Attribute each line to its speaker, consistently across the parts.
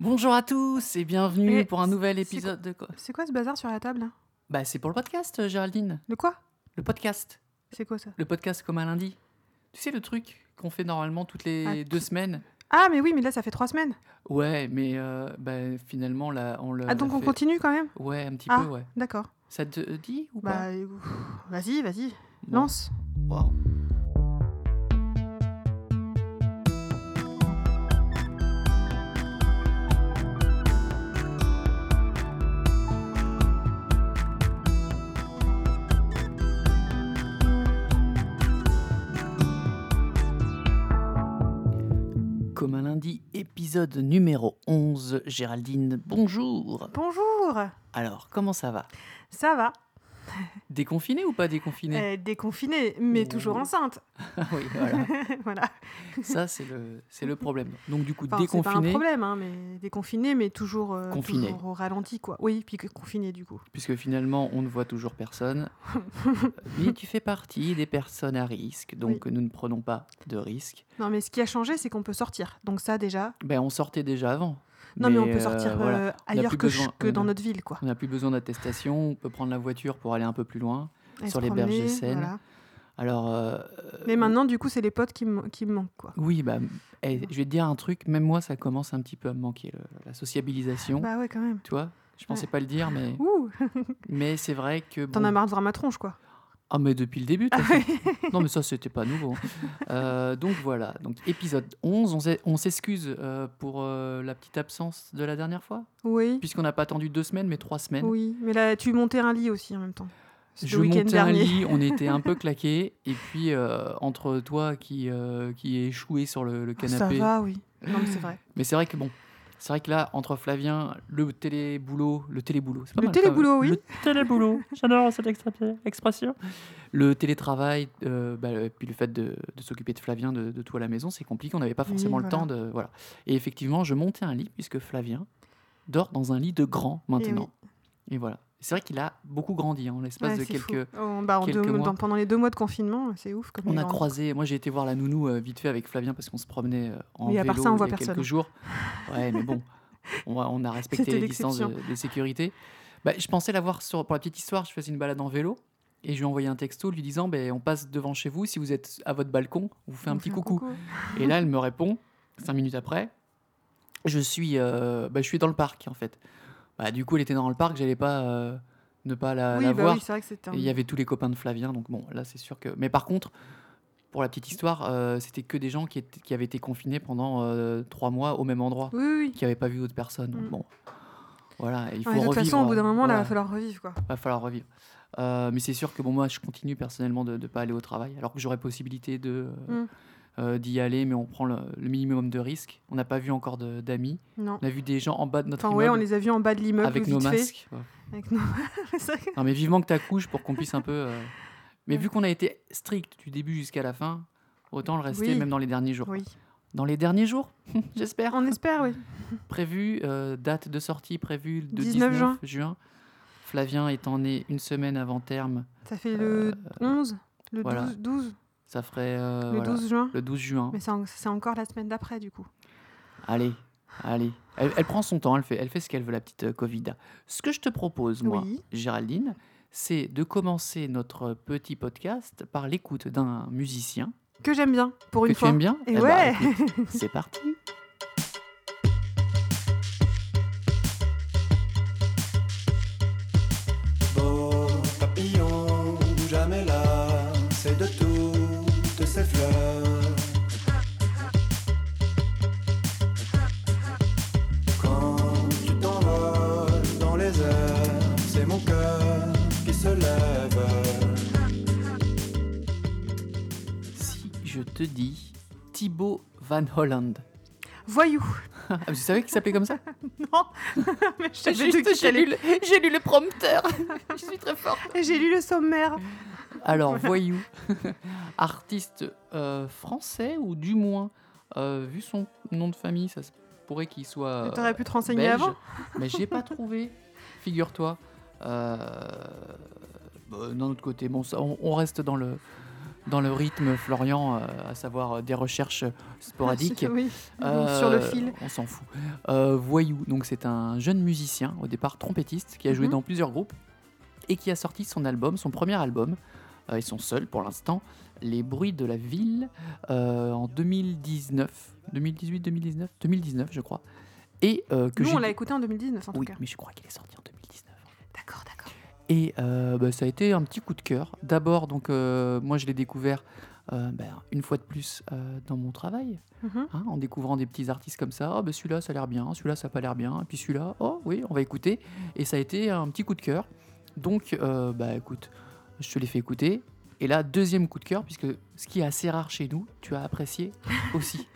Speaker 1: Bonjour à tous et bienvenue
Speaker 2: Et
Speaker 1: pour un nouvel
Speaker 2: Eh, c'est
Speaker 1: épisode de quoi
Speaker 2: C'est quoi ce bazar sur la table là
Speaker 1: Bah c'est pour le podcast euh, Géraldine.
Speaker 2: Le quoi
Speaker 1: Le podcast.
Speaker 2: C'est quoi ça
Speaker 1: Le podcast comme un lundi. Tu sais le truc qu'on fait normalement toutes les
Speaker 2: Ah,
Speaker 1: deux semaines
Speaker 2: Ah mais oui, mais là ça fait trois semaines.
Speaker 1: Ouais, mais euh, bah, finalement là on le.
Speaker 2: ah donc on
Speaker 1: Euh, fait-
Speaker 2: continue quand même
Speaker 1: Ouais, un petit
Speaker 2: Ah.
Speaker 1: peu ouais.
Speaker 2: D'accord.
Speaker 1: Ça te euh, dit ou
Speaker 2: Bah
Speaker 1: pas
Speaker 2: euh, pff, vas-y, vas-y,
Speaker 1: Bon.
Speaker 2: lance.
Speaker 1: Wow. Comme un lundi, épisode numéro 11. Géraldine, bonjour.
Speaker 2: Bonjour
Speaker 1: Alors, comment ça va
Speaker 2: Ça va
Speaker 1: Déconfiné ou pas déconfiné
Speaker 2: Euh, Déconfinée, mais
Speaker 1: Oh.
Speaker 2: toujours enceinte.
Speaker 1: Ah oui, voilà.
Speaker 2: voilà.
Speaker 1: Ça, c'est le, c'est le problème. Donc, du coup,
Speaker 2: Enfin, c'est pas un
Speaker 1: déconfiné,
Speaker 2: problème, hein, mais déconfinée, mais toujours, euh,
Speaker 1: Confinée.
Speaker 2: toujours au ralenti quoi. Oui, puis que- confinée du coup.
Speaker 1: puisque finalement, on ne voit toujours personne. Mais tu fais partie des personnes à risque, donc nous ne prenons pas de risque.
Speaker 2: Non mais ce qui a changé, c'est qu'on peut sortir. Donc ça déjà.
Speaker 1: Ben, on sortait déjà avant.
Speaker 2: Non mais, on peut
Speaker 1: euh,
Speaker 2: sortir
Speaker 1: voilà.
Speaker 2: euh, ailleurs
Speaker 1: plus
Speaker 2: que, ch-
Speaker 1: besoin-
Speaker 2: que
Speaker 1: on
Speaker 2: dans
Speaker 1: a-
Speaker 2: notre ville quoi.
Speaker 1: On n'a plus besoin d'attestation, on peut prendre la voiture pour aller un peu plus loin.
Speaker 2: Et
Speaker 1: Sur
Speaker 2: se
Speaker 1: les berges
Speaker 2: promener,
Speaker 1: de Seine. Alors. euh,
Speaker 2: Mais maintenant du coup, c'est les potes qui me qui me manquent quoi.
Speaker 1: Oui, bah, eh, je vais te dire un truc, même moi, ça commence un petit peu à me manquer, le- la sociabilisation.
Speaker 2: Bah ouais quand même.
Speaker 1: Tu vois Je pensais pas le dire, mais,
Speaker 2: Ouh,
Speaker 1: mais c'est vrai que.
Speaker 2: t'en
Speaker 1: bon,
Speaker 2: as marre de voir ma tronche, quoi.
Speaker 1: Ah, mais depuis le début, de toute
Speaker 2: Ah
Speaker 1: façon. Non, mais ça, c'était pas nouveau. Euh, donc voilà, donc épisode 11. On s'est- On s'excuse euh, pour euh, la petite absence de la dernière fois,
Speaker 2: oui,
Speaker 1: puisqu'on n'a pas attendu deux semaines, mais trois semaines.
Speaker 2: oui. Mais là, tu montais un lit aussi en même temps. C'était
Speaker 1: Je
Speaker 2: le week-end
Speaker 1: montais un
Speaker 2: dernier.
Speaker 1: lit, on était un peu claqués, et puis euh, entre toi qui, euh, qui est échoué sur le, le
Speaker 2: Ah, Ça
Speaker 1: canapé.
Speaker 2: va, oui. Non, mais c'est vrai.
Speaker 1: Mais c'est vrai que bon, c'est vrai que là, entre Flavien, le téléboulot, le téléboulot, c'est pas
Speaker 2: Le
Speaker 1: mal,
Speaker 2: téléboulot,
Speaker 1: quand même.
Speaker 2: oui.
Speaker 1: Le téléboulot, j'adore cette extra- expression. Le télétravail, euh, bah, le- puis le fait de, de s'occuper de Flavien, de, de tout à la maison, c'est compliqué, on n'avait pas
Speaker 2: Oui,
Speaker 1: forcément le
Speaker 2: voilà.
Speaker 1: temps de. Voilà. Et effectivement, je montais un lit, puisque Flavien dort dans un lit de grand
Speaker 2: Eh
Speaker 1: maintenant. Et, voilà. C'est vrai qu'il a beaucoup grandi hein, en l'espace
Speaker 2: Ouais,
Speaker 1: de
Speaker 2: c'est
Speaker 1: quelques.
Speaker 2: fou. Oh, bah, en deux-
Speaker 1: quelques mois.
Speaker 2: dans- pendant les deux mois de confinement, c'est ouf. Comme
Speaker 1: On
Speaker 2: il
Speaker 1: a
Speaker 2: grandit.
Speaker 1: croisé, moi j'ai été voir la nounou euh, vite fait avec Flavien parce qu'on se promenait euh, en
Speaker 2: Mais
Speaker 1: vélo
Speaker 2: à part ça, on voit
Speaker 1: il y a quelques
Speaker 2: personne.
Speaker 1: jours. Ouais, mais bon, on, va- on a respecté
Speaker 2: C'était
Speaker 1: les distances de, de sécurité. Bah, je pensais l'avoir sur. Pour la petite histoire, je faisais une balade en vélo et je lui ai envoyé un texto lui disant ben On passe devant chez vous, si vous êtes à votre balcon, on vous fait un
Speaker 2: On
Speaker 1: petit
Speaker 2: fait
Speaker 1: coucou. Et là, elle me répond, cinq minutes après Je suis, euh, bah, je suis dans le parc en fait. Bah, du coup, elle était dans le parc, j'allais pas euh, ne pas la,
Speaker 2: Oui,
Speaker 1: la
Speaker 2: bah
Speaker 1: voir.
Speaker 2: oui, c'est vrai que c'était un.
Speaker 1: Et Il y avait tous les copains de Flavien, donc bon, là c'est sûr que. Mais par contre, pour la petite histoire, euh, c'était que des gens qui, étaient- qui avaient été confinés pendant euh, trois mois au même endroit,
Speaker 2: Oui, oui.
Speaker 1: qui n'avaient pas vu d'autres personnes. Donc
Speaker 2: Mm.
Speaker 1: bon, voilà, il faut
Speaker 2: Ouais, de
Speaker 1: revivre.
Speaker 2: toute façon, au bout d'un moment, là,
Speaker 1: voilà,
Speaker 2: va falloir revivre, quoi.
Speaker 1: va falloir revivre. Euh, mais c'est sûr que bon, moi je continue personnellement de ne pas aller au travail, alors que j'aurais possibilité de euh,
Speaker 2: Mm.
Speaker 1: euh, d'y aller, mais on prend le, le minimum de risques. On n'a pas vu encore de- d'amis.
Speaker 2: Non.
Speaker 1: On a vu des gens en bas de notre
Speaker 2: Enfin, ouais, on
Speaker 1: immeuble
Speaker 2: les a vus en bas de l'immeuble.
Speaker 1: avec
Speaker 2: vite
Speaker 1: nos
Speaker 2: fait.
Speaker 1: masques. Ouais.
Speaker 2: Avec nos- C'est vrai que-
Speaker 1: Non, mais vivement que t'accouches pour qu'on puisse un peu. euh, Mais vu qu'on a été strict du début jusqu'à la fin, autant le rester
Speaker 2: Oui.
Speaker 1: même dans les derniers jours.
Speaker 2: Oui.
Speaker 1: Dans les derniers jours, j'espère.
Speaker 2: On espère, oui.
Speaker 1: Prévu, euh, date de sortie prévue de 19,
Speaker 2: 19
Speaker 1: juin.
Speaker 2: juin.
Speaker 1: Flavien étant né une semaine avant terme,
Speaker 2: Ça fait le 11, le
Speaker 1: Euh, voilà.
Speaker 2: 12, 12,
Speaker 1: ça ferait euh,
Speaker 2: le
Speaker 1: voilà,
Speaker 2: 12 juin.
Speaker 1: le 12 juin.
Speaker 2: Mais c'est en- c'est encore la semaine d'après, du coup.
Speaker 1: Allez, allez. Elle, elle prend son temps, elle fait, elle fait ce qu'elle veut, la petite euh, Covid. Ce que je te propose, moi,
Speaker 2: Oui.
Speaker 1: Géraldine, c'est de commencer notre petit podcast par l'écoute d'un musicien
Speaker 2: Que j'aime bien, pour une
Speaker 1: que
Speaker 2: fois.
Speaker 1: tu aimes bien
Speaker 2: Et
Speaker 1: Eh ben,
Speaker 2: ouais
Speaker 1: écoute, C'est parti
Speaker 3: Beau papillon, jamais là, c'est de toutes ces fleurs. Quand tu t'envoles dans les airs, c'est mon cœur qui se lève.
Speaker 1: Si je te dis Thibaut Van Holland.
Speaker 2: Voyou.
Speaker 1: Ah, mais tu savais qu'il s'appelait comme ça
Speaker 2: Non, mais je savais de qui t'allais-
Speaker 1: lu, le prompteur. je suis très forte.
Speaker 2: J'ai lu le sommaire.
Speaker 1: Euh, Alors, voyou. Artiste euh, français ou du moins, euh, vu son nom de famille, ça se pourrait qu'il soit.
Speaker 2: T'aurais pu te renseigner
Speaker 1: belge,
Speaker 2: avant
Speaker 1: Mais j'ai pas trouvé, figure-toi. Euh, bah, D'un autre côté, bon, ça, on, on reste dans le, dans le rythme Florian, euh, à savoir euh, des recherches sporadiques.
Speaker 2: Oui,
Speaker 1: Euh,
Speaker 2: sur le fil.
Speaker 1: On s'en fout. Euh, Voyou, donc c'est un jeune musicien, au départ trompettiste, qui a joué
Speaker 2: Mhm.
Speaker 1: dans plusieurs groupes et qui a sorti son album, son premier album, euh, et son seul pour l'instant, Les bruits de la ville, euh, en 2019. 2018, 2019 2019, je crois. Et euh, que
Speaker 2: Nous,
Speaker 1: j'ai-
Speaker 2: on l'a écouté en 2019, en
Speaker 1: Oui,
Speaker 2: tout cas.
Speaker 1: mais je crois qu'il est sorti en 2019.
Speaker 2: D'accord, d'accord.
Speaker 1: Et euh, bah, ça a été un petit coup de cœur. D'abord, donc euh, moi je l'ai découvert euh, ben, une fois de plus euh, dans mon travail,
Speaker 2: Mhm.
Speaker 1: hein, en découvrant des petits artistes comme ça. Ah ben, celui-là ça a l'air bien, celui-là ça a pas l'air bien, et puis celui-là, oh oui, on va écouter. Et ça a été un petit coup de cœur. Donc euh, bah écoute, je te l'ai fait écouter. Et là, deuxième coup de cœur, puisque ce qui est assez rare chez nous, tu as apprécié aussi.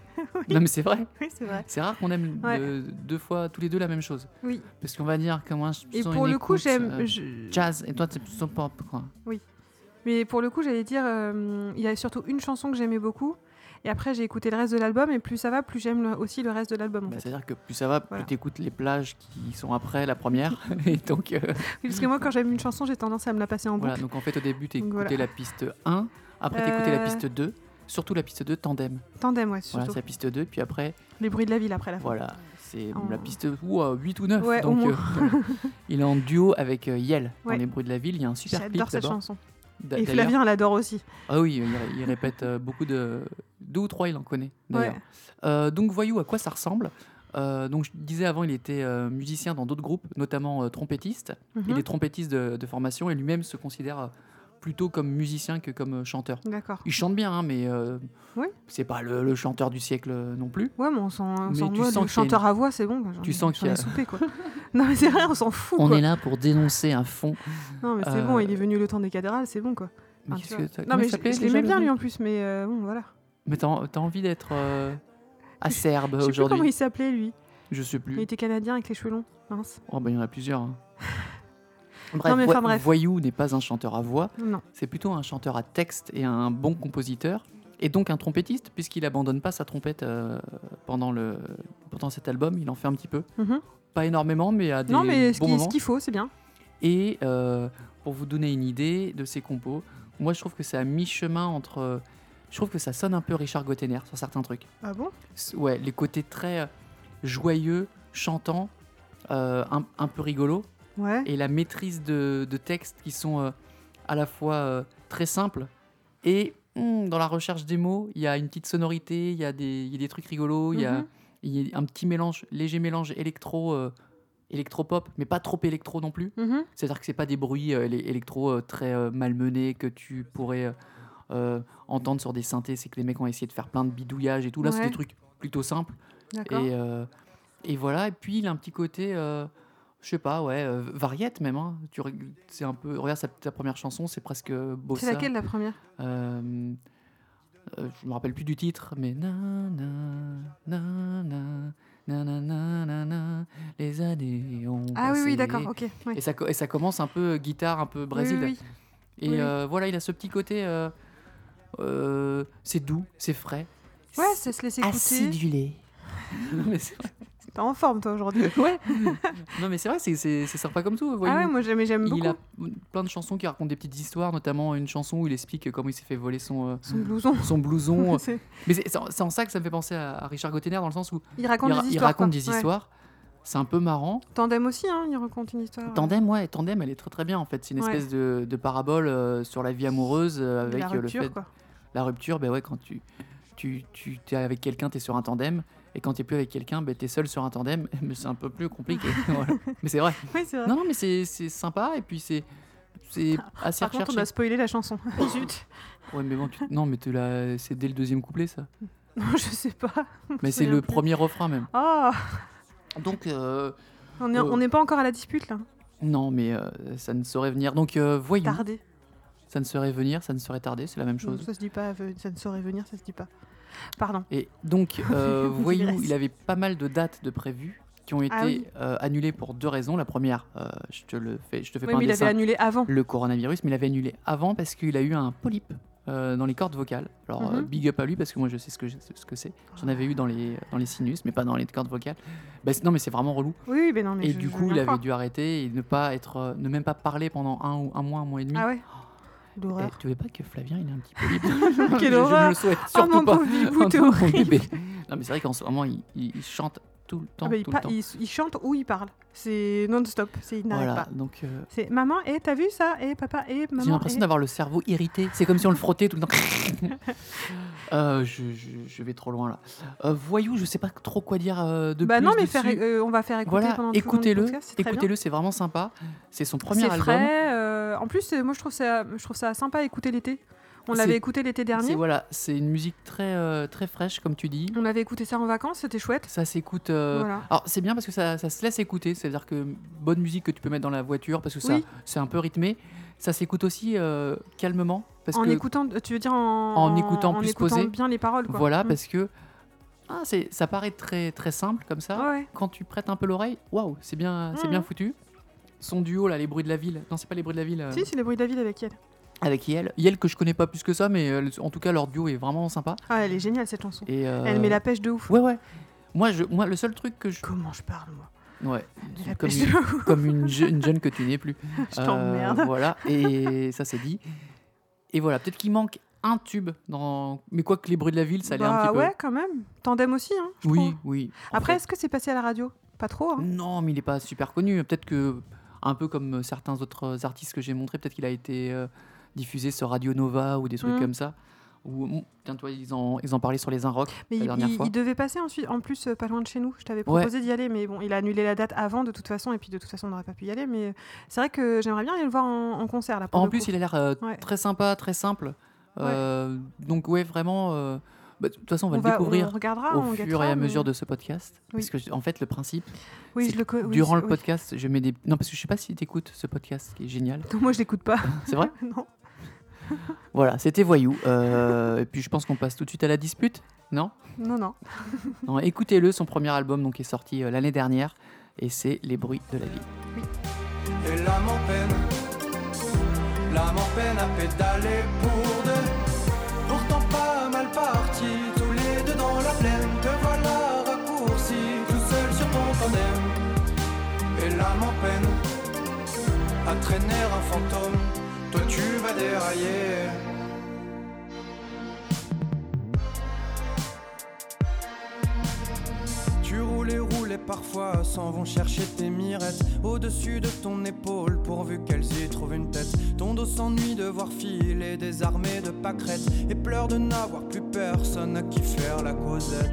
Speaker 1: Non mais c'est vrai,
Speaker 2: Oui, c'est vrai.
Speaker 1: c'est rare qu'on aime
Speaker 2: Ouais.
Speaker 1: de- deux fois tous les deux la même chose.
Speaker 2: Oui.
Speaker 1: Parce qu'on va dire que moi je
Speaker 2: Et
Speaker 1: sens
Speaker 2: pour
Speaker 1: une
Speaker 2: le coup,
Speaker 1: écoute,
Speaker 2: j'aime.
Speaker 1: euh,
Speaker 2: je-
Speaker 1: jazz et toi c'est plutôt pop quoi.
Speaker 2: Mais pour le coup, j'allais dire, euh, il y a surtout une chanson que j'aimais beaucoup. Et après, j'ai écouté le reste de l'album. Et plus ça va, plus j'aime le- aussi le reste de l'album. en
Speaker 1: Bah,
Speaker 2: fait.
Speaker 1: C'est-à-dire que plus ça va, plus
Speaker 2: Voilà.
Speaker 1: t'écoutes les plages qui sont après la première. et donc, euh,
Speaker 2: Oui, Parce que moi, quand j'aime une chanson, j'ai tendance à me la passer en
Speaker 1: voilà.
Speaker 2: boucle.
Speaker 1: donc en fait, au début, t'écoutais
Speaker 2: Donc, voilà.
Speaker 1: la piste 1, après, t'écoutais la
Speaker 2: Euh.
Speaker 1: piste 2, surtout la piste 2 tandem.
Speaker 2: Tandem, ouais,
Speaker 1: Voilà,
Speaker 2: surtout.
Speaker 1: c'est la piste 2, puis après,
Speaker 2: Les bruits de la ville après la fin.
Speaker 1: voilà, c'est
Speaker 2: En-
Speaker 1: la piste ouah, 8 ou 9.
Speaker 2: Ouais, au
Speaker 1: donc, euh, il est en duo avec euh, Yel
Speaker 2: Ouais.
Speaker 1: dans Les Bruits de la Ville. Il y a un super clip
Speaker 2: J'adore cette
Speaker 1: d'abord.
Speaker 2: chanson.
Speaker 1: D'a-
Speaker 2: Et
Speaker 1: d'ailleurs-
Speaker 2: Flavien l'adore aussi.
Speaker 1: Ah oui, il, ré- il répète euh, beaucoup de. Deux ou trois, il en connaît d'ailleurs.
Speaker 2: Ouais.
Speaker 1: Euh, donc voyou à quoi ça ressemble. Euh, donc je disais avant, il était euh, musicien dans d'autres groupes, notamment euh, trompettiste. Il
Speaker 2: Mhm.
Speaker 1: est trompettiste de, de formation et lui-même se considère euh, plutôt comme musicien que comme euh, chanteur.
Speaker 2: Mhm. D'accord.
Speaker 1: Il chante bien, hein, mais euh,
Speaker 2: Oui.
Speaker 1: c'est pas le, le chanteur du siècle euh, non plus.
Speaker 2: Ouais, mais on s'en on
Speaker 1: Mais
Speaker 2: s'en
Speaker 1: tu
Speaker 2: moque,
Speaker 1: sens qu'il y
Speaker 2: le
Speaker 1: a
Speaker 2: chanteur à voix, c'est bon. j'en-
Speaker 1: Tu sens
Speaker 2: j'en
Speaker 1: qu'il y
Speaker 2: ai
Speaker 1: a-
Speaker 2: soupé, quoi. non, mais c'est vrai, on s'en fout,
Speaker 1: On
Speaker 2: quoi.
Speaker 1: est là pour dénoncer un fond.
Speaker 2: Non, mais c'est
Speaker 1: Euh,
Speaker 2: bon, il est venu le temps des cathédrales, c'est bon, quoi.
Speaker 1: Mais
Speaker 2: Enfin,
Speaker 1: qu'est-ce
Speaker 2: tu
Speaker 1: que
Speaker 2: vois.
Speaker 1: t'as-
Speaker 2: non,
Speaker 1: comment
Speaker 2: mais
Speaker 1: il
Speaker 2: je,
Speaker 1: s'appelait
Speaker 2: je
Speaker 1: déjà,
Speaker 2: l'aimais
Speaker 1: le
Speaker 2: bien,
Speaker 1: mec
Speaker 2: lui, en plus, mais euh, bon, voilà.
Speaker 1: Mais t'as en- t'as envie d'être euh, acerbe
Speaker 2: Je sais plus comment
Speaker 1: aujourd'hui. Hmm.
Speaker 2: il s'appelait, lui.
Speaker 1: Je sais plus.
Speaker 2: Il était canadien avec les cheveux longs. Mince.
Speaker 1: Oh, bah, il y en a plusieurs. hein. Bref,
Speaker 2: mais
Speaker 1: Voy-
Speaker 2: enfin, bref.
Speaker 1: Voyou n'est pas un chanteur à voix,
Speaker 2: Non.
Speaker 1: c'est plutôt un chanteur à texte et un bon compositeur, et donc un trompettiste, puisqu'il abandonne pas sa trompette euh, pendant, le, pendant cet album, il en fait un petit peu.
Speaker 2: Mhm.
Speaker 1: Pas énormément, mais à des
Speaker 2: Non, mais ce
Speaker 1: bons
Speaker 2: qui- ce
Speaker 1: moments.
Speaker 2: qu'il faut, c'est bien.
Speaker 1: Et euh, pour vous donner une idée de ses compos, moi je trouve que c'est à mi-chemin entre... euh, Je trouve que ça sonne un peu Richard Gottener sur certains trucs.
Speaker 2: Ah bon
Speaker 1: S- Ouais, les côtés très euh, joyeux, chantants, euh, un, un peu rigolos,
Speaker 2: Ouais.
Speaker 1: et la maîtrise de, de textes qui sont euh, à la fois euh, très simples et hum, dans la recherche des mots, il y a une petite sonorité, il y a des, il y a des trucs rigolos, il y a-
Speaker 2: Mhm.
Speaker 1: il y, a un petit mélange, léger mélange électro, euh, électropop, mais pas trop électro non plus.
Speaker 2: Mhm.
Speaker 1: C'est-à-dire que c'est pas des bruits euh, les- électro euh, très euh, malmenés que tu pourrais euh, euh, entendre sur des synthés. C'est que les mecs ont essayé de faire plein de bidouillages et tout. Là, c'est
Speaker 2: Ouais.
Speaker 1: des trucs plutôt simples.
Speaker 2: D'accord.
Speaker 1: Et, euh, et voilà, et puis il a un petit côté, euh, je sais pas, ouais, euh, variette même. hein. Tu, reg- c'est un peu, regarde sa, ta première chanson, c'est presque bossa.
Speaker 2: C'est laquelle la première
Speaker 1: Euh, euh, Je me rappelle plus du titre, mais na na na na na na na na na, les années ont
Speaker 2: Ah oui,
Speaker 1: passé.
Speaker 2: oui, d'accord, ok. ouais.
Speaker 1: Et ça, co- et ça commence un peu euh, guitare, un peu
Speaker 2: Oui,
Speaker 1: Brésil.
Speaker 2: oui, oui.
Speaker 1: Et
Speaker 2: Oui.
Speaker 1: euh, voilà, il a ce petit côté. euh, euh, c'est doux, c'est frais.
Speaker 2: Ouais, ça se laisse écouter.
Speaker 1: acidulé. Non, mais c'est-
Speaker 2: T'es en forme, toi, aujourd'hui.
Speaker 1: ouais. non mais c'est vrai, c'est- c'est c'est sympa comme tout. voyez.
Speaker 2: Ah ouais, moi, j'aime, j'aime beaucoup.
Speaker 1: il a plein de chansons qui racontent des petites histoires, notamment une chanson où il explique comment il s'est fait voler son euh,
Speaker 2: Son blouson.
Speaker 1: son blouson.
Speaker 2: C'est-
Speaker 1: mais c'est c'est en c'est en ça que ça me fait penser à, à Richard Gottener dans le sens où
Speaker 2: il
Speaker 1: il,
Speaker 2: raconte
Speaker 1: ra-
Speaker 2: des
Speaker 1: il
Speaker 2: histoires.
Speaker 1: raconte
Speaker 2: quoi.
Speaker 1: des
Speaker 2: Ouais.
Speaker 1: histoires. C'est un peu marrant.
Speaker 2: Tandem aussi, hein, il raconte une histoire. euh,
Speaker 1: Tandem, ouais, Tandem, elle est très très bien en fait. C'est une
Speaker 2: Ouais.
Speaker 1: espèce de, de parabole euh, sur la vie amoureuse euh,
Speaker 2: de
Speaker 1: avec
Speaker 2: la
Speaker 1: euh, le
Speaker 2: rupture,
Speaker 1: fait
Speaker 2: quoi.
Speaker 1: la rupture. Ben ouais, quand tu tu tu es avec quelqu'un, t'es sur un tandem, et quand t'es plus avec quelqu'un, ben t'es seul sur un tandem. Mais c'est un peu plus compliqué. Voilà. Mais c'est vrai.
Speaker 2: Oui, c'est vrai.
Speaker 1: Non, non, mais c'est c'est sympa et puis c'est c'est assez
Speaker 2: Par contre,
Speaker 1: recherché.
Speaker 2: on a spoilé la chanson. Zut.
Speaker 1: Ouais, mais bon, tu- non, mais tu l'as- c'est dès le deuxième couplet ça.
Speaker 2: Non, je sais pas. On
Speaker 1: Mais
Speaker 2: se
Speaker 1: c'est le
Speaker 2: souvient plus.
Speaker 1: premier refrain même.
Speaker 2: Oh,
Speaker 1: Donc euh,
Speaker 2: on n'est
Speaker 1: Euh.
Speaker 2: on n'est pas encore à la dispute, là.
Speaker 1: non, mais euh, ça ne saurait venir. Donc euh, voyons,
Speaker 2: Tardé.
Speaker 1: ça ne saurait venir, ça ne saurait tarder, c'est la
Speaker 2: Mm.
Speaker 1: même chose.
Speaker 2: Ça se dit pas, euh, ça ne saurait venir, ça se dit pas. Pardon.
Speaker 1: Et donc euh,
Speaker 2: On
Speaker 1: voyons,
Speaker 2: digresse.
Speaker 1: il avait pas mal de dates de prévues qui ont été
Speaker 2: Ah oui.
Speaker 1: euh, annulées pour deux raisons. La première, euh, je te le fais, je te fais
Speaker 2: Oui,
Speaker 1: pas un
Speaker 2: mais il
Speaker 1: dessin.
Speaker 2: avait annulé avant.
Speaker 1: le coronavirus, mais il avait annulé avant parce qu'il a eu un polype euh, dans les cordes vocales. Alors, euh,
Speaker 2: Mhm.
Speaker 1: big up à lui parce que moi je sais ce que, je- ce que c'est. J'en avais eu dans les, dans les sinus, mais pas dans les cordes vocales. Bah, c'est- non, mais c'est vraiment relou.
Speaker 2: Oui, mais non, mais
Speaker 1: et
Speaker 2: je-
Speaker 1: du
Speaker 2: je
Speaker 1: coup, il
Speaker 2: viens
Speaker 1: avait
Speaker 2: pas.
Speaker 1: dû arrêter et ne, pas être, euh, ne même pas parler pendant un, ou un mois, un mois et demi.
Speaker 2: Ah ouais
Speaker 1: Eh,
Speaker 2: L'horreur.
Speaker 1: tu veux pas que Flavien il est un petit peu libre
Speaker 2: Quelle
Speaker 1: Je- Je,
Speaker 2: horreur.
Speaker 1: le souhaite
Speaker 2: Oh
Speaker 1: surtout
Speaker 2: mon
Speaker 1: pas.
Speaker 2: pauvre bibou, t'es
Speaker 1: Oh, mon
Speaker 2: horrible.
Speaker 1: bébé. Non mais c'est vrai qu'en ce moment il, il- il chante tout le temps,
Speaker 2: Ah bah, il,
Speaker 1: tout
Speaker 2: pa-
Speaker 1: le temps.
Speaker 2: il s- il chante ou il parle. C'est non-stop. C'est il n'arrête
Speaker 1: Voilà,
Speaker 2: pas.
Speaker 1: donc euh,
Speaker 2: C'est maman, et t'as vu ça Et papa, et maman.
Speaker 1: j'ai l'impression
Speaker 2: eh.
Speaker 1: d'avoir le cerveau irrité. C'est comme si on le frottait tout le temps. Euh, je, je- je vais trop loin là. Euh, voyou, je sais pas trop quoi dire euh, de
Speaker 2: bah
Speaker 1: plus
Speaker 2: non, mais
Speaker 1: dessus.
Speaker 2: faire- euh, on va faire écouter
Speaker 1: voilà,
Speaker 2: pendant tout le long du
Speaker 1: écoutez-le,
Speaker 2: podcast, c'est très bien.
Speaker 1: écoutez-le, c'est vraiment sympa. C'est son premier
Speaker 2: C'est
Speaker 1: album.
Speaker 2: frais. euh, en plus, euh, moi, je trouve ça, je trouve ça sympa à écouter l'été. On
Speaker 1: C'est-
Speaker 2: l'avait écouté l'été
Speaker 1: C'est
Speaker 2: dernier.
Speaker 1: voilà, c'est une musique très euh, très fraîche comme tu dis.
Speaker 2: On avait écouté ça en vacances. C'était chouette.
Speaker 1: Ça s'écoute. euh,
Speaker 2: Voilà.
Speaker 1: Alors c'est bien parce que ça, ça se laisse écouter, c'est-à-dire que bonne musique que tu peux mettre dans la voiture parce que ça
Speaker 2: Oui.
Speaker 1: c'est un peu rythmé. Ça s'écoute aussi euh, calmement parce
Speaker 2: en
Speaker 1: que
Speaker 2: écoutant, tu veux dire en,
Speaker 1: En écoutant plus posé.
Speaker 2: bien les paroles. Quoi.
Speaker 1: voilà
Speaker 2: Mm.
Speaker 1: parce que ah, c'est ça paraît très très simple comme ça.
Speaker 2: Ouais, ouais.
Speaker 1: Quand tu prêtes un peu l'oreille, waouh, c'est bien c'est
Speaker 2: Mhm.
Speaker 1: bien foutu. Son duo là, les bruits de la ville. Non, c'est pas les bruits de la ville. euh,
Speaker 2: Si, c'est les bruits de la ville avec elle.
Speaker 1: Avec Yel, Yel que je connais pas plus que ça, mais euh, en tout cas leur duo est vraiment sympa.
Speaker 2: Ah, elle est géniale cette chanson.
Speaker 1: Et euh,
Speaker 2: Elle met la pêche de ouf.
Speaker 1: Ouais ouais. Moi je moi le seul truc que je
Speaker 2: Comment je parle moi
Speaker 1: ouais
Speaker 2: Elle met la
Speaker 1: comme
Speaker 2: pêche
Speaker 1: une-
Speaker 2: de ouf.
Speaker 1: comme une, je- une jeune que tu n'es plus.
Speaker 2: Je t'emmerde.
Speaker 1: Euh, voilà, et ça c'est dit. Et voilà, peut-être qu'il manque un tube dans. Mais quoi que les bruits de la ville, ça allait
Speaker 2: bah
Speaker 1: un petit
Speaker 2: ouais, quand même. Tandem aussi, hein. je
Speaker 1: peu. Oui,
Speaker 2: trouve.
Speaker 1: oui. En
Speaker 2: Après,
Speaker 1: fait,
Speaker 2: est-ce que c'est passé à la radio Pas trop. Hein.
Speaker 1: non, mais il n'est pas super connu. Peut-être que, un peu comme certains autres artistes que j'ai montrés, peut-être qu'il a été euh, diffusé sur Radio Nova ou des trucs
Speaker 2: Mm.
Speaker 1: comme ça. Ou, mm, tiens, toi, ils en, ils en parlaient sur les Inrocks
Speaker 2: Mais
Speaker 1: la
Speaker 2: il,
Speaker 1: dernière
Speaker 2: il-
Speaker 1: fois.
Speaker 2: il devait passer ensuite, en plus, euh, pas loin de chez nous. Je t'avais
Speaker 1: Ouais.
Speaker 2: proposé d'y aller, mais bon, il a annulé la date avant de toute façon, et puis de toute façon, on n'aurait pas pu y aller. Mais c'est vrai que j'aimerais bien aller le voir en, en concert là. Pour
Speaker 1: En
Speaker 2: le
Speaker 1: plus,
Speaker 2: coup.
Speaker 1: il a l'air euh,
Speaker 2: Ouais.
Speaker 1: très sympa, très simple. Euh, donc, ouais, vraiment. euh, bah, De toute façon, on va
Speaker 2: on
Speaker 1: le
Speaker 2: va-
Speaker 1: découvrir.
Speaker 2: on regardera,
Speaker 1: au
Speaker 2: on
Speaker 1: fur
Speaker 2: guettera,
Speaker 1: et à
Speaker 2: mais-
Speaker 1: mesure de ce podcast.
Speaker 2: Oui.
Speaker 1: Parce que, en fait, le principe,
Speaker 2: Oui,
Speaker 1: c'est
Speaker 2: je le co- oui,
Speaker 1: durant
Speaker 2: c'est-
Speaker 1: le
Speaker 2: oui.
Speaker 1: podcast, je mets des. Non, parce que je sais pas si tu écoutes ce podcast qui est génial.
Speaker 2: Non, moi, je l'écoute pas.
Speaker 1: C'est vrai
Speaker 2: non.
Speaker 1: Voilà, c'était Voyou. Euh, et puis, je pense qu'on passe tout de suite à la dispute. Non
Speaker 2: Non, non.
Speaker 1: Non, écoutez-le, son premier album donc, est sorti euh, l'année dernière. Et c'est Les bruits de la ville.
Speaker 3: Et l'âme en peine, l'âme en peine à pédaler pour deux. Pourtant pas mal parti, tous les deux dans la plaine. Te voilà raccourci, tout seul sur ton tandem. Et l'âme en peine, à traîner un fantôme. Toi tu vas dérailler. Tu roules et roules et parfois s'en vont chercher tes mirettes Au-dessus de ton épaule pourvu qu'elles y trouvent une tête Ton dos s'ennuie de voir filer des armées de pâquerettes Et pleure de n'avoir plus personne à qui faire la causette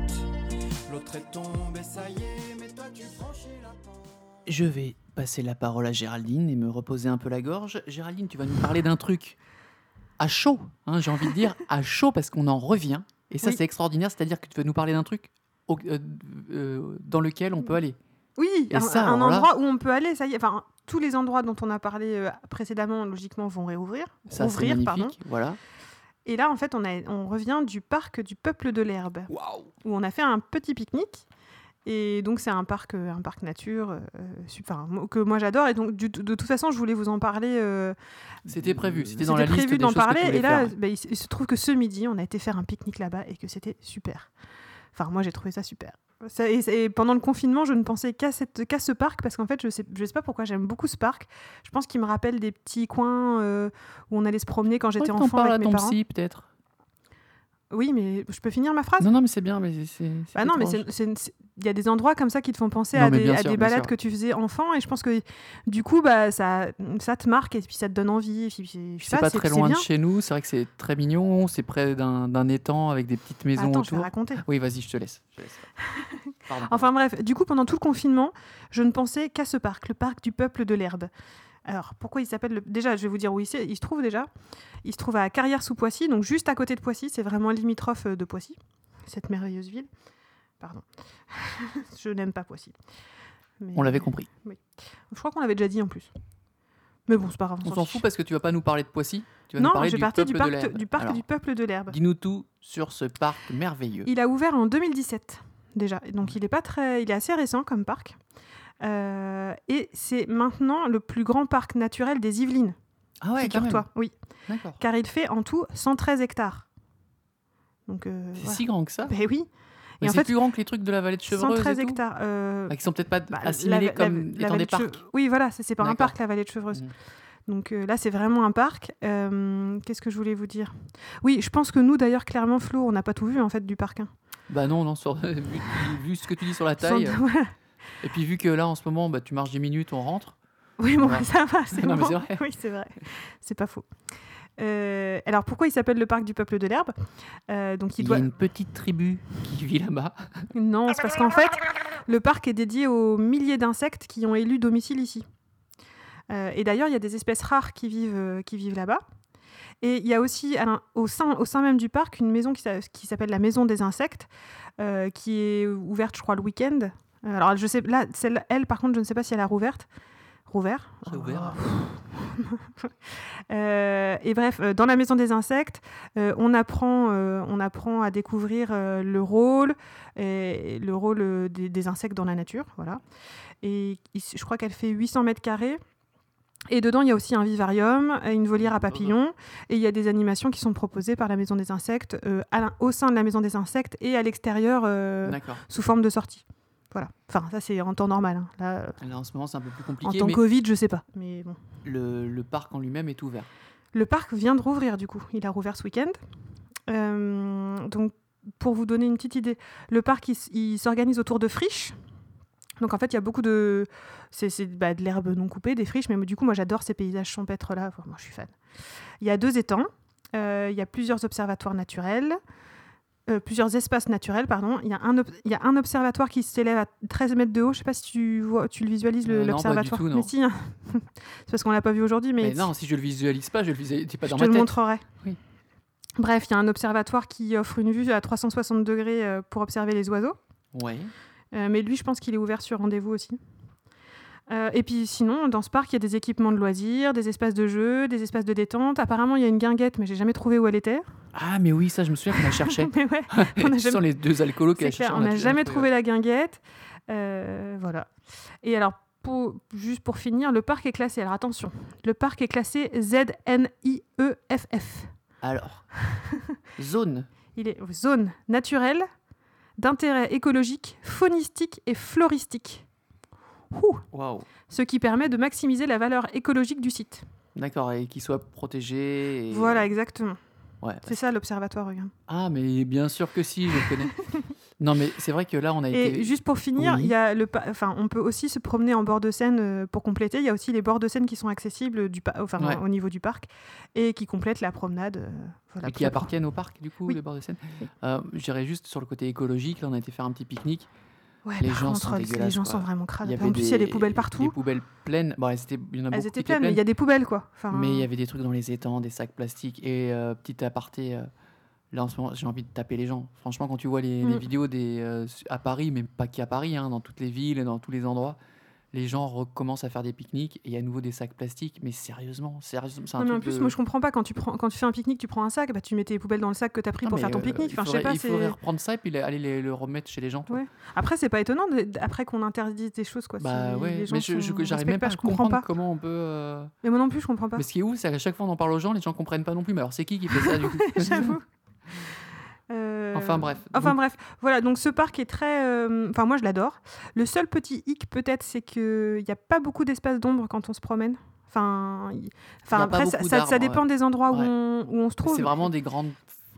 Speaker 3: L'autre est tombé, ça y est, mais toi tu franchis la pente
Speaker 1: Je vais passer la parole à Géraldine et me reposer un peu la gorge. Géraldine, tu vas nous parler d'un truc à chaud, hein, j'ai envie de dire à chaud parce qu'on en revient. Et ça,
Speaker 2: Oui.
Speaker 1: c'est extraordinaire, c'est-à-dire que tu vas nous parler d'un truc au- euh, euh, dans lequel on peut aller.
Speaker 2: Oui,
Speaker 1: Et
Speaker 2: un,
Speaker 1: ça,
Speaker 2: un
Speaker 1: alors là-
Speaker 2: endroit où on peut aller, ça y est. Enfin, tous les endroits dont on a parlé euh, précédemment, logiquement, vont réouvrir.
Speaker 1: Ça, c'est
Speaker 2: ouvrir,
Speaker 1: magnifique.
Speaker 2: pardon.
Speaker 1: Voilà.
Speaker 2: Et là, en fait, on, a- on revient du parc du Peuple de l'Herbe,
Speaker 1: Waouh
Speaker 2: où on a fait un petit pique-nique. Et donc, c'est un parc, euh, un parc nature euh, super, enfin, mo- que moi j'adore. Et donc, du- de toute façon, je voulais vous en parler. euh,
Speaker 1: C'était prévu, c'était dans
Speaker 2: C'était
Speaker 1: la liste
Speaker 2: prévu
Speaker 1: des
Speaker 2: d'en
Speaker 1: choses que tu
Speaker 2: parler.
Speaker 1: voulais
Speaker 2: et là,
Speaker 1: faire.
Speaker 2: bah, il, s- il se trouve que ce midi, on a été faire un pique-nique là-bas et que c'était super. Enfin, moi, j'ai trouvé ça super. Ça- et, et pendant le confinement, je ne pensais qu'à cette- qu'à ce parc parce qu'en fait, je sais, je sais pas pourquoi j'aime beaucoup ce parc. Je pense qu'il me rappelle des petits coins euh, où on allait se promener quand
Speaker 1: Ouais,
Speaker 2: j'étais
Speaker 1: t'en
Speaker 2: enfant
Speaker 1: parles à
Speaker 2: avec mes
Speaker 1: ton
Speaker 2: parents.
Speaker 1: psy, peut-être.
Speaker 2: Oui, mais je peux finir ma phrase
Speaker 1: Non, non, mais c'est bien, mais c'est- c'est. c'est
Speaker 2: Ah, Bah non, mais
Speaker 1: étrange.
Speaker 2: c'est- c'est- c'est- il y a des endroits comme ça qui te font penser
Speaker 1: Non,
Speaker 2: à
Speaker 1: mais
Speaker 2: des,
Speaker 1: bien
Speaker 2: à
Speaker 1: sûr,
Speaker 2: des
Speaker 1: bien
Speaker 2: balades
Speaker 1: sûr.
Speaker 2: que tu faisais enfant et je pense que du coup bah ça ça te marque et puis ça te donne envie et puis je sais
Speaker 1: C'est pas
Speaker 2: c'est-
Speaker 1: très
Speaker 2: c'est
Speaker 1: loin de
Speaker 2: bien.
Speaker 1: chez nous, c'est vrai que c'est très mignon, c'est près d'un d'un étang avec des petites maisons
Speaker 2: Attends, je vais
Speaker 1: autour.
Speaker 2: raconter.
Speaker 1: Oui, vas-y, je te laisse. Je te laisse. Pardon.
Speaker 2: Enfin bref, du coup pendant tout le confinement, je ne pensais qu'à ce parc, le parc du peuple de l'herbe. Alors pourquoi il s'appelle le... déjà Je vais vous dire où il, s'est- il se trouve déjà. Il se trouve à Carrière sous Poissy, donc juste à côté de Poissy. C'est vraiment limitrophe euh, de Poissy, cette merveilleuse ville. Pardon, je n'aime pas Poissy. Mais-
Speaker 1: on l'avait compris.
Speaker 2: Je crois qu'on l'avait déjà dit en plus. Mais bon, c'est pas grave.
Speaker 1: On s'en fout parce que tu vas pas nous parler de Poissy, tu vas nous
Speaker 2: Non,
Speaker 1: parler
Speaker 2: je
Speaker 1: du
Speaker 2: partais
Speaker 1: peuple
Speaker 2: du
Speaker 1: de
Speaker 2: parc,
Speaker 1: l'herbe.
Speaker 2: du, parc
Speaker 1: Alors,
Speaker 2: du peuple de l'herbe.
Speaker 1: Dis-nous tout sur ce parc merveilleux.
Speaker 2: Il a ouvert en 2017 déjà, Et donc il est pas très, il est assez récent comme parc. Euh, et c'est maintenant le plus grand parc naturel des Yvelines.
Speaker 1: Ah ouais, quand même.
Speaker 2: Figure-toi, oui,
Speaker 1: D'accord.
Speaker 2: car il fait en tout 113 hectares. Donc, euh,
Speaker 1: C'est
Speaker 2: voilà.
Speaker 1: si grand que ça.
Speaker 2: Ben oui,
Speaker 1: Mais
Speaker 2: en
Speaker 1: c'est
Speaker 2: fait,
Speaker 1: plus grand que les trucs de la vallée de Chevreuse.
Speaker 2: 113
Speaker 1: et tout
Speaker 2: hectares. euh,
Speaker 1: Ah, qui sont peut-être pas
Speaker 2: bah, la-
Speaker 1: assimilés
Speaker 2: la-
Speaker 1: comme
Speaker 2: la
Speaker 1: étant
Speaker 2: vallée
Speaker 1: des
Speaker 2: de Chevre-
Speaker 1: parcs.
Speaker 2: Oui, voilà, c'est c'est pas un
Speaker 1: D'accord.
Speaker 2: parc la vallée de Chevreuse.
Speaker 1: Mhm.
Speaker 2: Donc euh, là, c'est vraiment un parc. Euh, Qu'est-ce que je voulais vous dire Oui, je pense que nous, d'ailleurs, clairement, Flo, on n'a pas tout vu en fait du parc. hein.
Speaker 1: Bah non, non, sur- vu, vu ce que tu dis sur la taille,
Speaker 2: Sans- voilà.
Speaker 1: et puis vu que là en ce moment, bah, tu marches 10 minutes, on rentre.
Speaker 2: Oui, bon,
Speaker 1: Voilà.
Speaker 2: ça va, c'est
Speaker 1: Non, mais
Speaker 2: bon.
Speaker 1: c'est vrai.
Speaker 2: Oui, c'est vrai. C'est pas faux. Euh, alors pourquoi il s'appelle le parc du peuple de l'herbe Euh, Donc il
Speaker 1: Il
Speaker 2: doit. Ah.
Speaker 1: y a une petite tribu qui vit là-bas.
Speaker 2: Non, c'est parce qu'en fait, le parc est dédié aux milliers d'insectes qui ont élu domicile ici. Euh, et d'ailleurs, il y a des espèces rares qui vivent, euh, qui vivent là-bas. Et il y a aussi, à l'in- au, sein, au sein même du parc, une maison qui s'a- qui s'appelle la Maison des Insectes, euh, qui est ouverte, je crois, le week-end. Euh, Alors, je sais, là, celle, elle, par contre, je ne sais pas si elle a rouverte. Rouvert
Speaker 1: C'est ouvert.
Speaker 2: Euh, et bref, euh, dans la maison des insectes, euh, on, apprend, euh, on apprend à découvrir euh, le rôle, et le rôle euh, des, des insectes dans la nature. Voilà. Et il- je crois qu'elle fait 800 mètres carrés. Et dedans, il y a aussi un vivarium, et une volière à papillons,
Speaker 1: Mhm.
Speaker 2: et il y a des animations qui sont proposées par la Maison des Insectes euh, à l'in- au sein de la Maison des Insectes et à l'extérieur euh,
Speaker 1: D'accord.
Speaker 2: sous forme de sortie. Voilà. Enfin, ça c'est en temps normal. hein. Là, euh,
Speaker 1: Là en ce moment, c'est un peu plus
Speaker 2: en
Speaker 1: compliqué,
Speaker 2: temps
Speaker 1: mais
Speaker 2: Covid, je sais pas. Mais bon.
Speaker 1: le, le parc en lui-même est ouvert.
Speaker 2: Le parc vient de rouvrir du coup. Il a rouvert ce week-end. Euh, donc, pour vous donner une petite idée, le parc il, s- il s'organise autour de friches. Donc en fait, il y a beaucoup de, c'est c'est, bah, de l'herbe non coupée, des friches. Mais du coup, moi, j'adore ces paysages champêtres là. Moi, je suis fan. Il y a deux étangs. euh, il y a plusieurs observatoires naturels. euh, plusieurs espaces naturels, pardon. Il y, a un ob- il y a un observatoire qui s'élève à 13 mètres de haut. Je sais pas si tu, vois, tu le visualises, le-
Speaker 1: Euh, non, pas du
Speaker 2: l'observatoire.
Speaker 1: tout, non.
Speaker 2: mais si, hein. c'est parce qu'on l'a pas vu aujourd'hui. Mais,
Speaker 1: Mais non, si je le visualise pas, je le visualise pas dans
Speaker 2: je te
Speaker 1: ma
Speaker 2: le
Speaker 1: tête.
Speaker 2: montrerai.
Speaker 1: Oui.
Speaker 2: Bref, il y a un observatoire qui offre une vue à 360 degrés euh, pour observer les oiseaux.
Speaker 1: Ouais.
Speaker 2: Euh, mais lui, je pense qu'il est ouvert sur rendez-vous aussi. Euh, et puis sinon, dans ce parc, il y a des équipements de loisirs, des espaces de jeu, des espaces de détente. Apparemment, il y a une guinguette, mais j'ai jamais trouvé où elle était.
Speaker 1: Ah mais oui, ça je me souviens qu'on la cherchait.
Speaker 2: Mais ouais, On a
Speaker 1: Ce sont
Speaker 2: jamais-
Speaker 1: les deux alcoolos qui
Speaker 2: c'est
Speaker 1: la
Speaker 2: clair,
Speaker 1: cherchaient.
Speaker 2: on n'a jamais trouvé la guinguette. Euh, voilà. Et alors, pour- juste pour finir, le parc est classé. Alors attention, le parc est classé E ZNIEFF.
Speaker 1: Alors, zone.
Speaker 2: Il est zone naturelle, d'intérêt écologique, faunistique et floristique. Ouh,
Speaker 1: Waouh.
Speaker 2: ce qui permet de maximiser la valeur écologique du site.
Speaker 1: D'accord, et qu'ils soient protégés. et-
Speaker 2: Voilà, exactement.
Speaker 1: Ouais.
Speaker 2: C'est ça l'observatoire, regarde.
Speaker 1: Ah mais bien sûr que si, je le connais. non mais c'est vrai que là on a
Speaker 2: Et
Speaker 1: été.
Speaker 2: juste pour finir,
Speaker 1: Oui.
Speaker 2: il y a le pa- enfin, on peut aussi se promener en bord de Seine euh, pour compléter. Il y a aussi les bords de Seine qui sont accessibles du pa- enfin,
Speaker 1: Ouais.
Speaker 2: au niveau du parc et qui complètent la promenade. euh, voilà,
Speaker 1: Et
Speaker 2: tout
Speaker 1: qui appartiennent au parc, du coup,
Speaker 2: Oui.
Speaker 1: les bords de Seine. Euh, J'irais juste sur le côté écologique. Là, on a été faire un petit pique-nique.
Speaker 2: Ouais,
Speaker 1: les
Speaker 2: par
Speaker 1: gens
Speaker 2: contre, oh,
Speaker 1: sont
Speaker 2: les
Speaker 1: dégueulasses,
Speaker 2: gens
Speaker 1: quoi.
Speaker 2: sont vraiment crades.
Speaker 1: Il y
Speaker 2: Ah, En
Speaker 1: avait
Speaker 2: plus, il y a des poubelles
Speaker 1: Des
Speaker 2: partout.
Speaker 1: poubelles pleines. Bon, elles étaient- il y en a
Speaker 2: Elles
Speaker 1: beaucoup qui
Speaker 2: étaient pleines, mais il y a des poubelles, quoi. Enfin,
Speaker 1: Mais il y avait des trucs dans les étangs, des sacs plastiques. Et euh, petit aparté, euh, là en ce moment, j'ai envie de taper les gens. Franchement, quand tu vois les, les
Speaker 2: Mm.
Speaker 1: vidéos des, euh, à Paris, mais pas qu'à Paris, hein, dans toutes les villes, et dans tous les endroits, les gens recommencent à faire des pique-niques. Et il y a à nouveau des sacs plastiques. Mais sérieusement, sérieusement, c'est un
Speaker 2: Non, mais en
Speaker 1: truc
Speaker 2: plus,
Speaker 1: de-
Speaker 2: moi je comprends pas quand tu prends, quand tu fais un pique-nique, tu prends un sac, bah tu mets tes poubelles dans le sac que t'as pris
Speaker 1: Non,
Speaker 2: pour
Speaker 1: mais,
Speaker 2: faire ton
Speaker 1: euh,
Speaker 2: pique-nique.
Speaker 1: il
Speaker 2: Enfin, je sais
Speaker 1: faudrait-
Speaker 2: pas.
Speaker 1: Il faudrait
Speaker 2: c'est-
Speaker 1: reprendre ça et puis aller les- le remettre chez les gens. tu vois.
Speaker 2: Ouais. Après, c'est pas étonnant d- après qu'on interdise des choses, quoi.
Speaker 1: Bah
Speaker 2: Si
Speaker 1: ouais,
Speaker 2: les gens
Speaker 1: mais je, je-
Speaker 2: sont-
Speaker 1: j'arrive
Speaker 2: respectent
Speaker 1: même pas, à
Speaker 2: je comprends
Speaker 1: comprendre
Speaker 2: pas.
Speaker 1: comment on peut. euh,
Speaker 2: Mais moi non plus, je comprends pas.
Speaker 1: Mais ce qui est ouf, c'est qu'à chaque fois on en parle aux gens, les gens comprennent pas non plus. Mais alors c'est qui qui fait ça du coup
Speaker 2: J'avoue. Euh,
Speaker 1: Enfin bref.
Speaker 2: Enfin
Speaker 1: Donc,
Speaker 2: bref, voilà, donc ce parc est très... euh, Enfin moi je l'adore. Le seul petit hic peut-être c'est qu'il n'y a pas beaucoup d'espace d'ombre quand on se promène. Enfin, y- enfin
Speaker 1: Il y a pas
Speaker 2: après ça,
Speaker 1: beaucoup
Speaker 2: ça- ça
Speaker 1: d'arbres,
Speaker 2: dépend des endroits où,
Speaker 1: Ouais.
Speaker 2: on, où on se trouve.
Speaker 1: c'est vraiment des grandes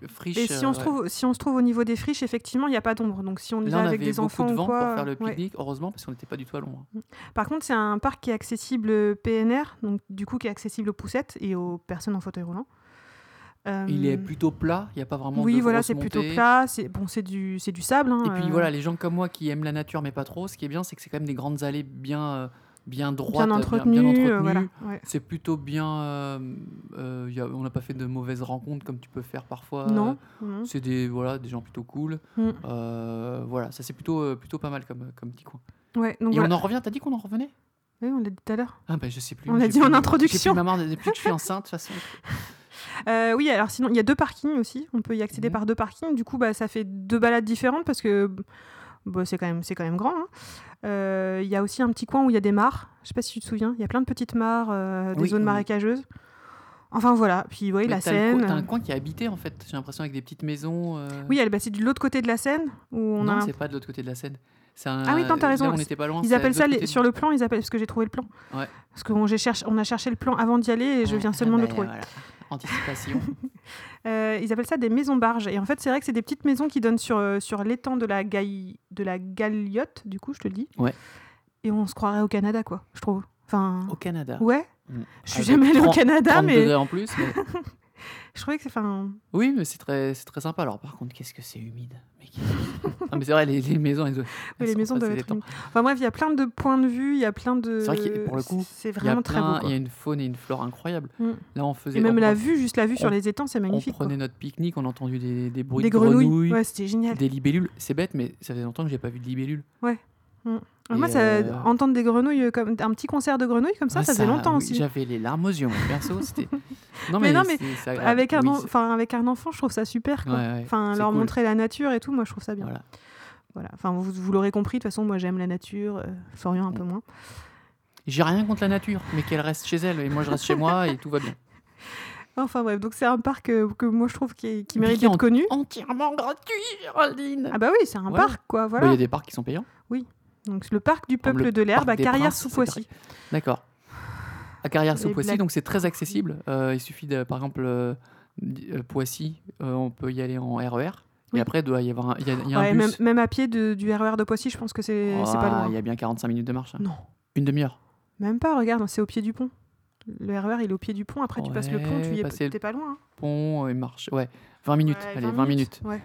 Speaker 1: f- friches.
Speaker 2: Et si on,
Speaker 1: euh,
Speaker 2: se
Speaker 1: ouais.
Speaker 2: trouve, si on se trouve au niveau des friches, effectivement, il n'y a pas d'ombre. Donc si on y
Speaker 1: Là,
Speaker 2: va
Speaker 1: on
Speaker 2: avec
Speaker 1: avait
Speaker 2: des
Speaker 1: beaucoup
Speaker 2: enfants
Speaker 1: de
Speaker 2: ou
Speaker 1: vent
Speaker 2: quoi,
Speaker 1: pour faire le
Speaker 2: ouais.
Speaker 1: pique-nique, heureusement, parce qu'on n'était pas du tout à hein. loin.
Speaker 2: Par contre, c'est un parc qui est accessible euh, PNR, donc du coup qui est accessible aux poussettes et aux personnes en fauteuil roulant. Euh,
Speaker 1: Il est plutôt plat, il n'y a pas vraiment de
Speaker 2: Oui, voilà,
Speaker 1: grosses
Speaker 2: c'est plutôt
Speaker 1: montées.
Speaker 2: plat. C'est bon, c'est du, c'est du sable. hein,
Speaker 1: Et puis
Speaker 2: euh,
Speaker 1: voilà, les gens comme moi qui aiment la nature mais pas trop, ce qui est bien, c'est que c'est quand même des grandes allées bien, euh, bien droites,
Speaker 2: bien entretenu. euh,
Speaker 1: entretenues.
Speaker 2: voilà, ouais.
Speaker 1: C'est plutôt bien. euh, euh, y a- on n'a pas fait de mauvaises rencontres comme tu peux faire parfois. euh,
Speaker 2: non, non.
Speaker 1: C'est des, voilà, des gens plutôt cool.
Speaker 2: Mm.
Speaker 1: Euh, voilà, ça c'est plutôt, euh, plutôt pas mal comme, comme petit coin.
Speaker 2: Ouais, donc
Speaker 1: Et
Speaker 2: voilà.
Speaker 1: on en revient, t'as dit qu'on en revenait
Speaker 2: Oui, on l'a dit tout à l'heure.
Speaker 1: Ah ben je sais plus.
Speaker 2: On l'a
Speaker 1: j'ai
Speaker 2: dit
Speaker 1: plus-
Speaker 2: en introduction.
Speaker 1: J'ai plus ma marre depuis que je suis enceinte de toute façon.
Speaker 2: Euh, oui, alors sinon, il y a deux parkings aussi. On peut y accéder
Speaker 1: Mhm.
Speaker 2: par deux parkings. Du coup, bah, ça fait deux balades différentes parce que bah, c'est quand même c'est quand même grand. hein. Euh, Il y a aussi un petit coin où il y a des mares. Je sais pas si tu te souviens. Il y a plein de petites mares, euh, des
Speaker 1: Oui,
Speaker 2: zones
Speaker 1: oui.
Speaker 2: marécageuses. Enfin voilà. Puis oui,
Speaker 1: Mais
Speaker 2: la
Speaker 1: t'as le co-
Speaker 2: Seine.
Speaker 1: T'as un coin qui est habité en fait, j'ai l'impression avec des petites maisons. euh,
Speaker 2: Oui, elle, bah, c'est de l'autre côté de la Seine où on
Speaker 1: non,
Speaker 2: a. un-
Speaker 1: c'est pas de l'autre côté de la Seine. C'est un-
Speaker 2: Ah oui, non, t'as raison.
Speaker 1: Là, on n'était pas loin.
Speaker 2: Ils
Speaker 1: c'est à
Speaker 2: appellent ça
Speaker 1: l'autre
Speaker 2: les-
Speaker 1: côté de-
Speaker 2: sur le plan, ils appellent parce que j'ai trouvé le plan.
Speaker 1: Ouais.
Speaker 2: Parce qu'on cherché, on a cherché le plan avant d'y aller et je viens
Speaker 1: Ah,
Speaker 2: seulement de
Speaker 1: bah,
Speaker 2: le trouver.
Speaker 1: voilà. Anticipation.
Speaker 2: Euh, ils appellent ça des maisons barges. Et en fait, c'est vrai que c'est des petites maisons qui donnent sur, euh, sur l'étang de la, gaille- de la Galiote, du coup, je te le dis.
Speaker 1: Ouais.
Speaker 2: Et on se croirait au Canada, quoi, je trouve. Enfin,
Speaker 1: Au Canada.
Speaker 2: ouais.
Speaker 1: Mm.
Speaker 2: Je suis
Speaker 1: Avec
Speaker 2: jamais allée au
Speaker 1: 30
Speaker 2: Canada,
Speaker 1: 30
Speaker 2: mais
Speaker 1: degrés Ah, en plus. mais-
Speaker 2: je trouvais que c'est. Enfin,
Speaker 1: Oui, mais c'est très, c'est très sympa. Alors, par contre, qu'est-ce que c'est humide mais qu'est-ce que- Ah, mais c'est vrai, les, les maisons, elles, doivent- elles
Speaker 2: les
Speaker 1: sont
Speaker 2: maisons
Speaker 1: passées
Speaker 2: doivent
Speaker 1: des
Speaker 2: être
Speaker 1: temps.
Speaker 2: humides. enfin, bref, il y a plein de points de vue, il y a plein de.
Speaker 1: C'est vrai que, pour le coup,
Speaker 2: c'est
Speaker 1: Il y, a
Speaker 2: vraiment très beau.
Speaker 1: plein-
Speaker 2: quoi.
Speaker 1: il y a une faune et une flore incroyables.
Speaker 2: Mm.
Speaker 1: Là, on faisait.
Speaker 2: Et même
Speaker 1: on-
Speaker 2: la
Speaker 1: on-
Speaker 2: vue, juste la vue sur
Speaker 1: on-
Speaker 2: les étangs, c'est
Speaker 1: On
Speaker 2: magnifique. quoi.
Speaker 1: prenait notre pique-nique, on a entendu des, des bruits
Speaker 2: Des
Speaker 1: de grenouilles,
Speaker 2: grenouilles. Ouais, c'était génial.
Speaker 1: des libellules. C'est bête, mais ça faisait longtemps que j'ai pas vu de libellules.
Speaker 2: Alors Mm. Moi,
Speaker 1: Et,
Speaker 2: ça,
Speaker 1: euh,
Speaker 2: entendre des grenouilles, euh, comme un petit concert de grenouilles comme ça,
Speaker 1: Ah,
Speaker 2: ça, faisait longtemps
Speaker 1: oui,
Speaker 2: aussi.
Speaker 1: J'avais les larmes aux yeux, mon perso. C'était.
Speaker 2: Mais non, mais
Speaker 1: c'est- c'est agréable.
Speaker 2: Avec un,
Speaker 1: Oui,
Speaker 2: en-
Speaker 1: c'est-
Speaker 2: enfin, avec un enfant, je trouve ça super. Quoi.
Speaker 1: Ouais, ouais,
Speaker 2: Enfin,
Speaker 1: c'est
Speaker 2: leur
Speaker 1: cool.
Speaker 2: montrer la nature et tout, moi, je trouve ça bien.
Speaker 1: Voilà.
Speaker 2: Voilà. Enfin, vous, vous l'aurez compris, de toute façon, moi, j'aime la nature, euh, Florian
Speaker 1: Mm.
Speaker 2: un peu moins.
Speaker 1: J'ai rien contre la nature, mais qu'elle reste chez elle. Et moi, je reste chez moi et tout va bien.
Speaker 2: Enfin, bref, donc c'est un parc euh, que moi, je trouve qui, est- qui
Speaker 1: Et puis
Speaker 2: mérite
Speaker 1: qui est
Speaker 2: d'être connu.
Speaker 1: Entièrement gratuit, Géraldine
Speaker 2: Ah bah oui, c'est un
Speaker 1: Ouais.
Speaker 2: parc, quoi,
Speaker 1: Bah, Il
Speaker 2: voilà.
Speaker 1: y a des parcs qui sont payants.
Speaker 2: Donc, c'est le parc du
Speaker 1: Comme
Speaker 2: peuple
Speaker 1: le
Speaker 2: de l'herbe
Speaker 1: Parc
Speaker 2: à
Speaker 1: des
Speaker 2: Carrière
Speaker 1: Princes,
Speaker 2: sous
Speaker 1: c'est
Speaker 2: Poissy.
Speaker 1: D'accord. À carrière
Speaker 2: Les
Speaker 1: sous Poissy,
Speaker 2: blagues.
Speaker 1: donc c'est très accessible. Euh, il suffit de, par exemple, euh, d- euh, Poissy, euh, on peut y aller en RER.
Speaker 2: Oui.
Speaker 1: Et après, il doit y avoir un, il y a, il y a
Speaker 2: Ouais,
Speaker 1: un
Speaker 2: même,
Speaker 1: bus.
Speaker 2: même à pied de- du RER de Poissy, je pense que c'est c'est pas
Speaker 1: Ah,
Speaker 2: loin.
Speaker 1: Il y a bien 45 minutes de marche. hein.
Speaker 2: Non,
Speaker 1: Une demi-heure.
Speaker 2: même pas, regarde, c'est au pied du pont. Le RER, il est au pied du pont. Après, tu passes le pont, tu y
Speaker 1: Ouais,
Speaker 2: es,
Speaker 1: passer le
Speaker 2: t'es pas loin. hein.
Speaker 1: Pont et marche. Ouais, 20 minutes.
Speaker 2: Ouais,
Speaker 1: Allez, 20 minutes.
Speaker 2: ouais.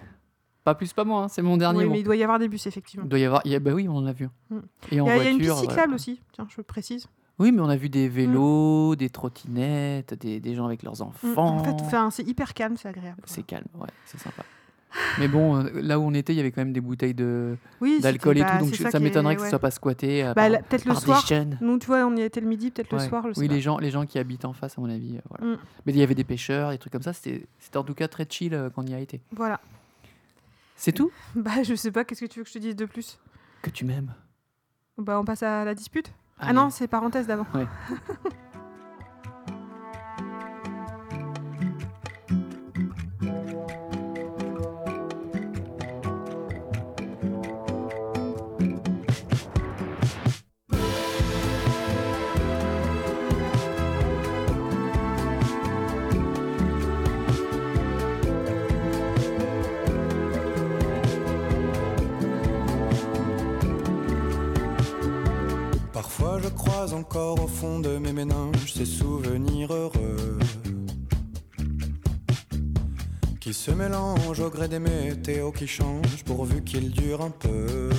Speaker 1: Pas plus, pas moins. hein, C'est mon dernier
Speaker 2: Oui,
Speaker 1: mot.
Speaker 2: mais il doit y avoir des bus, effectivement.
Speaker 1: Il doit y avoir. il y a- bah oui, on en a vu.
Speaker 2: Mm.
Speaker 1: Et
Speaker 2: Il
Speaker 1: en
Speaker 2: y, a- il y a une
Speaker 1: voiture, euh,
Speaker 2: piste cyclable
Speaker 1: voilà.
Speaker 2: aussi, tiens, je précise.
Speaker 1: Oui, mais on a vu des vélos, des trottinettes, des, des gens avec leurs
Speaker 2: Mm.
Speaker 1: enfants.
Speaker 2: En fait, enfin, c'est hyper calme, c'est agréable.
Speaker 1: C'est calme, ouais, c'est sympa. Mais bon, euh, là où on était, il y avait quand même des bouteilles de
Speaker 2: Oui,
Speaker 1: d'alcool et
Speaker 2: c'était-
Speaker 1: tout,
Speaker 2: bah,
Speaker 1: donc
Speaker 2: c'est
Speaker 1: je-
Speaker 2: ça
Speaker 1: ça
Speaker 2: qui est-
Speaker 1: m'étonnerait que ce
Speaker 2: ouais.
Speaker 1: soit pas squatté euh,
Speaker 2: Bah,
Speaker 1: par,
Speaker 2: là, Peut-être le
Speaker 1: par des
Speaker 2: soir.
Speaker 1: jeunes.
Speaker 2: Nous, tu vois, on y était le midi, peut-être le
Speaker 1: Ouais.
Speaker 2: soir, je sais
Speaker 1: oui,
Speaker 2: pas.
Speaker 1: les gens, les gens qui habitent en face, à mon avis. euh, voilà.
Speaker 2: Mm.
Speaker 1: Mais il y avait des pêcheurs, des trucs comme ça. C'était c'était en tout cas très chill euh, quand on y a été.
Speaker 2: Voilà.
Speaker 1: C'est tout
Speaker 2: Bah, je sais pas, qu'est-ce que tu veux que je te dise de plus
Speaker 1: que tu m'aimes.
Speaker 2: Bah, on passe à la dispute Ah
Speaker 1: Allez.
Speaker 2: non, c'est parenthèse d'avant.
Speaker 1: Ouais.
Speaker 3: Parfois je croise encore au fond de mes méninges ces souvenirs heureux qui se mélangent au gré des météos qui changent pourvu qu'ils durent un peu.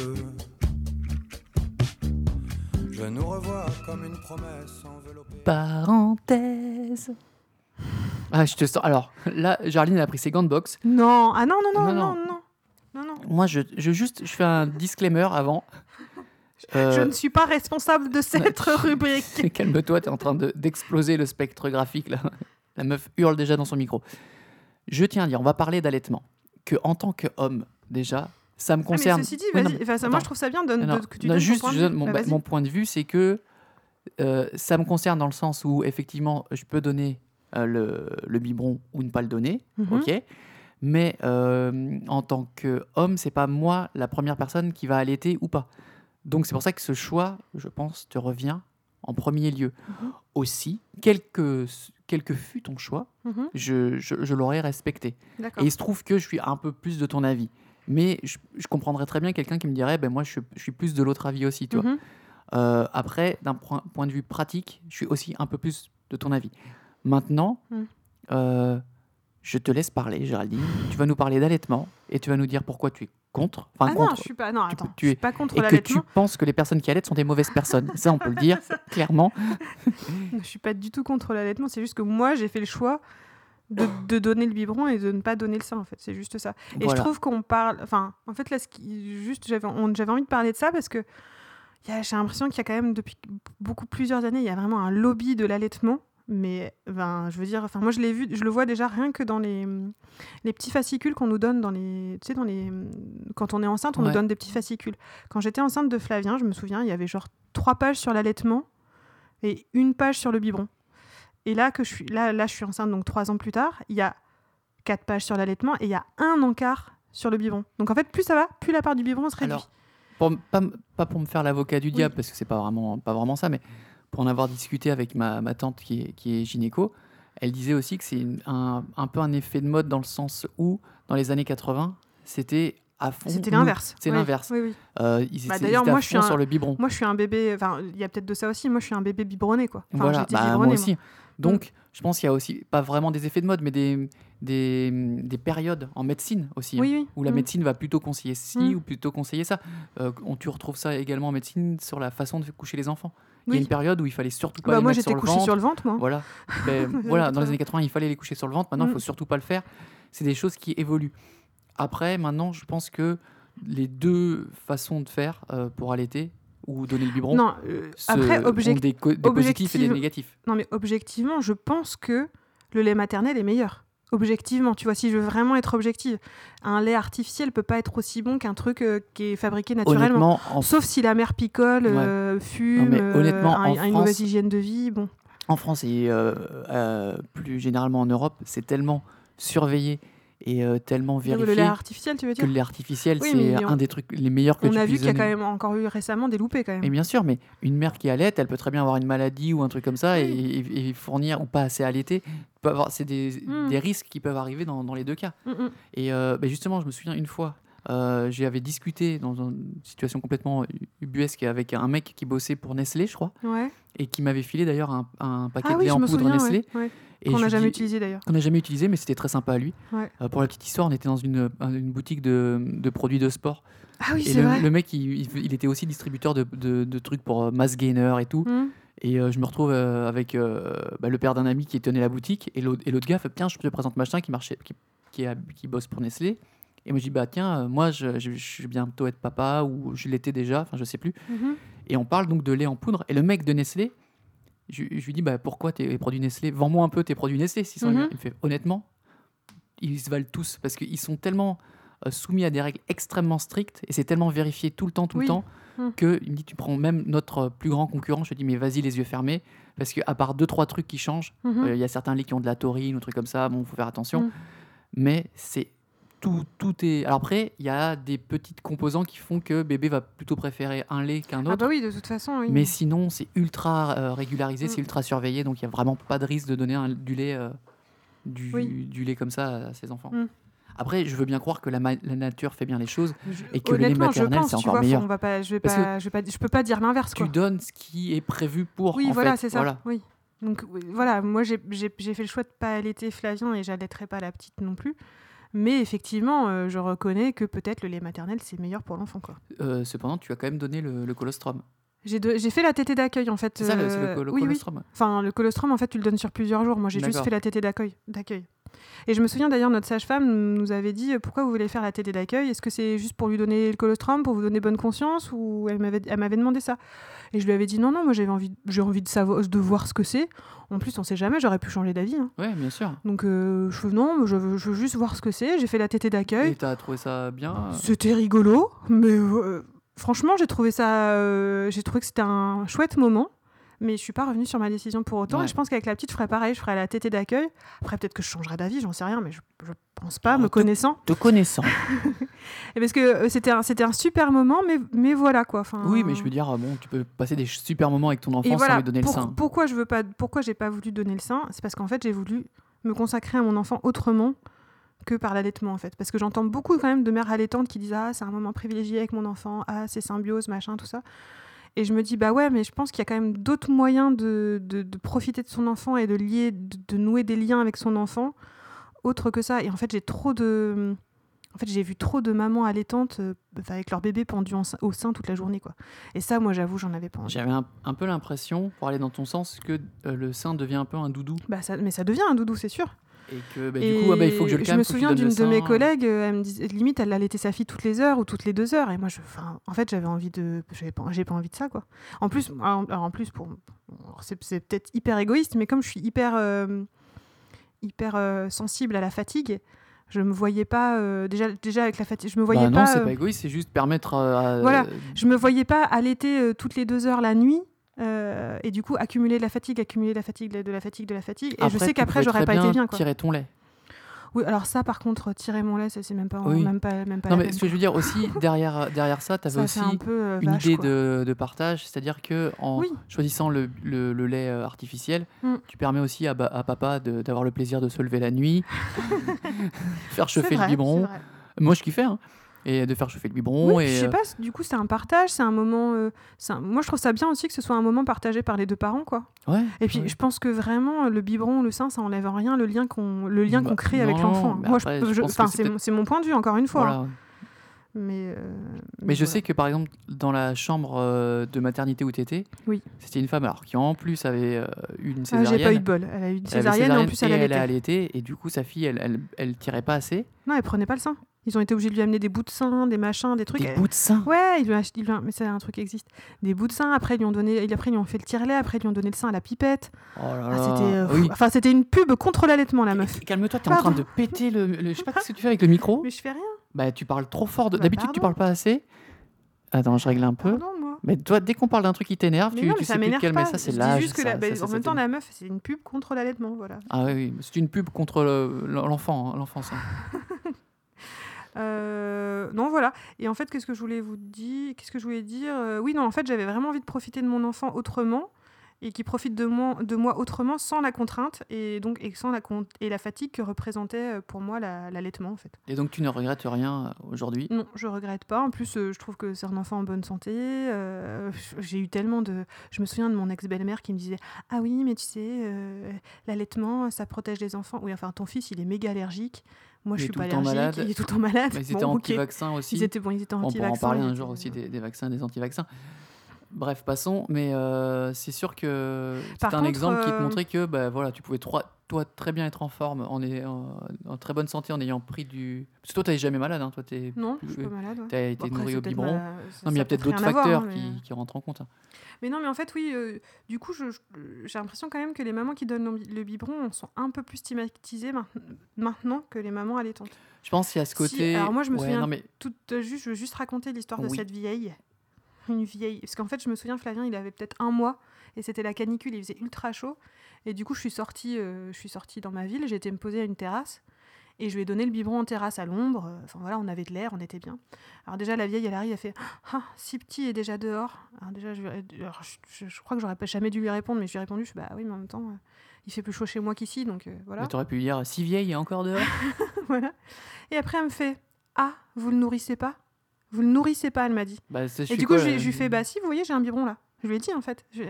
Speaker 3: Je nous revois comme une promesse enveloppée.
Speaker 1: Parenthèse. Ah, je te sens. Alors là, Jarline elle a pris ses gants de boxe.
Speaker 2: Non, ah non, non,
Speaker 1: Non,
Speaker 2: non, non, non,
Speaker 1: non.
Speaker 2: non. Non, non.
Speaker 1: Moi, je, je juste, je fais un disclaimer avant.
Speaker 2: Je
Speaker 1: Euh,
Speaker 2: ne suis pas responsable de cette rubrique.
Speaker 1: Calme-toi, t'es en train de- d'exploser le spectre graphique là. La meuf hurle déjà dans son micro. Je tiens à dire, on va parler d'allaitement. Que en tant qu'homme, déjà, ça me
Speaker 2: Ah,
Speaker 1: concerne.
Speaker 2: Mais ceci dit,
Speaker 1: Oui, non,
Speaker 2: vas-y,
Speaker 1: mais-
Speaker 2: enfin, ça, moi,
Speaker 1: attends.
Speaker 2: je trouve ça bien de, de-
Speaker 1: non,
Speaker 2: que tu
Speaker 1: non,
Speaker 2: donnes ton
Speaker 1: juste,
Speaker 2: point de
Speaker 1: je
Speaker 2: vue.
Speaker 1: donne mon,
Speaker 2: Bah,
Speaker 1: bah,
Speaker 2: vas-y.
Speaker 1: mon point de vue, c'est que euh, ça me concerne dans le sens où effectivement, je peux donner euh, le, le biberon ou ne pas le donner,
Speaker 2: Mhm.
Speaker 1: ok. Mais euh, en tant qu'homme, c'est pas moi la première personne qui va allaiter ou pas. Donc c'est pour ça que ce choix, je pense, te revient en premier lieu.
Speaker 2: Mhm.
Speaker 1: Aussi, quel que, quel que fut ton choix,
Speaker 2: Mhm,
Speaker 1: je, je, je l'aurais respecté.
Speaker 2: D'accord.
Speaker 1: Et il se trouve que je suis un peu plus de ton avis. Mais je, je comprendrais très bien quelqu'un qui me dirait, ben moi je, je suis plus de l'autre avis aussi, tu vois.
Speaker 2: Mhm.
Speaker 1: Euh, après, d'un point, point de vue pratique, je suis aussi un peu plus de ton avis. Maintenant,
Speaker 2: Mm.
Speaker 1: euh, je te laisse parler, Géraldine. Tu vas nous parler d'allaitement et tu vas nous dire pourquoi tu es contre, enfin
Speaker 2: Ah non,
Speaker 1: contre,
Speaker 2: je suis pas. Non,
Speaker 1: tu peux-
Speaker 2: attends.
Speaker 1: tu
Speaker 2: je
Speaker 1: es-
Speaker 2: suis pas contre
Speaker 1: et que tu
Speaker 2: l'allaitement.
Speaker 1: penses que les personnes qui allaitent sont des mauvaises personnes. Ça, on peut le dire clairement.
Speaker 2: Je suis pas du tout contre l'allaitement. C'est juste que moi, j'ai fait le choix de, de donner le biberon et de ne pas donner le sein. En fait, c'est juste ça. Et
Speaker 1: Voilà.
Speaker 2: je trouve qu'on parle. Enfin, en fait, là, ce qui- juste, j'avais on- j'avais envie de parler de ça parce que il y a- j'ai l'impression qu'il y a quand même depuis beaucoup plusieurs années, il y a vraiment un lobby de l'allaitement. Mais ben, je veux dire, enfin, moi, je l'ai vu, je le vois déjà rien que dans les, les petits fascicules qu'on nous donne dans les, tu sais, dans les, quand on est enceinte, on
Speaker 1: Ouais.
Speaker 2: nous donne des petits fascicules. Quand j'étais enceinte de Flavien, je me souviens, il y avait genre trois pages sur l'allaitement et une page sur le biberon. Et là, que je suis, là, là, je suis enceinte, donc trois ans plus tard, il y a quatre pages sur l'allaitement et il y a un encart sur le biberon. Donc en fait, plus ça va, plus la part du biberon se réduit.
Speaker 1: Alors, Pour m- pas, m- pas pour me faire l'avocat du diable, parce que c'est pas vraiment, pas vraiment ça, mais pour en avoir discuté avec ma, ma tante qui est, qui est gynéco, elle disait aussi que c'est une- un, un peu un effet de mode dans le sens où, dans les années 80, c'était à fond.
Speaker 2: C'était
Speaker 1: nous.
Speaker 2: l'inverse.
Speaker 1: C'est
Speaker 2: Oui,
Speaker 1: l'inverse.
Speaker 2: oui, oui.
Speaker 1: Euh, ils étaient,
Speaker 2: Bah,
Speaker 1: ils
Speaker 2: d'ailleurs,
Speaker 1: étaient à
Speaker 2: moi, je suis
Speaker 1: fond
Speaker 2: un-
Speaker 1: sur le biberon.
Speaker 2: Moi, je suis un bébé. Enfin, il y a peut-être de ça aussi. Moi, je suis un bébé biberonné, quoi. Enfin,
Speaker 1: voilà,
Speaker 2: j'étais
Speaker 1: bah,
Speaker 2: biberonnée,
Speaker 1: moi aussi. Donc, je pense qu'il y a aussi, pas vraiment des effets de mode, mais des, des, des périodes en médecine aussi. hein,
Speaker 2: Oui, oui.
Speaker 1: Où la
Speaker 2: Mm.
Speaker 1: médecine va plutôt conseiller ci
Speaker 2: Mm.
Speaker 1: ou plutôt conseiller ça. Euh, on, tu retrouves ça également en médecine sur la façon de coucher les enfants. Il y
Speaker 2: Oui.
Speaker 1: a une période où il fallait surtout pas
Speaker 2: Bah,
Speaker 1: les
Speaker 2: moi,
Speaker 1: mettre sur
Speaker 2: j'étais
Speaker 1: le
Speaker 2: couchée
Speaker 1: ventre.
Speaker 2: sur le ventre, moi.
Speaker 1: Voilà. Ben,
Speaker 2: Dans les
Speaker 1: voilà,
Speaker 2: années
Speaker 1: dans les
Speaker 2: 80.
Speaker 1: années 80, il fallait les coucher sur le ventre. Maintenant, il
Speaker 2: Mm.
Speaker 1: faut surtout pas le faire. C'est des choses qui évoluent. Après, maintenant, je pense que les deux façons de faire euh, pour allaiter ou donner le biberon
Speaker 2: Non, euh,
Speaker 1: se-
Speaker 2: après,
Speaker 1: ont
Speaker 2: object-
Speaker 1: des, co- des positifs et des
Speaker 2: objective-
Speaker 1: négatifs.
Speaker 2: non, mais objectivement, je pense que le lait maternel est meilleur. Objectivement, tu vois, si je veux vraiment être objective, un lait artificiel peut pas être aussi bon qu'un truc euh, qui est fabriqué naturellement.
Speaker 1: Honnêtement, en,
Speaker 2: Sauf si la mère picole,
Speaker 1: Ouais.
Speaker 2: euh, fume,
Speaker 1: Non, mais
Speaker 2: euh,
Speaker 1: honnêtement,
Speaker 2: a-
Speaker 1: en
Speaker 2: a une
Speaker 1: France-
Speaker 2: mauvaise hygiène de vie. Bon,
Speaker 1: en France et euh, euh, plus généralement en Europe, c'est tellement surveillé et euh, tellement
Speaker 2: le
Speaker 1: vérifié
Speaker 2: lait artificiel, tu veux
Speaker 1: que
Speaker 2: dire
Speaker 1: l'artificiel, artificiel,
Speaker 2: Oui,
Speaker 1: c'est
Speaker 2: mais on-
Speaker 1: un des trucs les meilleurs que
Speaker 2: On
Speaker 1: tu
Speaker 2: a vu
Speaker 1: puisses
Speaker 2: qu'il y a quand
Speaker 1: donner.
Speaker 2: même encore eu récemment des loupés quand même.
Speaker 1: Et bien sûr, mais une mère qui allaite, elle peut très bien avoir une maladie ou un truc comme ça et- et, et fournir ou pas assez allaiter. Peut avoir- C'est des,
Speaker 2: Mm.
Speaker 1: des risques qui peuvent arriver dans, dans les deux cas.
Speaker 2: Mm, mm.
Speaker 1: Et euh, ben justement, je me souviens une fois, euh, j'avais discuté dans une situation complètement ubuesque avec un mec qui bossait pour Nestlé, je crois,
Speaker 2: Ouais.
Speaker 1: et qui m'avait filé d'ailleurs un, un paquet
Speaker 2: Ah
Speaker 1: de
Speaker 2: oui,
Speaker 1: lait
Speaker 2: je
Speaker 1: en
Speaker 2: me
Speaker 1: poudre
Speaker 2: souviens. ouais,
Speaker 1: Nestlé.
Speaker 2: ouais.
Speaker 1: Et
Speaker 2: Qu'on
Speaker 1: je
Speaker 2: n'a
Speaker 1: lui
Speaker 2: jamais
Speaker 1: dis-
Speaker 2: utilisé d'ailleurs.
Speaker 1: Qu'on n'a jamais utilisé, mais c'était très sympa à lui.
Speaker 2: Ouais.
Speaker 1: Euh, pour la petite histoire, on était dans une, un- une boutique de, de produits de sport.
Speaker 2: Ah oui,
Speaker 1: et
Speaker 2: c'est
Speaker 1: le,
Speaker 2: vrai.
Speaker 1: le mec, il, il- il était aussi distributeur de, de- de trucs pour euh, Mass Gainer et tout.
Speaker 2: Mm.
Speaker 1: Et euh, je me retrouve euh, avec euh, bah, le père d'un ami qui tenait la boutique. Et l'autre et l'autre gars fait Tiens, je te présente machin qui, marchait, qui, qui, est à- qui bosse pour Nestlé. Et moi, je dis Bah, tiens, euh, moi, je, je- je vais bientôt être papa, ou je l'étais déjà, enfin, je sais plus.
Speaker 2: Mhm.
Speaker 1: Et on parle donc de lait en poudre. Et le mec de Nestlé, je, je lui dis bah, pourquoi tes produits Nestlé Vends-moi un peu tes produits Nestlé. s'ils sont-
Speaker 2: Mhm.
Speaker 1: Il me fait honnêtement, ils se valent tous parce qu'ils sont tellement euh, soumis à des règles extrêmement strictes et c'est tellement vérifié tout le temps, tout
Speaker 2: Oui.
Speaker 1: le temps,
Speaker 2: Mhm.
Speaker 1: que il me dit tu prends même notre euh, plus grand concurrent. Je lui dis mais vas-y, les yeux fermés. Parce qu'à part deux, trois trucs qui changent, euh,
Speaker 2: Mhm.
Speaker 1: il y a certains laits qui ont de la taurine ou trucs comme ça, bon, faut faire attention.
Speaker 2: Mhm.
Speaker 1: Mais c'est. Tout, tout est. Alors après, il y a des petites composants qui font que bébé va plutôt préférer un lait qu'un autre.
Speaker 2: Ah bah oui, de toute façon. Oui.
Speaker 1: Mais sinon, c'est ultra euh, régularisé, c'est
Speaker 2: Mm.
Speaker 1: ultra surveillé, donc il n'y a vraiment pas de risque de donner un- du, lait, euh, du,
Speaker 2: Oui.
Speaker 1: du lait comme ça à ses enfants.
Speaker 2: Mm.
Speaker 1: Après, je veux bien croire que la, ma- la nature fait bien les choses.
Speaker 2: Je-
Speaker 1: et que le lait
Speaker 2: honnêtement, je
Speaker 1: maternel,
Speaker 2: pense,
Speaker 1: c'est
Speaker 2: tu
Speaker 1: encore
Speaker 2: vois, faut-
Speaker 1: meilleur.
Speaker 2: on va pas, je vais
Speaker 1: Parce que-
Speaker 2: pas, je vais pas, je peux pas dire l'inverse quoi.
Speaker 1: Tu donnes ce qui est prévu pour.
Speaker 2: Oui,
Speaker 1: en
Speaker 2: voilà,
Speaker 1: fait.
Speaker 2: c'est ça.
Speaker 1: Voilà.
Speaker 2: Oui. Donc oui, voilà, moi j'ai j'ai- j'ai fait le choix de pas allaiter Flavien et j'allaiterai pas la petite non plus. Mais effectivement, euh, je reconnais que peut-être le lait maternel c'est meilleur pour l'enfant quoi.
Speaker 1: Euh, cependant, tu as quand même donné le, le colostrum.
Speaker 2: J'ai de- j'ai fait la tétée d'accueil en fait.
Speaker 1: C'est ça, le, c'est le
Speaker 2: euh,
Speaker 1: co- le
Speaker 2: oui, oui.
Speaker 1: colostrum.
Speaker 2: Enfin, le colostrum, en fait, tu le donnes sur plusieurs jours. Moi, j'ai juste
Speaker 1: D'accord.
Speaker 2: fait la tétée d'accueil. d'accueil. Et je me souviens d'ailleurs, notre sage-femme nous avait dit euh, pourquoi vous voulez faire la tétée d'accueil Est-ce que c'est juste pour lui donner le colostrum, pour vous donner bonne conscience Ou elle m'avait, elle m'avait demandé ça. Et je lui avais dit non, non, moi j'avais envie, j'ai envie de, savoir, de voir ce que c'est. En plus, on sait jamais, j'aurais pu changer d'avis. hein.
Speaker 1: Ouais, bien sûr.
Speaker 2: Donc, euh, je fais non, je veux, je veux juste voir ce que c'est. J'ai fait la tétée d'accueil.
Speaker 1: Et tu as trouvé ça bien. euh,
Speaker 2: C'était rigolo, mais euh, franchement, j'ai trouvé ça, euh, j'ai trouvé que c'était un chouette moment. Mais je suis pas revenue sur ma décision pour autant.
Speaker 1: Ouais.
Speaker 2: Et je pense qu'avec la petite, je ferais pareil. Je ferais la tétée d'accueil. Après, peut-être que je changerais d'avis, j'en sais rien, mais je, je pense pas,
Speaker 1: Oh,
Speaker 2: me
Speaker 1: tout-
Speaker 2: connaissant.
Speaker 1: Te connaissant.
Speaker 2: Et parce que euh, c'était un, c'était un super moment, mais, mais voilà quoi. Enfin,
Speaker 1: Oui, mais je veux dire, euh, bon, tu peux passer des ch- super moments avec ton enfant
Speaker 2: Et
Speaker 1: sans
Speaker 2: voilà.
Speaker 1: lui donner
Speaker 2: pour-
Speaker 1: le sein.
Speaker 2: Pourquoi je veux pas, pourquoi j'ai pas voulu donner le sein, c'est parce qu'en fait, j'ai voulu me consacrer à mon enfant autrement que par l'allaitement en fait parce que j'entends beaucoup quand même de mères allaitantes qui disent ah c'est un moment privilégié avec mon enfant ah c'est symbiose machin tout ça et je me dis bah ouais mais je pense qu'il y a quand même d'autres moyens de, de- de profiter de son enfant et de lier de, de nouer des liens avec son enfant autre que ça et en fait j'ai trop de en fait j'ai vu trop de mamans allaitantes euh, avec leur bébé pendu en sein- au sein toute la journée quoi et ça moi j'avoue j'en avais pas envie
Speaker 1: J'avais un, un peu l'impression, pour aller dans ton sens, que euh, le sein devient un peu un doudou.
Speaker 2: Bah ça- mais ça devient un doudou, c'est sûr.
Speaker 1: Et que bah,
Speaker 2: Et
Speaker 1: du coup, ah bah, il faut que je le calme.
Speaker 2: me
Speaker 1: faut que
Speaker 2: souviens
Speaker 1: donne
Speaker 2: d'une
Speaker 1: le
Speaker 2: de mes
Speaker 1: sein.
Speaker 2: collègues, euh, elle me disait, limite, elle allaitait sa fille toutes les heures ou toutes les deux heures. Et moi, je, enfin, en fait, j'avais envie de. J'avais pas, j'ai pas envie de ça, quoi. En plus, en, alors, en plus pour, alors, c'est, c'est peut-être hyper égoïste, mais comme je suis hyper, euh, hyper euh, sensible à la fatigue, je me voyais pas. euh, déjà, déjà, avec la fatigue, je me voyais
Speaker 1: Bah non,
Speaker 2: pas.
Speaker 1: c'est
Speaker 2: euh,
Speaker 1: pas égoïste, c'est juste permettre euh, à.
Speaker 2: Voilà. je me voyais pas allaiter euh, toutes les deux heures la nuit euh, et du coup accumuler de la fatigue, accumuler de la fatigue, de la fatigue, de la fatigue. Et je sais
Speaker 1: tu
Speaker 2: qu'après
Speaker 1: pouvais
Speaker 2: j'aurais
Speaker 1: très
Speaker 2: pas été bien. Quoi.
Speaker 1: Tirer ton lait.
Speaker 2: Oui, alors ça, par contre, tirer mon lait, ça, c'est même pas,
Speaker 1: Oui.
Speaker 2: même pas, même pas.
Speaker 1: Non,
Speaker 2: la
Speaker 1: mais
Speaker 2: peine.
Speaker 1: ce que je veux dire aussi, derrière, derrière ça, tu avais
Speaker 2: ça
Speaker 1: aussi
Speaker 2: fait un peu euh,
Speaker 1: une
Speaker 2: vache,
Speaker 1: idée
Speaker 2: quoi.
Speaker 1: de, de partage, c'est-à-dire que en
Speaker 2: Oui.
Speaker 1: choisissant le, le- le lait euh, artificiel,
Speaker 2: Mm.
Speaker 1: tu permets aussi à, ba- à papa de- d'avoir le plaisir de se lever la nuit, faire
Speaker 2: C'est
Speaker 1: chauffer
Speaker 2: vrai,
Speaker 1: le biberon.
Speaker 2: c'est vrai.
Speaker 1: Moi, je kiffais, hein. Et de faire chauffer le biberon.
Speaker 2: Oui, puis
Speaker 1: et,
Speaker 2: je sais
Speaker 1: euh,
Speaker 2: pas, c'est- du coup, c'est un partage, c'est un moment. euh, c'est un- Moi, je trouve ça bien aussi que ce soit un moment partagé par les deux parents, quoi.
Speaker 1: euh, ouais,
Speaker 2: Et puis,
Speaker 1: ouais.
Speaker 2: je pense que vraiment, le biberon, le sein, ça enlève en rien le lien qu'on, le lien
Speaker 1: Bah,
Speaker 2: qu'on crée avec
Speaker 1: non,
Speaker 2: l'enfant.
Speaker 1: mais
Speaker 2: Moi,
Speaker 1: après,
Speaker 2: je,
Speaker 1: je
Speaker 2: je-
Speaker 1: pense que
Speaker 2: enfin,
Speaker 1: c'est
Speaker 2: c'est, mon, c'est mon point de vue, encore une fois. hein.
Speaker 1: Voilà.
Speaker 2: Mais, euh,
Speaker 1: Mais je
Speaker 2: voilà.
Speaker 1: sais que par exemple, dans la chambre euh, de maternité où t'étais,
Speaker 2: Oui.
Speaker 1: c'était une femme alors qui en plus avait euh, eu une
Speaker 2: Ah, j'ai pas
Speaker 1: césarienne.
Speaker 2: eu de bol. Elle a eu
Speaker 1: Elle
Speaker 2: une
Speaker 1: avait
Speaker 2: césarienne, et en plus, elle
Speaker 1: et
Speaker 2: allait.
Speaker 1: a allaité, et du coup, sa fille, elle, elle, elle tirait pas assez.
Speaker 2: Non, elle prenait pas le sein. Ils ont été obligés de lui amener des bouts de sein, des machins, des trucs.
Speaker 1: Des
Speaker 2: Elle-
Speaker 1: bouts de sein.
Speaker 2: Ouais, ils lui ont acheté, ils lui ont- mais c'est un truc qui existe. Des bouts de sein, après ils lui ont donné, et après ils lui ont fait le tire-lait, après ils lui ont donné le sein à la pipette.
Speaker 1: Oh là
Speaker 2: Ah,
Speaker 1: là.
Speaker 2: c'était, euh,
Speaker 1: Oui.
Speaker 2: fou. enfin c'était une pub contre l'allaitement la meuf.
Speaker 1: Et- et Calme-toi, t'es en train de péter le, le- Je sais pas ce que tu fais avec le micro.
Speaker 2: Mais je fais rien.
Speaker 1: Bah, tu parles trop fort. de-
Speaker 2: Bah,
Speaker 1: D'habitude, tu
Speaker 2: pardon.
Speaker 1: parles pas assez. Attends, je règle un peu.
Speaker 2: Pardon moi.
Speaker 1: Mais toi, dès qu'on parle d'un truc qui t'énerve,
Speaker 2: Mais
Speaker 1: Hein tu,
Speaker 2: non,
Speaker 1: tu
Speaker 2: mais
Speaker 1: sais
Speaker 2: ça
Speaker 1: plus te
Speaker 2: m'énerve
Speaker 1: calmer.
Speaker 2: pas.
Speaker 1: Ça, c'est
Speaker 2: Je dis
Speaker 1: là.
Speaker 2: juste que la- bah, en même temps la meuf c'est une pub contre l'allaitement voilà.
Speaker 1: Ah oui, oui, c'est une pub contre le- l'enfant, hein, l'enfance. hein.
Speaker 2: Euh, non voilà. Et en fait qu'est-ce que je voulais vous dire Qu'est-ce que je voulais dire Euh, Oui non en fait j'avais vraiment envie de profiter de mon enfant autrement et qui profite de moi, de moi autrement sans la contrainte et donc et sans la con- et la fatigue que représentait euh, pour moi la- l'allaitement en fait.
Speaker 1: Et donc, tu ne regrettes rien euh, aujourd'hui.
Speaker 2: Non, je regrette pas. En plus, euh, je trouve que c'est un enfant en bonne santé. Euh, J'ai eu tellement de. Je me souviens de mon ex-belle-mère qui me disait Ah oui, mais tu sais, euh, l'allaitement, ça protège les enfants. Oui, enfin, ton fils, il est méga allergique. Moi,
Speaker 1: Il
Speaker 2: je
Speaker 1: est
Speaker 2: suis
Speaker 1: tout
Speaker 2: pas
Speaker 1: le temps
Speaker 2: allergique.
Speaker 1: malade.
Speaker 2: Il est tout le temps malade.
Speaker 1: Mais ils
Speaker 2: Bon,
Speaker 1: étaient
Speaker 2: ok.
Speaker 1: anti-vaccins aussi.
Speaker 2: Ils étaient, bon, ils étaient euh,
Speaker 1: On pourra en
Speaker 2: anti-vaccins.
Speaker 1: parler
Speaker 2: ils
Speaker 1: un
Speaker 2: étaient-
Speaker 1: jour aussi des, des vaccins, des anti-vaccins. Bref, passons. Mais euh, c'est sûr que c'est un
Speaker 2: Par contre,
Speaker 1: exemple qui te
Speaker 2: euh,
Speaker 1: montrait que bah, voilà, tu pouvais trois- toi très bien être en forme, en, est- en, en très bonne santé, en ayant pris du. Parce que toi, t'es jamais malade. Hein, toi, t'es-
Speaker 2: Non, je suis pas malade. ouais.
Speaker 1: t'as été
Speaker 2: Bon, après,
Speaker 1: nourri
Speaker 2: c'est
Speaker 1: au
Speaker 2: peut-être
Speaker 1: biberon.
Speaker 2: ma- ça-
Speaker 1: Non, mais il y
Speaker 2: ça
Speaker 1: a
Speaker 2: peut
Speaker 1: peut-être d'autres
Speaker 2: rien avoir,
Speaker 1: facteurs
Speaker 2: hein, mais-
Speaker 1: qui, qui rentrent en compte. hein.
Speaker 2: Mais non, mais en fait, oui, euh, du coup, je- je- j'ai l'impression quand même que les mamans qui donnent le bi- le biberon sont un peu plus stigmatisées main- maintenant que les mamans allaitantes.
Speaker 1: Je pense qu'il y a ce
Speaker 2: Si,
Speaker 1: côté.
Speaker 2: alors moi, je me
Speaker 1: Ouais,
Speaker 2: souviens
Speaker 1: non, mais
Speaker 2: tout euh, juste, je veux juste raconter l'histoire de
Speaker 1: Oui.
Speaker 2: cette vieille. Une vieille. Parce qu'en fait, je me souviens, Flavien, il avait peut-être un mois et c'était la canicule, il faisait ultra chaud. Et du coup, je suis sortie, euh, je suis sortie dans ma ville, j'ai été me poser à une terrasse et je lui ai donné le biberon en terrasse à l'ombre. Euh, Enfin voilà, on avait de l'air, on était bien. Alors déjà, la vieille, elle arrive, elle fait Ah, si petit est déjà dehors. Alors déjà, je, lui ai- alors, je- je- je crois que j'aurais pas jamais dû lui répondre, mais je lui ai répondu Je fais, Bah oui, mais en même temps, euh, il fait plus chaud chez moi qu'ici, donc euh, voilà.
Speaker 1: Mais t'aurais pu dire si vieille et encore dehors.
Speaker 2: Voilà. Et après, elle me fait Ah, vous le nourrissez pas Vous le nourrissez pas, elle m'a dit.
Speaker 1: Bah, ça, je
Speaker 2: Et
Speaker 1: fais
Speaker 2: du coup,
Speaker 1: quoi,
Speaker 2: je lui-
Speaker 1: euh,
Speaker 2: je lui fais Bah, si, vous voyez, j'ai un biberon là. Je lui ai dit, en fait. Je-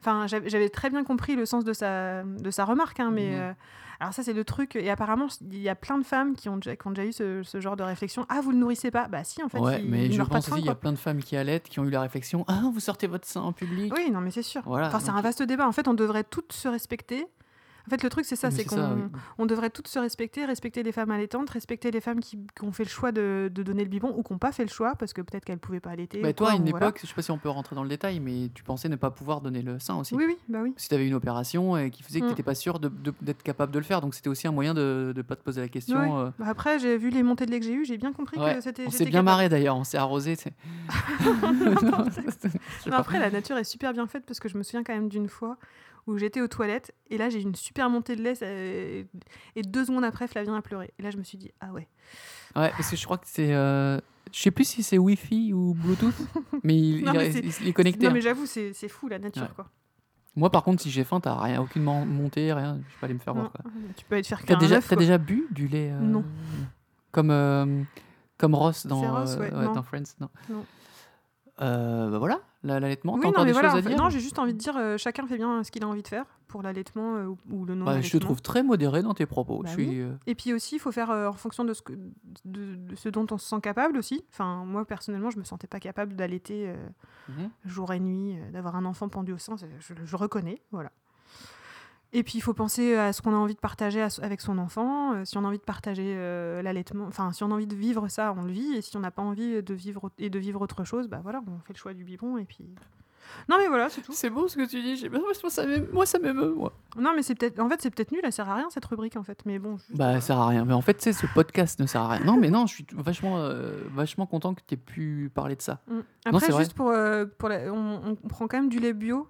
Speaker 2: Enfin, j'avais j'avais très bien compris le sens de sa, de sa remarque, hein, mais.
Speaker 1: Mhm.
Speaker 2: euh, alors, ça, c'est le truc. Et apparemment, il y a plein de femmes qui ont déjà, qui ont déjà eu ce, ce genre de réflexion Ah, vous le nourrissez pas Bah, si, en fait.
Speaker 1: ouais,
Speaker 2: il,
Speaker 1: mais
Speaker 2: il
Speaker 1: je
Speaker 2: meurt pas de
Speaker 1: pense
Speaker 2: faim,
Speaker 1: aussi qu'il y a
Speaker 2: quoi.
Speaker 1: plein de femmes qui allaitent qui ont eu la réflexion Ah, vous sortez votre sein en public.
Speaker 2: Oui, non, mais c'est sûr.
Speaker 1: Voilà,
Speaker 2: enfin, c'est
Speaker 1: donc-
Speaker 2: un vaste débat. En fait, on devrait toutes se respecter. En fait, le truc, c'est ça,
Speaker 1: Mais
Speaker 2: c'est qu'on
Speaker 1: ça, oui.
Speaker 2: on devrait toutes se respecter, respecter les femmes allaitantes, respecter les femmes qui, qui ont fait le choix de, de donner le biberon ou qui n'ont pas fait le choix parce que peut-être qu'elles ne pouvaient pas allaiter.
Speaker 1: Bah,
Speaker 2: ou
Speaker 1: toi,
Speaker 2: quoi,
Speaker 1: à une
Speaker 2: ou voilà.
Speaker 1: époque, je sais pas si on peut rentrer dans le détail, mais tu pensais ne pas pouvoir donner le sein aussi.
Speaker 2: Oui, oui, bah oui.
Speaker 1: Si tu avais une opération et qui faisait que
Speaker 2: Mm.
Speaker 1: tu n'étais pas sûr de- de- d'être capable de le faire, donc c'était aussi un moyen de ne pas te poser la question.
Speaker 2: Oui.
Speaker 1: euh.
Speaker 2: Bah, après, j'ai vu les montées de lait que j'ai eues, j'ai bien compris
Speaker 1: Ouais,
Speaker 2: que c'était.
Speaker 1: On
Speaker 2: j'étais
Speaker 1: s'est bien
Speaker 2: capable.
Speaker 1: marré d'ailleurs, on s'est arrosé. tu sais. Non, je sais
Speaker 2: Non,
Speaker 1: pas.
Speaker 2: après, la nature est super bien faite parce que je me souviens quand même d'une fois où j'étais aux toilettes et là j'ai eu une super montée de lait ça- et deux secondes après Flavien a pleuré. Et là je me suis dit, ah ouais.
Speaker 1: Ouais, parce que je crois que c'est. euh, Je sais plus si c'est Wi-Fi ou Bluetooth, mais il,
Speaker 2: Non,
Speaker 1: il-
Speaker 2: mais
Speaker 1: il-
Speaker 2: c'est-
Speaker 1: il est connecté.
Speaker 2: non
Speaker 1: hein.
Speaker 2: mais j'avoue, c'est c'est fou la nature
Speaker 1: Ouais.
Speaker 2: quoi.
Speaker 1: Moi, par contre, si j'ai faim, t'as rien, aucune mon- montée, rien. Je vais aller me faire
Speaker 2: Non,
Speaker 1: voir. Quoi.
Speaker 2: Tu peux aller te faire
Speaker 1: T'as
Speaker 2: cuire un
Speaker 1: déjà,
Speaker 2: œuf,
Speaker 1: t'as
Speaker 2: quoi.
Speaker 1: déjà bu du lait euh,
Speaker 2: Non.
Speaker 1: Comme, euh, comme Ross dans,
Speaker 2: C'est Ross,
Speaker 1: euh,
Speaker 2: ouais, non.
Speaker 1: dans Friends, non.
Speaker 2: Non.
Speaker 1: Euh, bah voilà, la- l'allaitement.
Speaker 2: Oui,
Speaker 1: T'as
Speaker 2: non,
Speaker 1: encore
Speaker 2: mais
Speaker 1: des
Speaker 2: voilà,
Speaker 1: choses
Speaker 2: en
Speaker 1: à
Speaker 2: fait-
Speaker 1: dire
Speaker 2: non, j'ai juste envie de dire, euh, chacun fait bien ce qu'il a envie de faire pour l'allaitement euh, ou, ou le non
Speaker 1: Bah, Je te trouve très modéré dans tes propos.
Speaker 2: Bah
Speaker 1: je suis, euh,
Speaker 2: Et puis aussi, il faut faire euh, en fonction de ce, que, de, de ce dont on se sent capable aussi. Enfin, moi, personnellement, je me sentais pas capable d'allaiter euh,
Speaker 1: mhm.
Speaker 2: jour et nuit, euh, d'avoir un enfant pendu au sein, c'est- je, je reconnais, voilà. Et puis, il faut penser à ce qu'on a envie de partager à so- avec son enfant. euh, si on a envie de partager euh, l'allaitement, enfin, si on a envie de vivre ça, on le vit. Et si on n'a pas envie de vivre, au- et de vivre autre chose, bah voilà, on fait le choix du biberon. Et puis... Non, mais voilà, c'est tout.
Speaker 1: C'est beau ce que tu dis. j'ai- Moi, ça m'é- moi, ça m'émeut. Moi.
Speaker 2: Non, mais c'est peut-être. En fait, c'est peut-être nul. Elle sert à rien cette rubrique, en fait. Mais bon. juste-
Speaker 1: Bah, ça sert à rien. Mais en fait, tu sais, ce podcast ne sert à rien. Non, mais non, je suis vachement, euh, vachement content que tu aies pu parler de ça.
Speaker 2: Mm.
Speaker 1: Non,
Speaker 2: Après,
Speaker 1: c'est vrai.
Speaker 2: juste pour, euh, pour la- on, on prend quand même du lait bio.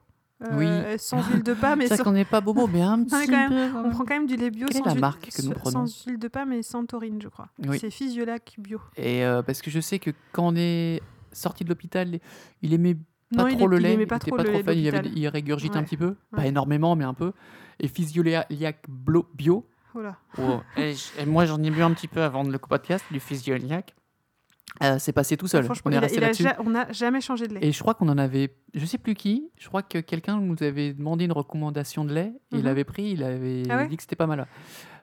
Speaker 1: Oui.
Speaker 2: sans huile de palme et
Speaker 1: C'est vrai
Speaker 2: sans-
Speaker 1: qu'on n'est pas bobo, mais un
Speaker 2: Ah,
Speaker 1: petit
Speaker 2: quand même,
Speaker 1: peu.
Speaker 2: On prend quand même du lait bio
Speaker 1: Quelle est
Speaker 2: sans,
Speaker 1: la
Speaker 2: huile...
Speaker 1: marque que nous
Speaker 2: sans-
Speaker 1: prenons
Speaker 2: sans huile de palme et sans taurine, je crois.
Speaker 1: Oui.
Speaker 2: C'est Physiolac bio.
Speaker 1: Et euh, parce que je sais que quand on est sorti de l'hôpital, il aimait pas
Speaker 2: non, il
Speaker 1: trop
Speaker 2: est-
Speaker 1: le
Speaker 2: il
Speaker 1: lait,
Speaker 2: aimait pas
Speaker 1: était
Speaker 2: trop le lait
Speaker 1: fan, il, avait-
Speaker 2: d'hôpital.
Speaker 1: il régurgitait un
Speaker 2: Ouais,
Speaker 1: petit peu, pas
Speaker 2: ouais.
Speaker 1: énormément, mais un peu. Et physioliac blo- bio.
Speaker 2: Oh là.
Speaker 1: wow. et, j- et moi, j'en ai bu un petit peu avant de le podcast, du physioliac. Euh, c'est passé tout seul.
Speaker 2: Franchement,
Speaker 1: On
Speaker 2: il
Speaker 1: est
Speaker 2: a-
Speaker 1: resté
Speaker 2: il a
Speaker 1: là-dessus.
Speaker 2: ja- on n'a jamais changé de lait. Euh,
Speaker 1: Et je crois qu'on en avait, je sais plus qui, je crois que quelqu'un nous avait demandé une recommandation de lait, et il
Speaker 2: Mhm.
Speaker 1: l'avait pris, il avait
Speaker 2: Ah ouais
Speaker 1: dit que c'était pas mal.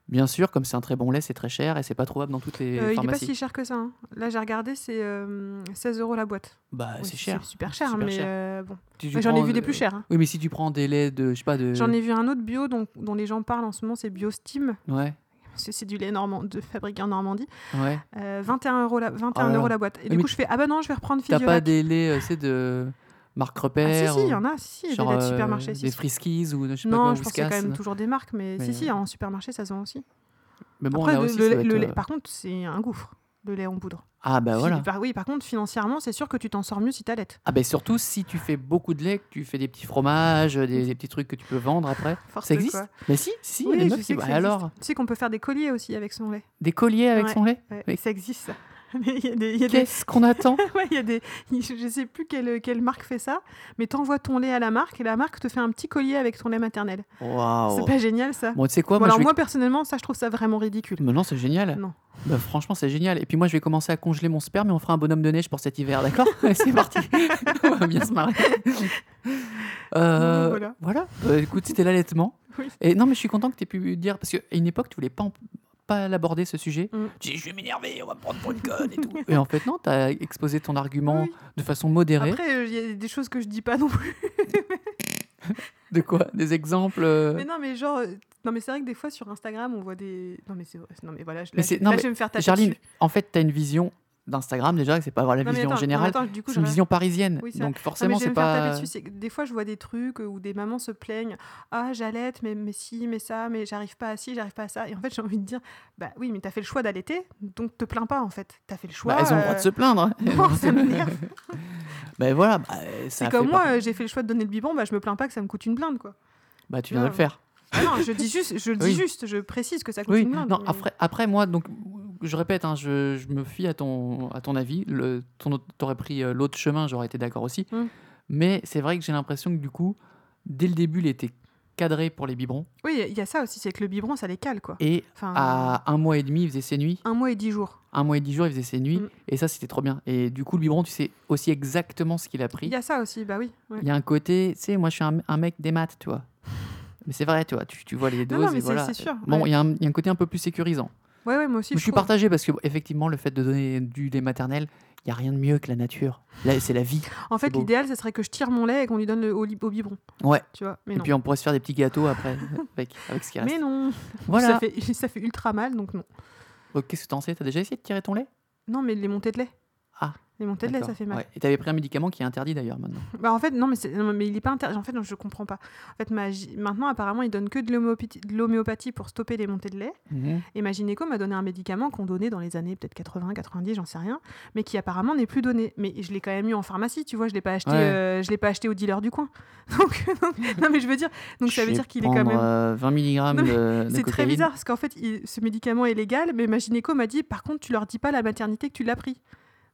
Speaker 1: Bien sûr, comme c'est un très bon lait, c'est très cher et c'est pas trouvable dans toutes les
Speaker 2: Euh, il est pas
Speaker 1: pharmacies.
Speaker 2: si cher que ça. hein. Là, j'ai regardé, c'est euh, 16 euros la boîte.
Speaker 1: Bah,
Speaker 2: Oui,
Speaker 1: c'est cher.
Speaker 2: super cher,
Speaker 1: Super
Speaker 2: mais
Speaker 1: cher.
Speaker 2: euh, bon.
Speaker 1: Tu- tu
Speaker 2: Mais J'en ai
Speaker 1: prends,
Speaker 2: vu des
Speaker 1: euh,
Speaker 2: plus chers. hein.
Speaker 1: Oui, mais si tu prends des laits de, je sais pas, de.
Speaker 2: J'en ai vu un autre bio dont, dont les gens parlent en ce moment, c'est BioSteam.
Speaker 1: Ouais,
Speaker 2: parce que C'est du lait normand, de fabriqué en Normandie.
Speaker 1: ouais.
Speaker 2: Euh, 21 euros la,
Speaker 1: Ah
Speaker 2: 21
Speaker 1: là là.
Speaker 2: euros la boîte. Et
Speaker 1: Mais
Speaker 2: du
Speaker 1: mais
Speaker 2: coup, je fais Ah bah non, je vais reprendre
Speaker 1: T'as pas
Speaker 2: Physiolac.
Speaker 1: des laits, euh, c'est de Marc
Speaker 2: Ah,
Speaker 1: Repère
Speaker 2: si, si, il y en a. Si, si, il y a des
Speaker 1: genre,
Speaker 2: laits de
Speaker 1: euh,
Speaker 2: supermarché. si,
Speaker 1: Des
Speaker 2: si.
Speaker 1: friskies ou je sais pas
Speaker 2: Non,
Speaker 1: quoi,
Speaker 2: je pense qu'il y a quand
Speaker 1: Whiskas,
Speaker 2: même
Speaker 1: non
Speaker 2: toujours des marques, mais,
Speaker 1: Mais, euh.
Speaker 2: si, si, en supermarché, ça se vend aussi.
Speaker 1: Mais bon,
Speaker 2: Après,
Speaker 1: là
Speaker 2: le-
Speaker 1: aussi,
Speaker 2: le
Speaker 1: ça
Speaker 2: lait-
Speaker 1: doit être,
Speaker 2: le lait-
Speaker 1: euh,
Speaker 2: par contre, c'est un gouffre, le lait en poudre.
Speaker 1: Ah, bah
Speaker 2: Si-
Speaker 1: voilà.
Speaker 2: par- oui, par contre, financièrement, c'est sûr que tu t'en sors mieux si t'allaites.
Speaker 1: Ah, ben surtout si tu fais beaucoup de lait, que tu fais des petits fromages, euh, des, des petits trucs que tu peux vendre après.
Speaker 2: Force
Speaker 1: Ça
Speaker 2: de
Speaker 1: existe
Speaker 2: Mm. quoi.
Speaker 1: Mais si, si,
Speaker 2: Oui,
Speaker 1: les
Speaker 2: je
Speaker 1: meufs,
Speaker 2: sais
Speaker 1: ils-
Speaker 2: que
Speaker 1: bah
Speaker 2: ça existe.
Speaker 1: alors,
Speaker 2: Tu sais qu'on peut faire des colliers aussi avec son lait.
Speaker 1: des colliers avec
Speaker 2: Ouais.
Speaker 1: son lait
Speaker 2: Ouais,
Speaker 1: Oui.
Speaker 2: Ça existe, ça. Mais il y a des. il y a des-
Speaker 1: Qu'est-ce qu'on attend
Speaker 2: ouais, il y a des- je je sais plus quelle, quelle marque fait ça, mais t'envoies ton lait à la marque et la marque te fait un petit collier avec ton lait maternel. C'est
Speaker 1: Waouh
Speaker 2: pas génial ça
Speaker 1: Bon, tu sais quoi
Speaker 2: Bon,
Speaker 1: Oh. moi, je
Speaker 2: Alors
Speaker 1: vais-
Speaker 2: moi personnellement, ça je trouve ça vraiment ridicule.
Speaker 1: Mais non, c'est génial.
Speaker 2: Non.
Speaker 1: Bah, franchement, c'est génial. Et puis moi, je vais commencer à congeler mon sperme et on fera un bonhomme de neige pour cet hiver, d'accord C'est parti. on va bien se marrer. Euh,
Speaker 2: Donc, voilà.
Speaker 1: Euh, écoute, c'était l'allaitement.
Speaker 2: Oui.
Speaker 1: Et non, mais je suis content que tu aies pu dire parce qu'à une époque, tu voulais pas en- pas l'aborder ce sujet.
Speaker 2: Mm.
Speaker 1: Tu dis, je vais m'énerver, on va me prendre pour une conne et tout. et en fait, non, tu as exposé ton argument
Speaker 2: Oui.
Speaker 1: de façon modérée.
Speaker 2: Après, euh, il y a des choses que je dis pas non plus.
Speaker 1: De quoi Des exemples euh,
Speaker 2: Mais non, mais genre. euh, Non, mais c'est vrai que des fois sur Instagram, on voit des. Non, mais c'est vrai. Non, mais voilà, je,
Speaker 1: Mais
Speaker 2: là,
Speaker 1: c'est-
Speaker 2: je-
Speaker 1: non,
Speaker 2: là,
Speaker 1: mais
Speaker 2: je vais me faire taper.
Speaker 1: Charline,
Speaker 2: dessus.
Speaker 1: en fait, tu as une vision d'Instagram déjà, c'est pas avoir la
Speaker 2: Non, mais
Speaker 1: vision
Speaker 2: attends, non,
Speaker 1: générale.
Speaker 2: attends, du coup,
Speaker 1: C'est
Speaker 2: je
Speaker 1: une
Speaker 2: ré-
Speaker 1: vision parisienne.
Speaker 2: Oui, c'est
Speaker 1: donc
Speaker 2: Non, mais
Speaker 1: forcément,
Speaker 2: je vais
Speaker 1: c'est
Speaker 2: me faire taper
Speaker 1: pas.
Speaker 2: dessus. c'est que Des fois, je vois des trucs où des mamans se plaignent. Ah, j'allaite, mais, mais si, mais ça, mais j'arrive pas à ci, j'arrive pas à ça. Et en fait, j'ai envie de dire, bah oui, mais t'as fait le choix d'allaiter, donc te plains pas en fait. T'as fait le choix.
Speaker 1: Bah, elles ont le droit de
Speaker 2: euh,
Speaker 1: se plaindre. hein.
Speaker 2: non, ça m'énerve.
Speaker 1: Ben voilà, bah, euh, ça
Speaker 2: C'est
Speaker 1: fait
Speaker 2: comme moi,
Speaker 1: partie.
Speaker 2: euh, j'ai fait le choix de donner le biberon, bah je me plains pas que ça me coûte une blinde quoi.
Speaker 1: Bah, tu viens de le
Speaker 2: Non.
Speaker 1: faire.
Speaker 2: Ah non, je dis juste, je le dis
Speaker 1: Oui.
Speaker 2: juste, je précise que ça coûte
Speaker 1: Oui,
Speaker 2: une blinde.
Speaker 1: non,
Speaker 2: mais-
Speaker 1: après, après moi, donc, je répète, hein, je, je me fie à ton, à ton avis. Le, ton, autre- t'aurais pris euh, l'autre chemin, j'aurais été d'accord aussi.
Speaker 2: Mm.
Speaker 1: Mais c'est vrai que j'ai l'impression que du coup, dès le début, il était cadré pour les biberons.
Speaker 2: Oui, il y a ça aussi, c'est que le biberon ça les cale quoi.
Speaker 1: Et
Speaker 2: Enfin, Ah.
Speaker 1: à un mois et demi, il faisait ses nuits.
Speaker 2: un mois et dix jours.
Speaker 1: Un mois et dix jours, il faisait ses nuits.
Speaker 2: Mm.
Speaker 1: Et ça, c'était trop bien. Et du coup, le biberon, tu sais aussi exactement ce qu'il a pris.
Speaker 2: Il y a ça aussi, bah oui. ouais.
Speaker 1: Il y a un côté, tu sais, moi je suis un, un mec des maths, tu vois. Mais c'est vrai, tu vois, tu, tu vois les
Speaker 2: Non,
Speaker 1: doses
Speaker 2: non, mais
Speaker 1: et
Speaker 2: c'est-
Speaker 1: voilà.
Speaker 2: c'est sûr,
Speaker 1: Bon, il
Speaker 2: ouais.
Speaker 1: y, a un- il y a un côté un peu plus sécurisant.
Speaker 2: Ouais, ouais, moi aussi.
Speaker 1: Mais je suis
Speaker 2: trouve.
Speaker 1: partagé parce que effectivement, le fait de donner du lait maternel, il y a rien de mieux que la nature. Là, c'est la vie.
Speaker 2: En
Speaker 1: c'est
Speaker 2: fait,
Speaker 1: beau.
Speaker 2: l'idéal, ce serait que je tire mon lait et qu'on lui donne le, au, li- au biberon.
Speaker 1: Ouais.
Speaker 2: Tu vois, mais
Speaker 1: et
Speaker 2: non.
Speaker 1: puis on pourrait se faire des petits gâteaux après avec, avec ce qui reste.
Speaker 2: Mais non,
Speaker 1: Voilà.
Speaker 2: ça, fait, ça fait ultra mal, donc non.
Speaker 1: Oh, Qu'est-ce que t'en sais T'as déjà essayé de tirer ton lait
Speaker 2: Non, mais les montées de lait.
Speaker 1: Ah,
Speaker 2: Les montées de lait, ça
Speaker 1: D'accord.
Speaker 2: fait mal.
Speaker 1: Ouais. Et t'avais pris un médicament qui est interdit d'ailleurs maintenant.
Speaker 2: Bah, en fait, non, mais, c'est- non, mais il est pas interdit. En fait, non, je comprends pas. En fait, ma gy- maintenant, apparemment, ils donnent que de l'homéopathie- de l'homéopathie pour stopper les montées de lait.
Speaker 1: Mhm.
Speaker 2: Et ma gynéco m'a donné un médicament qu'on donnait dans les années peut-être 80, 90, j'en sais rien, mais qui apparemment n'est plus donné. Mais je l'ai quand même eu en pharmacie, tu vois, je l'ai pas acheté,
Speaker 1: Ouais.
Speaker 2: euh, je l'ai pas acheté au dealer du coin. Donc, non, mais je veux dire, donc ça
Speaker 1: Je
Speaker 2: veut
Speaker 1: vais
Speaker 2: dire qu'il est quand
Speaker 1: prendre,
Speaker 2: même.
Speaker 1: euh, 20 mg
Speaker 2: Non, mais
Speaker 1: de, de
Speaker 2: C'est très
Speaker 1: cocaïne.
Speaker 2: bizarre parce qu'en fait, il- ce médicament est légal, mais ma gynéco m'a dit, par contre, tu leur dis pas à la maternité que tu l'as pris.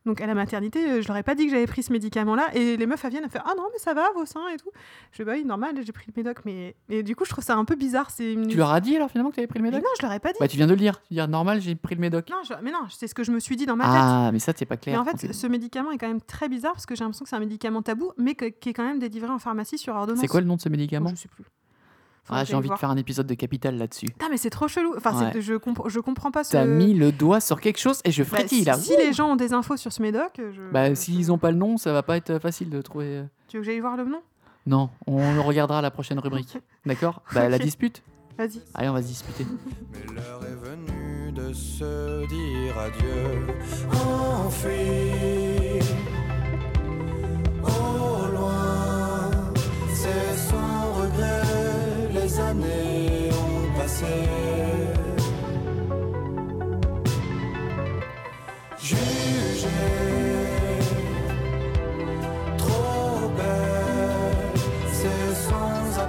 Speaker 2: Donc à la maternité, euh, je leur ai pas dit que j'avais pris ce médicament-là, et les meufs elles viennent elles font ah non mais ça va vos seins et tout. Je dis bah oui normal, j'ai pris le médoc, mais et du coup je trouve ça un peu bizarre. C'est une-
Speaker 1: Tu leur as dit alors finalement que t'avais pris le
Speaker 2: Mais
Speaker 1: médoc
Speaker 2: non je leur ai pas dit.
Speaker 1: Bah tu viens de le dire. Tu dis normal, j'ai pris le médoc.
Speaker 2: Non, je- mais non, c'est ce que je me suis dit dans ma tête.
Speaker 1: Ah, mais ça c'est pas clair.
Speaker 2: Mais en
Speaker 1: quand tu-
Speaker 2: fait, ce médicament est quand même très bizarre parce que j'ai l'impression que c'est un médicament tabou, mais que- qui est quand même délivré en pharmacie sur ordonnance.
Speaker 1: C'est quoi le nom de ce
Speaker 2: Oh,
Speaker 1: médicament
Speaker 2: Je sais plus.
Speaker 1: Ah, j'ai envie de faire un épisode de Capital là-dessus.
Speaker 2: Ah, mais c'est trop chelou. Enfin, c'est-
Speaker 1: Ouais.
Speaker 2: je, compre- je comprends pas ce.
Speaker 1: T'as mis le doigt sur quelque chose et je
Speaker 2: Bah,
Speaker 1: frétille
Speaker 2: si,
Speaker 1: là.
Speaker 2: si les gens ont des infos sur ce médoc, je.
Speaker 1: Bah,
Speaker 2: je-
Speaker 1: s'ils ont pas le nom, ça va pas être facile de trouver. euh.
Speaker 2: Tu veux que j'aille voir le nom
Speaker 1: Non, on le regardera à la prochaine rubrique. D'accord Bah, la
Speaker 2: Ok.
Speaker 1: dispute
Speaker 2: Vas-y.
Speaker 1: Allez, on va se disputer.
Speaker 3: Mais l'heure est venue de se dire adieu, enfui. Au loin, c'est sans regret, les années ont passé. Jugé, trop belle, c'est sans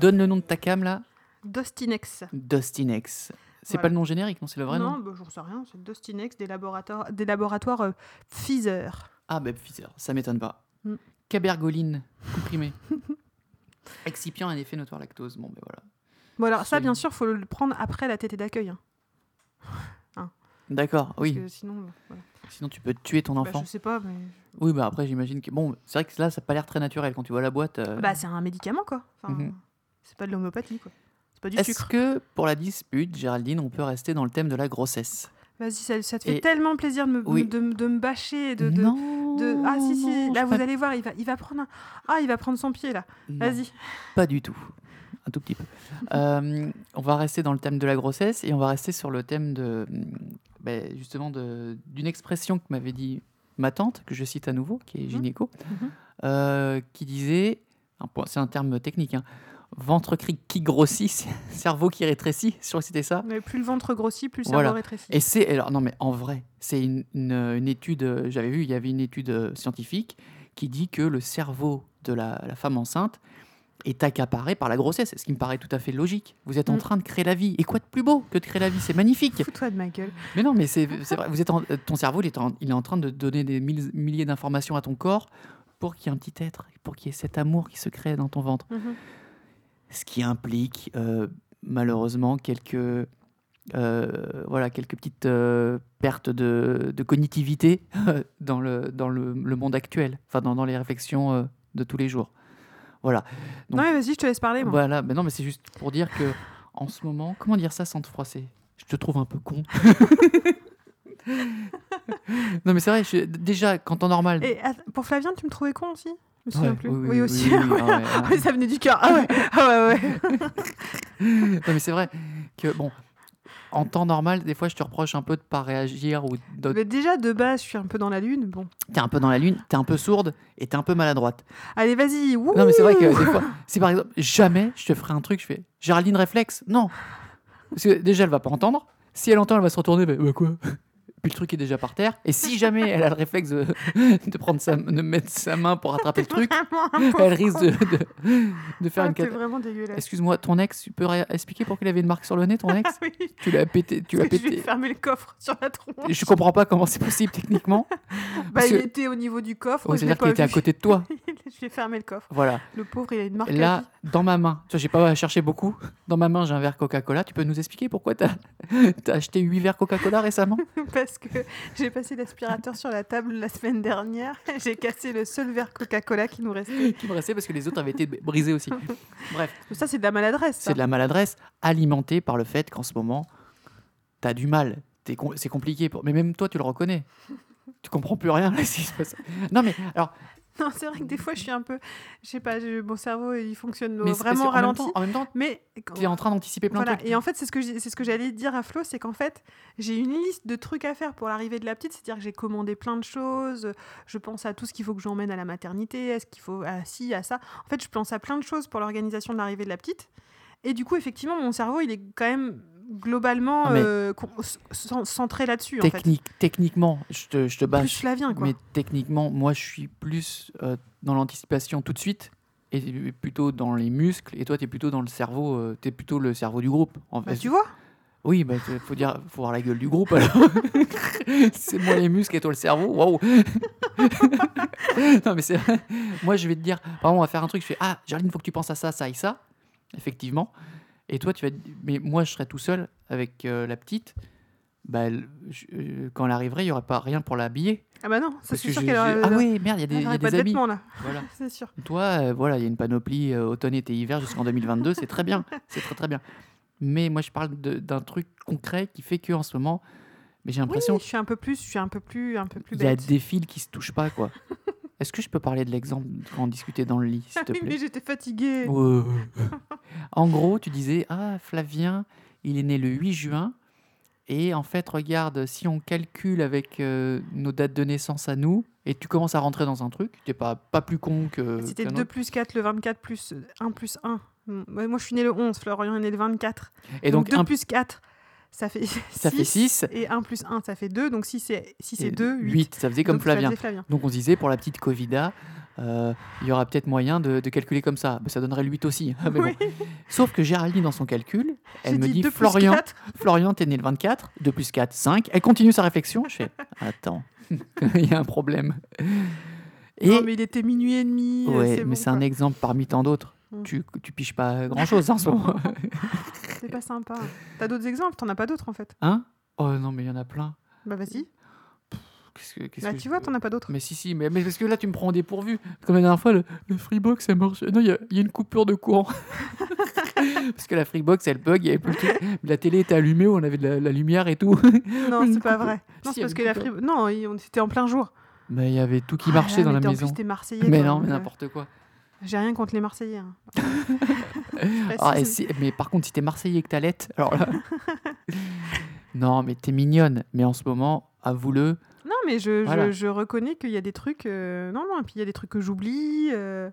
Speaker 1: Donne le nom de ta cam là,
Speaker 2: Dostinex.
Speaker 1: Dostinex. C'est
Speaker 2: Voilà.
Speaker 1: pas le nom générique, non, c'est le vrai
Speaker 2: non,
Speaker 1: nom.
Speaker 2: bah, j'en sais rien. C'est Dostinex des laboratoires, des laboratoires euh, Pfizer.
Speaker 1: Ah ben Pfizer, ça m'étonne pas.
Speaker 2: Mm.
Speaker 1: Cabergoline comprimée. Excipient un effet notoire lactose. Bon ben voilà.
Speaker 2: Bon, alors ça,
Speaker 1: C'est-
Speaker 2: bien sûr, faut le prendre après la tétée d'accueil. hein,
Speaker 1: D'accord,
Speaker 2: parce
Speaker 1: oui.
Speaker 2: que sinon, euh, voilà.
Speaker 1: Sinon tu peux tuer ton
Speaker 2: Bah,
Speaker 1: enfant.
Speaker 2: je sais pas, mais.
Speaker 1: Oui, bah après j'imagine que bon, c'est vrai que là ça a pas l'air très naturel quand tu vois la boîte. euh,
Speaker 2: Bah, c'est un médicament, quoi. Enfin,
Speaker 1: Mhm.
Speaker 2: C'est pas de l'homéopathie, quoi. C'est pas du
Speaker 1: Est-ce
Speaker 2: sucre.
Speaker 1: que pour la dispute, Géraldine, on peut rester dans le thème de la grossesse
Speaker 2: Vas-y, ça, ça te fait
Speaker 1: Et-
Speaker 2: tellement plaisir de me,
Speaker 1: Oui.
Speaker 2: de, me- de me bâcher. De, de,
Speaker 1: Non.
Speaker 2: de- Ah, si, si,
Speaker 1: non,
Speaker 2: là,
Speaker 1: je
Speaker 2: vous
Speaker 1: pas-
Speaker 2: allez voir, il va, il va prendre un- Ah, il va prendre son pied, là.
Speaker 1: non,
Speaker 2: Vas-y.
Speaker 1: Pas du tout. Un tout petit peu. Euh, on va rester dans le thème de la grossesse et on va rester sur le thème de hum, ben, justement de- d'une expression que m'avait dit ma tante, que je cite à nouveau, qui est gynéco,
Speaker 2: Mhm.
Speaker 1: euh, qui disait, un point- c'est un terme technique, hein, ventre cri qui grossit, cerveau qui rétrécit, je crois que c'était ça.
Speaker 2: Mais plus le ventre grossit, plus le cerveau
Speaker 1: Voilà.
Speaker 2: rétrécit.
Speaker 1: Et c'est alors non mais en vrai, c'est une, une- une étude. euh, J'avais vu, il y avait une étude euh, scientifique qui dit que le cerveau de la, la femme enceinte est accaparé par la grossesse, ce qui me paraît tout à fait logique. Vous êtes en
Speaker 2: Mm.
Speaker 1: train de créer la vie, et quoi de plus beau que de créer la vie C'est magnifique.
Speaker 2: Fous-toi de ma gueule.
Speaker 1: Mais non, mais c'est c'est vrai. Vous êtes en- euh, ton cerveau, il est en, il est en train de donner des mille- milliers d'informations à ton corps pour qu'il y ait un petit être, pour qu'il y ait cet amour qui se crée dans ton ventre
Speaker 2: Mhm.
Speaker 1: ce qui implique euh, malheureusement quelques euh, voilà quelques petites euh, pertes de, de cognitivité dans le dans le, le monde actuel enfin dans, dans les réflexions euh, de tous les jours voilà Donc-
Speaker 2: Non, mais vas-y, je te laisse parler, moi.
Speaker 1: voilà mais non mais c'est juste pour dire que en ce moment comment dire ça sans te froisser je te trouve un peu con non mais c'est vrai je- déjà quand temps normal
Speaker 2: Et att- pour Flavien, tu me trouvais con aussi Je me souviens
Speaker 1: Ouais,
Speaker 2: plus.
Speaker 1: oui, oui, oui,
Speaker 2: aussi.
Speaker 1: oui, oui, ah ouais, ah ouais.
Speaker 2: ça venait du cœur. Ah ouais, ah ouais, ouais.
Speaker 1: Non, mais c'est vrai que bon en temps normal des fois je te reproche un peu de pas réagir ou de
Speaker 2: Mais déjà, de base, je suis un peu dans la lune. Bon.
Speaker 1: t'es un peu dans la lune, t'es un peu sourde et t'es un peu maladroite.
Speaker 2: Allez, vas-y. wouh
Speaker 1: Non, mais c'est vrai que des fois, si par exemple, jamais je te ferai un truc, je fais Géraldine réflexe, non. Parce que déjà, elle va pas entendre. Si elle entend, elle va se retourner, bah, bah quoi Puis le truc est déjà par terre. Et si jamais elle a le réflexe de, de prendre sa, de mettre sa main pour attraper le truc,
Speaker 2: Vraiment un pauvre
Speaker 1: elle risque de, de, de faire une
Speaker 2: con. Ah, t'es
Speaker 1: catastrophe.
Speaker 2: vraiment dégueulasse.
Speaker 1: Excuse-moi, ton ex, tu peux ré- expliquer pourquoi il avait une marque sur le nez, ton ex
Speaker 2: Ah oui,
Speaker 1: Tu l'as pété, tu l'as
Speaker 2: parce que je lui ai
Speaker 1: pété.
Speaker 2: fermé le coffre sur la tronche.
Speaker 1: Je comprends pas comment c'est possible techniquement.
Speaker 2: Bah,
Speaker 1: parce
Speaker 2: il
Speaker 1: que- Oh,
Speaker 2: était au niveau du coffre. je l'ai
Speaker 1: C'est-à-dire
Speaker 2: pas
Speaker 1: qu'il était à
Speaker 2: vu.
Speaker 1: côté de toi.
Speaker 2: je lui ai fermé le coffre.
Speaker 1: Voilà.
Speaker 2: Le pauvre, il a une marque. à
Speaker 1: Là,
Speaker 2: vie.
Speaker 1: dans ma main, tu vois, j'ai pas cherché beaucoup. Dans ma main, j'ai un verre Coca-Cola. Tu peux nous expliquer pourquoi t'as as acheté 8 verres Coca-Cola récemment
Speaker 2: parce que j'ai passé l'aspirateur sur la table la semaine dernière. J'ai cassé le seul verre Coca-Cola qui nous restait.
Speaker 1: Qui me restait parce que les autres avaient été brisés aussi. Bref,
Speaker 2: Ça, c'est de la maladresse. ça.
Speaker 1: c'est de la maladresse alimentée par le fait qu'en ce moment, t'as du mal. T'es com- C'est compliqué. Pour... Mais même toi, tu le reconnais. Tu comprends plus rien là, ce qui se passe. Non, mais alors,
Speaker 2: Non, c'est vrai que des fois, je suis un peu. Je sais pas, je- mon cerveau, il fonctionne
Speaker 1: mais c'est-
Speaker 2: vraiment
Speaker 1: c'est- en même
Speaker 2: ralenti.
Speaker 1: temps, en même temps,
Speaker 2: Mais.
Speaker 1: t'es en train d'anticiper plein de
Speaker 2: Voilà.
Speaker 1: trucs.
Speaker 2: Et en fait, c'est ce que j'ai- c'est ce que j'allais dire à Flo, c'est qu'en fait, j'ai une liste de trucs à faire pour l'arrivée de la petite. C'est-à-dire que j'ai commandé plein de choses. Je pense à tout ce qu'il faut que j'emmène à la maternité. Est-ce qu'il faut à ci, à ça. En fait, je pense à plein de choses pour l'organisation de l'arrivée de la petite. Et du coup, effectivement, mon cerveau, il est quand même globalement
Speaker 1: Non, Ah, mais-
Speaker 2: euh, con- s- s- centré là-dessus. En fait.
Speaker 1: Technique, Techniquement, je te, je te
Speaker 2: Plus
Speaker 1: bâche.
Speaker 2: Flavien, quoi. Bah,
Speaker 1: Mais techniquement, moi, je suis plus euh, dans l'anticipation tout de suite et plutôt dans les muscles. Et toi, tu es plutôt dans le cerveau. euh, t'es plutôt le cerveau du groupe. En
Speaker 2: Bah,
Speaker 1: fait.
Speaker 2: tu vois
Speaker 1: Oui, bah, t- faut dire, faut voir la gueule du groupe. Alors, c'est moi les muscles et toi le cerveau. Waouh. non, mais c'est. Moi, je vais te dire, par exemple, on va faire un truc. Je fais ah, Jarline, faut que tu penses à ça, ça et ça. Effectivement. Et toi, tu vas. te- Mais moi, je serai tout seul avec euh, la petite. Bah, elle- je- euh, quand elle arriverait, il n'y aurait pas rien pour l'habiller.
Speaker 2: Ah bah non, ça
Speaker 1: Parce
Speaker 2: c'est
Speaker 1: que
Speaker 2: sûr
Speaker 1: j'ai-
Speaker 2: qu'elle
Speaker 1: j'ai-
Speaker 2: aura-
Speaker 1: Ah oui, merde, il y a
Speaker 2: elle
Speaker 1: des, il y
Speaker 2: aurait
Speaker 1: a
Speaker 2: pas
Speaker 1: des
Speaker 2: de
Speaker 1: amis.
Speaker 2: vêtements là.
Speaker 1: Voilà.
Speaker 2: C'est sûr.
Speaker 1: Toi, euh, voilà, il y a une panoplie euh, automne, été, hiver jusqu'en 2022. c'est très bien. C'est très, très bien. Mais moi, je parle de- d'un truc concret qui fait que en ce moment, mais j'ai
Speaker 2: Oui,
Speaker 1: l'impression
Speaker 2: je suis un peu plus, je suis un peu plus, un peu plus
Speaker 1: qu'il y a
Speaker 2: bête.
Speaker 1: des fils qui se touchent pas, quoi. Est-ce que je peux parler de l'exemple quand on discutait dans le lit, s'il te
Speaker 2: Oui, mais
Speaker 1: plaît
Speaker 2: j'étais fatiguée.
Speaker 1: Ouais, ouais, ouais. En gros, tu disais, ah, Flavien, il est né le 8 juin. Et en fait, regarde, si on calcule avec euh, nos dates de naissance à nous, et tu commences à rentrer dans un truc, t'es pas, pas plus con que.
Speaker 2: Bah, C'était
Speaker 1: qu'un
Speaker 2: 2
Speaker 1: autre.
Speaker 2: plus 4, le 24 plus 1 plus 1. Moi, moi, je suis née le 11, Florian est né le 24.
Speaker 1: Et donc,
Speaker 2: 2
Speaker 1: un
Speaker 2: plus 4, ça fait 6.
Speaker 1: Ça fait six.
Speaker 2: Et 1 plus 1, ça fait 2. Donc si c'est si
Speaker 1: Et
Speaker 2: 2, 8.
Speaker 1: Ça faisait comme Flavien. Donc on se disait, pour la petite Covida, euh, il y aura peut-être moyen de, de calculer comme ça. Ben, ça donnerait le 8 aussi. Mais bon.
Speaker 2: Oui,
Speaker 1: Sauf que Géraldine, dans son calcul, elle
Speaker 2: j'ai
Speaker 1: me dit
Speaker 2: deux plus
Speaker 1: Florian,
Speaker 2: quatre.
Speaker 1: Florian, t'es né le 24, 2 plus 4, 5. Elle continue sa réflexion. Je fais Attends, il y a un problème. Et,
Speaker 2: Non, mais il était minuit et demi. euh,
Speaker 1: ouais, mais
Speaker 2: c'est bon,
Speaker 1: c'est un
Speaker 2: quoi.
Speaker 1: exemple parmi tant d'autres.
Speaker 2: Mm.
Speaker 1: Tu, tu piges pas grand chose en ce moment.
Speaker 2: C'est pas sympa. T'as d'autres exemples T'en as pas d'autres en fait
Speaker 1: Hein Oh non, mais il y en a plein.
Speaker 2: Bah vas-y.
Speaker 1: Qu'est-ce que, qu'est-ce
Speaker 2: Bah
Speaker 1: que
Speaker 2: tu
Speaker 1: je
Speaker 2: vois,
Speaker 1: peux-
Speaker 2: t'en as pas d'autres.
Speaker 1: Mais si, si, mais, mais parce que là, tu me prends au dépourvu. Comme la dernière fois, le, le Freebox, ça marche. Non, il y, a- il y a une coupure de courant. parce que la Freebox, elle bug, il y avait plus le truc. La télé était allumée, on avait de la, la lumière et tout.
Speaker 2: Non,
Speaker 1: Une
Speaker 2: c'est pas
Speaker 1: coupe-
Speaker 2: vrai. Non,
Speaker 1: Si, il y
Speaker 2: c'est
Speaker 1: a une
Speaker 2: parce que la
Speaker 1: coupe-
Speaker 2: Free- Non, il- on était en plein jour.
Speaker 1: Mais il y avait tout qui
Speaker 2: Ah là
Speaker 1: marchait
Speaker 2: là,
Speaker 1: dans
Speaker 2: mais
Speaker 1: la
Speaker 2: t'es- En
Speaker 1: maison.
Speaker 2: plus, t'es Marseillais.
Speaker 1: Mais
Speaker 2: toi,
Speaker 1: non, mais
Speaker 2: donc, euh,
Speaker 1: n'importe quoi.
Speaker 2: J'ai rien contre les Marseillais. hein. Bah,
Speaker 1: Ah,
Speaker 2: si,
Speaker 1: et
Speaker 2: c'est-
Speaker 1: si- mais par contre, si t'es Marseillais et que t'allaites, alors là. non, mais t'es mignonne. Mais en ce moment, avoue-le.
Speaker 2: Non, mais je, je-
Speaker 1: Voilà.
Speaker 2: je, reconnais qu'il y a des trucs. euh, Non, non, et puis il y a des trucs que j'oublie. euh,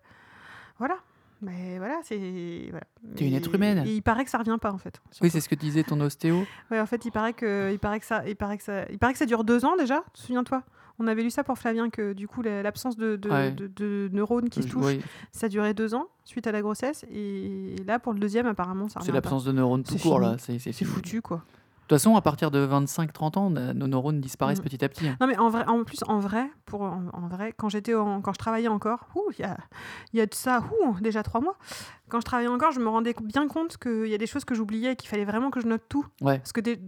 Speaker 2: Voilà. Mais voilà, c'est. Voilà.
Speaker 1: T'es une
Speaker 2: Et-
Speaker 1: être humaine.
Speaker 2: Et il paraît que ça revient pas en fait.
Speaker 1: Oui, c'est ce que disait ton ostéo.
Speaker 2: Ouais, en fait, il paraît que, il paraît que ça, il paraît que ça, il paraît que ça dure deux ans déjà. Souviens-toi, on avait lu ça pour Flavien que du coup la- l'absence de, de,
Speaker 1: Ouais.
Speaker 2: de- de neurones qui se
Speaker 1: Je-
Speaker 2: touchent,
Speaker 1: Euh, oui,
Speaker 2: ça durait deux ans suite à la grossesse et, et là pour le deuxième apparemment ça.
Speaker 1: c'est
Speaker 2: revient
Speaker 1: l'absence de neurones tout
Speaker 2: C'est
Speaker 1: court,
Speaker 2: fini.
Speaker 1: là. C'est c'est
Speaker 2: pas. C'est
Speaker 1: fini.
Speaker 2: foutu quoi.
Speaker 1: De toute façon, à partir de 25-30 ans, on a- nos neurones disparaissent
Speaker 2: Mm.
Speaker 1: petit à petit. hein.
Speaker 2: Non mais en vrai, en plus en vrai, pour en, en vrai, quand j'étais en- quand je travaillais encore, ouh, il y a, il y a de ça, ouh, déjà trois mois. Quand je travaillais encore, je me rendais bien compte qu'il y a des choses que j'oubliais et qu'il fallait vraiment que je note tout.
Speaker 1: Ouais.
Speaker 2: Parce que dé-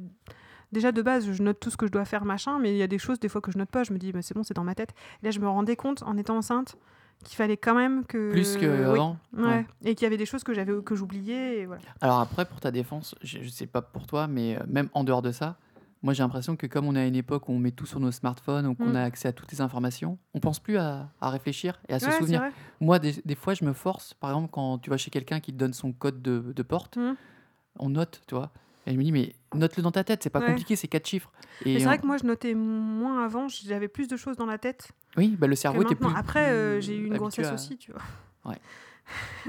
Speaker 2: déjà de base, je note tout ce que je dois faire, machin, mais il y a des choses des fois que je note pas. Je me dis, mais c'est bon, c'est dans ma tête. Et là, je me rendais compte en étant enceinte qu'il fallait quand même que
Speaker 1: Plus
Speaker 2: Euh, Oui,
Speaker 1: qu'avant.
Speaker 2: ouais. Et qu'il y avait des choses que j'avais que j'oubliais. et Voilà.
Speaker 1: Alors après, pour ta défense, je, je sais pas pour toi, mais euh, même en dehors de ça, moi j'ai l'impression que comme on est à une époque où on met tout sur nos smartphones, donc on
Speaker 2: Mm.
Speaker 1: a accès à toutes les informations, on pense plus à, à réfléchir et à se
Speaker 2: Ouais, c'est
Speaker 1: souvenir.
Speaker 2: vrai.
Speaker 1: Moi, des, des fois, je me force, par exemple, quand tu vas chez quelqu'un qui te donne son code de, de porte,
Speaker 2: Mm.
Speaker 1: on note, tu vois. Et je me dis, mais note-le dans ta tête, c'est pas
Speaker 2: Ouais.
Speaker 1: compliqué, c'est quatre chiffres. Et
Speaker 2: Mais c'est vrai
Speaker 1: on-
Speaker 2: que moi, je notais moins avant. J'avais plus de choses dans la tête.
Speaker 1: Oui, bah, le
Speaker 2: que
Speaker 1: cerveau, t'es
Speaker 2: maintenant.
Speaker 1: plus.
Speaker 2: Après, euh,
Speaker 1: plus
Speaker 2: j'ai eu une
Speaker 1: habitué
Speaker 2: grossesse
Speaker 1: à-
Speaker 2: aussi, tu vois.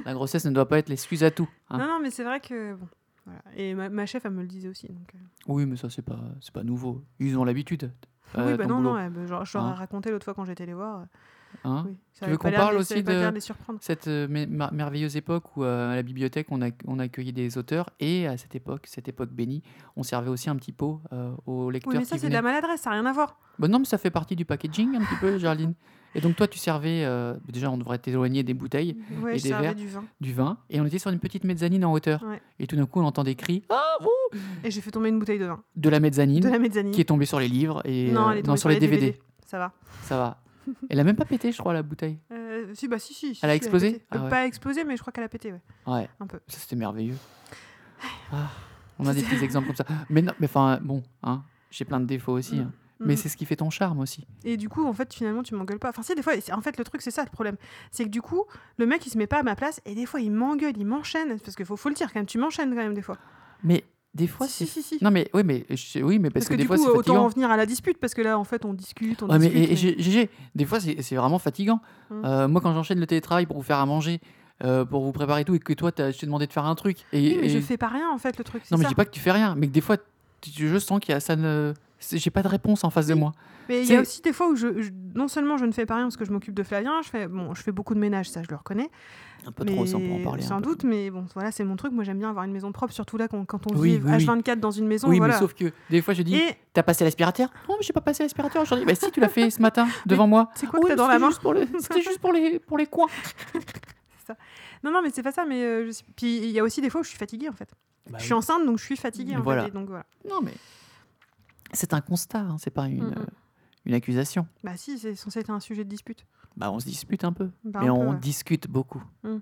Speaker 1: La grossesse ne doit pas être l'excuse à tout. hein.
Speaker 2: Non, non, mais c'est vrai que. Bon, voilà. Et ma, ma chef, elle me le disait aussi. Donc, euh.
Speaker 1: Oui, mais ça, c'est pas, c'est pas nouveau. Ils ont l'habitude. euh,
Speaker 2: oui, bah
Speaker 1: ton
Speaker 2: non,
Speaker 1: boulot,
Speaker 2: non, elle me- genre, je leur ai
Speaker 1: Hein.
Speaker 2: raconté l'autre fois quand j'étais les voir. euh,
Speaker 1: hein.
Speaker 2: oui. Ça
Speaker 1: Tu veux
Speaker 2: avait
Speaker 1: qu'on
Speaker 2: pas l'air de-
Speaker 1: parle
Speaker 2: ça
Speaker 1: aussi
Speaker 2: avait pas
Speaker 1: de-
Speaker 2: l'air de les surprendre.
Speaker 1: Cette euh, mer- mer- merveilleuse époque où euh, à la bibliothèque on, a, on accueillait des auteurs et à cette époque, cette époque bénie, on servait aussi un petit pot euh, aux lecteurs.
Speaker 2: Oui, mais ça,
Speaker 1: qui
Speaker 2: c'est de la
Speaker 1: venaient.
Speaker 2: maladresse, ça n'a rien à voir.
Speaker 1: Bah non, mais ça fait partie du packaging un petit peu, Gerline. Et donc toi, tu servais, euh, déjà on devrait t'éloigner des bouteilles,
Speaker 2: Ouais,
Speaker 1: Et
Speaker 2: je
Speaker 1: des
Speaker 2: servais
Speaker 1: verres.
Speaker 2: du vin.
Speaker 1: du vin, et on était sur une petite mezzanine en hauteur.
Speaker 2: Ouais.
Speaker 1: Et tout d'un coup, on entend des cris Ah, vous
Speaker 2: Et j'ai fait tomber une bouteille de vin.
Speaker 1: de la mezzanine
Speaker 2: De la mezzanine.
Speaker 1: qui est tombée sur les livres et
Speaker 2: Non,
Speaker 1: euh,
Speaker 2: elle est tombée
Speaker 1: non, sur les DVD.
Speaker 2: Ça va.
Speaker 1: Ça va. Elle a même pas pété, je crois, la bouteille.
Speaker 2: Euh, si, bah si, si. si,
Speaker 1: Elle a
Speaker 2: si,
Speaker 1: explosé
Speaker 2: pété.
Speaker 1: Ah
Speaker 2: Euh,
Speaker 1: ouais.
Speaker 2: Pas explosé, mais je crois qu'elle a pété, ouais.
Speaker 1: Ouais.
Speaker 2: Un peu.
Speaker 1: Ça, c'était merveilleux. Ah, on a des petits exemples comme ça. Mais non, mais enfin, bon, hein, j'ai plein de défauts aussi. hein. Mais
Speaker 2: Mm.
Speaker 1: c'est ce qui fait ton charme aussi.
Speaker 2: Et du coup, en fait, finalement, tu m'engueules pas. Enfin, si, des fois, c'est- en fait, le truc, c'est ça le problème. C'est que du coup, le mec, il se met pas à ma place et des fois, il m'engueule, il m'enchaîne. Parce qu'il faut, faut le dire quand même, tu m'enchaînes quand même des fois.
Speaker 1: Mais des fois, c'est.
Speaker 2: si, si, si.
Speaker 1: Non, mais oui, mais, je- oui, mais parce,
Speaker 2: parce, que,
Speaker 1: que, des
Speaker 2: du
Speaker 1: fois,
Speaker 2: coup,
Speaker 1: c'est
Speaker 2: autant en
Speaker 1: fatigant.
Speaker 2: venir à la dispute parce que là, en fait, on discute. On
Speaker 1: Ouais, mais,
Speaker 2: discute
Speaker 1: et- et G- GG, des fois, c'est c'est vraiment fatigant.
Speaker 2: Mm.
Speaker 1: Euh, moi, quand j'enchaîne le télétravail pour vous faire à manger, euh, pour vous préparer et tout, et que toi, t'as- je t'ai demandé de faire un truc. Et,
Speaker 2: Oui, mais je
Speaker 1: et-
Speaker 2: fais pas rien en fait, le truc. c'est
Speaker 1: Non, mais je
Speaker 2: ça.
Speaker 1: dis pas que tu fais rien, mais que des fois, tu- je sens qu'il y a ça ne. c'est- J'ai pas de réponse en face de
Speaker 2: Oui.
Speaker 1: moi.
Speaker 2: Mais il y a
Speaker 1: C'est-
Speaker 2: aussi des fois où je, je- non seulement je ne fais pas rien parce que je m'occupe de Flavien, je fais, bon, je fais beaucoup de ménage, ça je le reconnais.
Speaker 1: Un peu trop, sans pour en
Speaker 2: mais-
Speaker 1: parler. un
Speaker 2: Sans
Speaker 1: peu.
Speaker 2: doute, mais bon, voilà, c'est mon truc. Moi j'aime bien avoir une maison propre, surtout là quand, quand on
Speaker 1: Oui,
Speaker 2: vit
Speaker 1: oui, oui.
Speaker 2: H24 dans une maison.
Speaker 1: Oui,
Speaker 2: voilà.
Speaker 1: mais sauf que des fois, je dis.
Speaker 2: Et
Speaker 1: T'as passé l'aspirateur Non, mais j'ai pas passé l'aspirateur aujourd'hui. Bah si, tu l'as fait ce matin devant moi. Ah
Speaker 2: c'est quoi
Speaker 1: Oui,
Speaker 2: que t'as
Speaker 1: mais
Speaker 2: dans la
Speaker 1: c'était
Speaker 2: main
Speaker 1: juste pour le- C'était juste pour les, pour les coins.
Speaker 2: Non, non, mais c'est pas ça. Mais euh, je suis- puis il y a aussi des fois où je suis fatiguée en fait. je suis enceinte, donc je suis fatiguée. En
Speaker 1: Bah Voilà.
Speaker 2: Fait, et donc voilà.
Speaker 1: Non, mais c'est un constat, hein, c'est pas une,
Speaker 2: Mm, mm.
Speaker 1: euh, une accusation.
Speaker 2: Bah si, c'est censé être un sujet de dispute.
Speaker 1: Bah, on se dispute un peu,
Speaker 2: Bah,
Speaker 1: mais
Speaker 2: un peu,
Speaker 1: on
Speaker 2: ouais.
Speaker 1: discute beaucoup.
Speaker 2: Mm.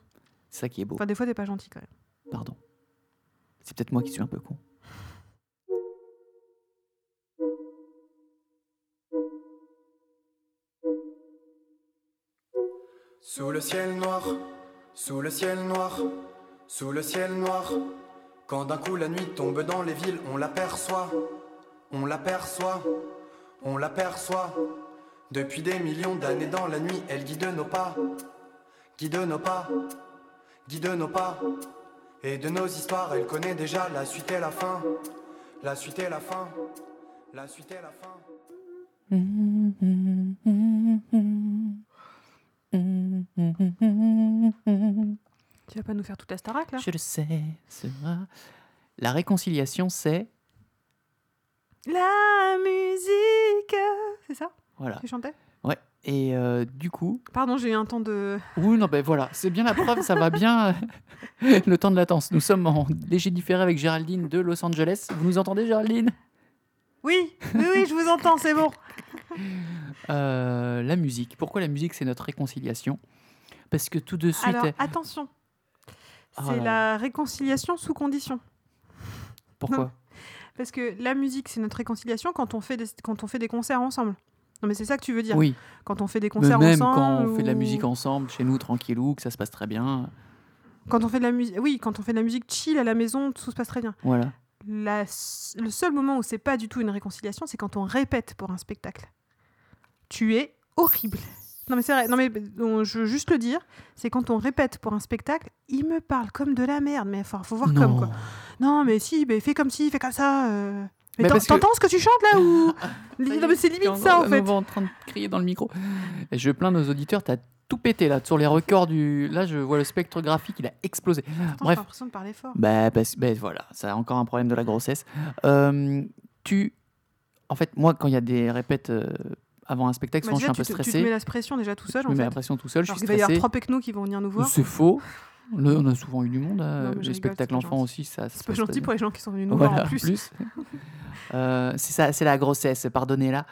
Speaker 1: C'est ça qui est beau.
Speaker 2: Enfin, des fois, t'es pas gentil quand même.
Speaker 1: Pardon. C'est peut-être moi qui suis un peu con.
Speaker 3: Sous le ciel noir, sous le ciel noir, sous le ciel noir. Quand d'un coup la nuit tombe dans les villes, on l'aperçoit, on l'aperçoit, on l'aperçoit. Depuis des millions d'années dans la nuit, elle guide nos pas, guide nos pas, guide nos pas. Et de nos histoires, elle connaît déjà la suite et la fin, la suite et la fin, la suite et la fin.
Speaker 1: Mm, mm, mm, mm, mm, mm,
Speaker 2: Tu vas pas nous faire toute la Starac là
Speaker 1: Je le sais, sera. La réconciliation, c'est.
Speaker 2: La musique C'est ça
Speaker 1: Voilà.
Speaker 2: Tu chantais
Speaker 1: Ouais. Et euh, du coup.
Speaker 2: Pardon, j'ai eu un temps de.
Speaker 1: Oui, non, ben voilà, c'est bien la preuve, ça va bien. euh, le temps de latence. Nous sommes en léger différé avec Géraldine de Los Angeles. Vous nous entendez, Géraldine
Speaker 2: Oui, oui, oui, je vous entends, c'est bon.
Speaker 1: Euh, La musique. Pourquoi la musique, c'est notre réconciliation Parce que tout de suite.
Speaker 2: Alors
Speaker 1: elle-
Speaker 2: attention,
Speaker 1: Ah
Speaker 2: c'est
Speaker 1: là
Speaker 2: la réconciliation sous condition.
Speaker 1: Pourquoi
Speaker 2: Parce que la musique, c'est notre réconciliation quand on fait des, quand on fait des concerts ensemble. Non, mais c'est ça que tu veux dire.
Speaker 1: Oui,
Speaker 2: Quand on fait des
Speaker 1: mais
Speaker 2: concerts
Speaker 1: même
Speaker 2: ensemble.
Speaker 1: quand on fait de la
Speaker 2: ou-
Speaker 1: musique ensemble, chez nous, tranquillou, que ça se passe très bien.
Speaker 2: Quand on fait de la musique, oui, quand on fait de la musique chill à la maison, tout se passe très bien.
Speaker 1: Voilà.
Speaker 2: La s- Le seul moment où c'est pas du tout une réconciliation, c'est quand on répète pour un spectacle. Tu es horrible. Non mais c'est vrai. Non mais on- je veux juste le dire, c'est quand on répète pour un spectacle, il me parle comme de la merde. Mais enfin, faut voir comme quoi. Non, mais si, mais fais comme ci, fais comme ça. euh. Mais
Speaker 1: Mais
Speaker 2: t'en-
Speaker 1: parce que-
Speaker 2: t'entends ce que tu chantes là ou Non, mais c'est limite ça en fait.
Speaker 1: On va en train de crier dans le micro. Et je plains nos auditeurs, t'as tout pété là. Sur les records du. Là, je vois le spectre graphique, il a explosé.
Speaker 2: Attends,
Speaker 1: Bref.
Speaker 2: J'ai l'impression de parler fort.
Speaker 1: Bah, parce- bah, voilà, ça a encore un problème de la grossesse. Euh, tu. En fait, moi, quand il y a des répètes euh, avant un spectacle,
Speaker 2: Bah,
Speaker 1: souvent je
Speaker 2: déjà,
Speaker 1: suis un
Speaker 2: tu,
Speaker 1: peu
Speaker 2: te- tu
Speaker 1: stressé.
Speaker 2: te mets la pression déjà tout seul
Speaker 1: je
Speaker 2: en
Speaker 1: me mets la
Speaker 2: fait.
Speaker 1: pression tout seul, je
Speaker 2: Alors
Speaker 1: suis
Speaker 2: qu'il va y avoir
Speaker 1: stressé.
Speaker 2: trois pecnos qui vont venir nous voir.
Speaker 1: C'est faux. Là, on a souvent eu du monde. hein.
Speaker 2: Non, mais je
Speaker 1: les
Speaker 2: rigole, c'est
Speaker 1: spectacles
Speaker 2: pas
Speaker 1: enfants
Speaker 2: gentil.
Speaker 1: aussi, ça. ça se
Speaker 2: C'est pas
Speaker 1: passe pas
Speaker 2: gentil
Speaker 1: bien.
Speaker 2: pour les gens qui sont venus nous voir
Speaker 1: Voilà,
Speaker 2: en plus.
Speaker 1: Euh, c'est ça, c'est la grossesse, pardonnez-la.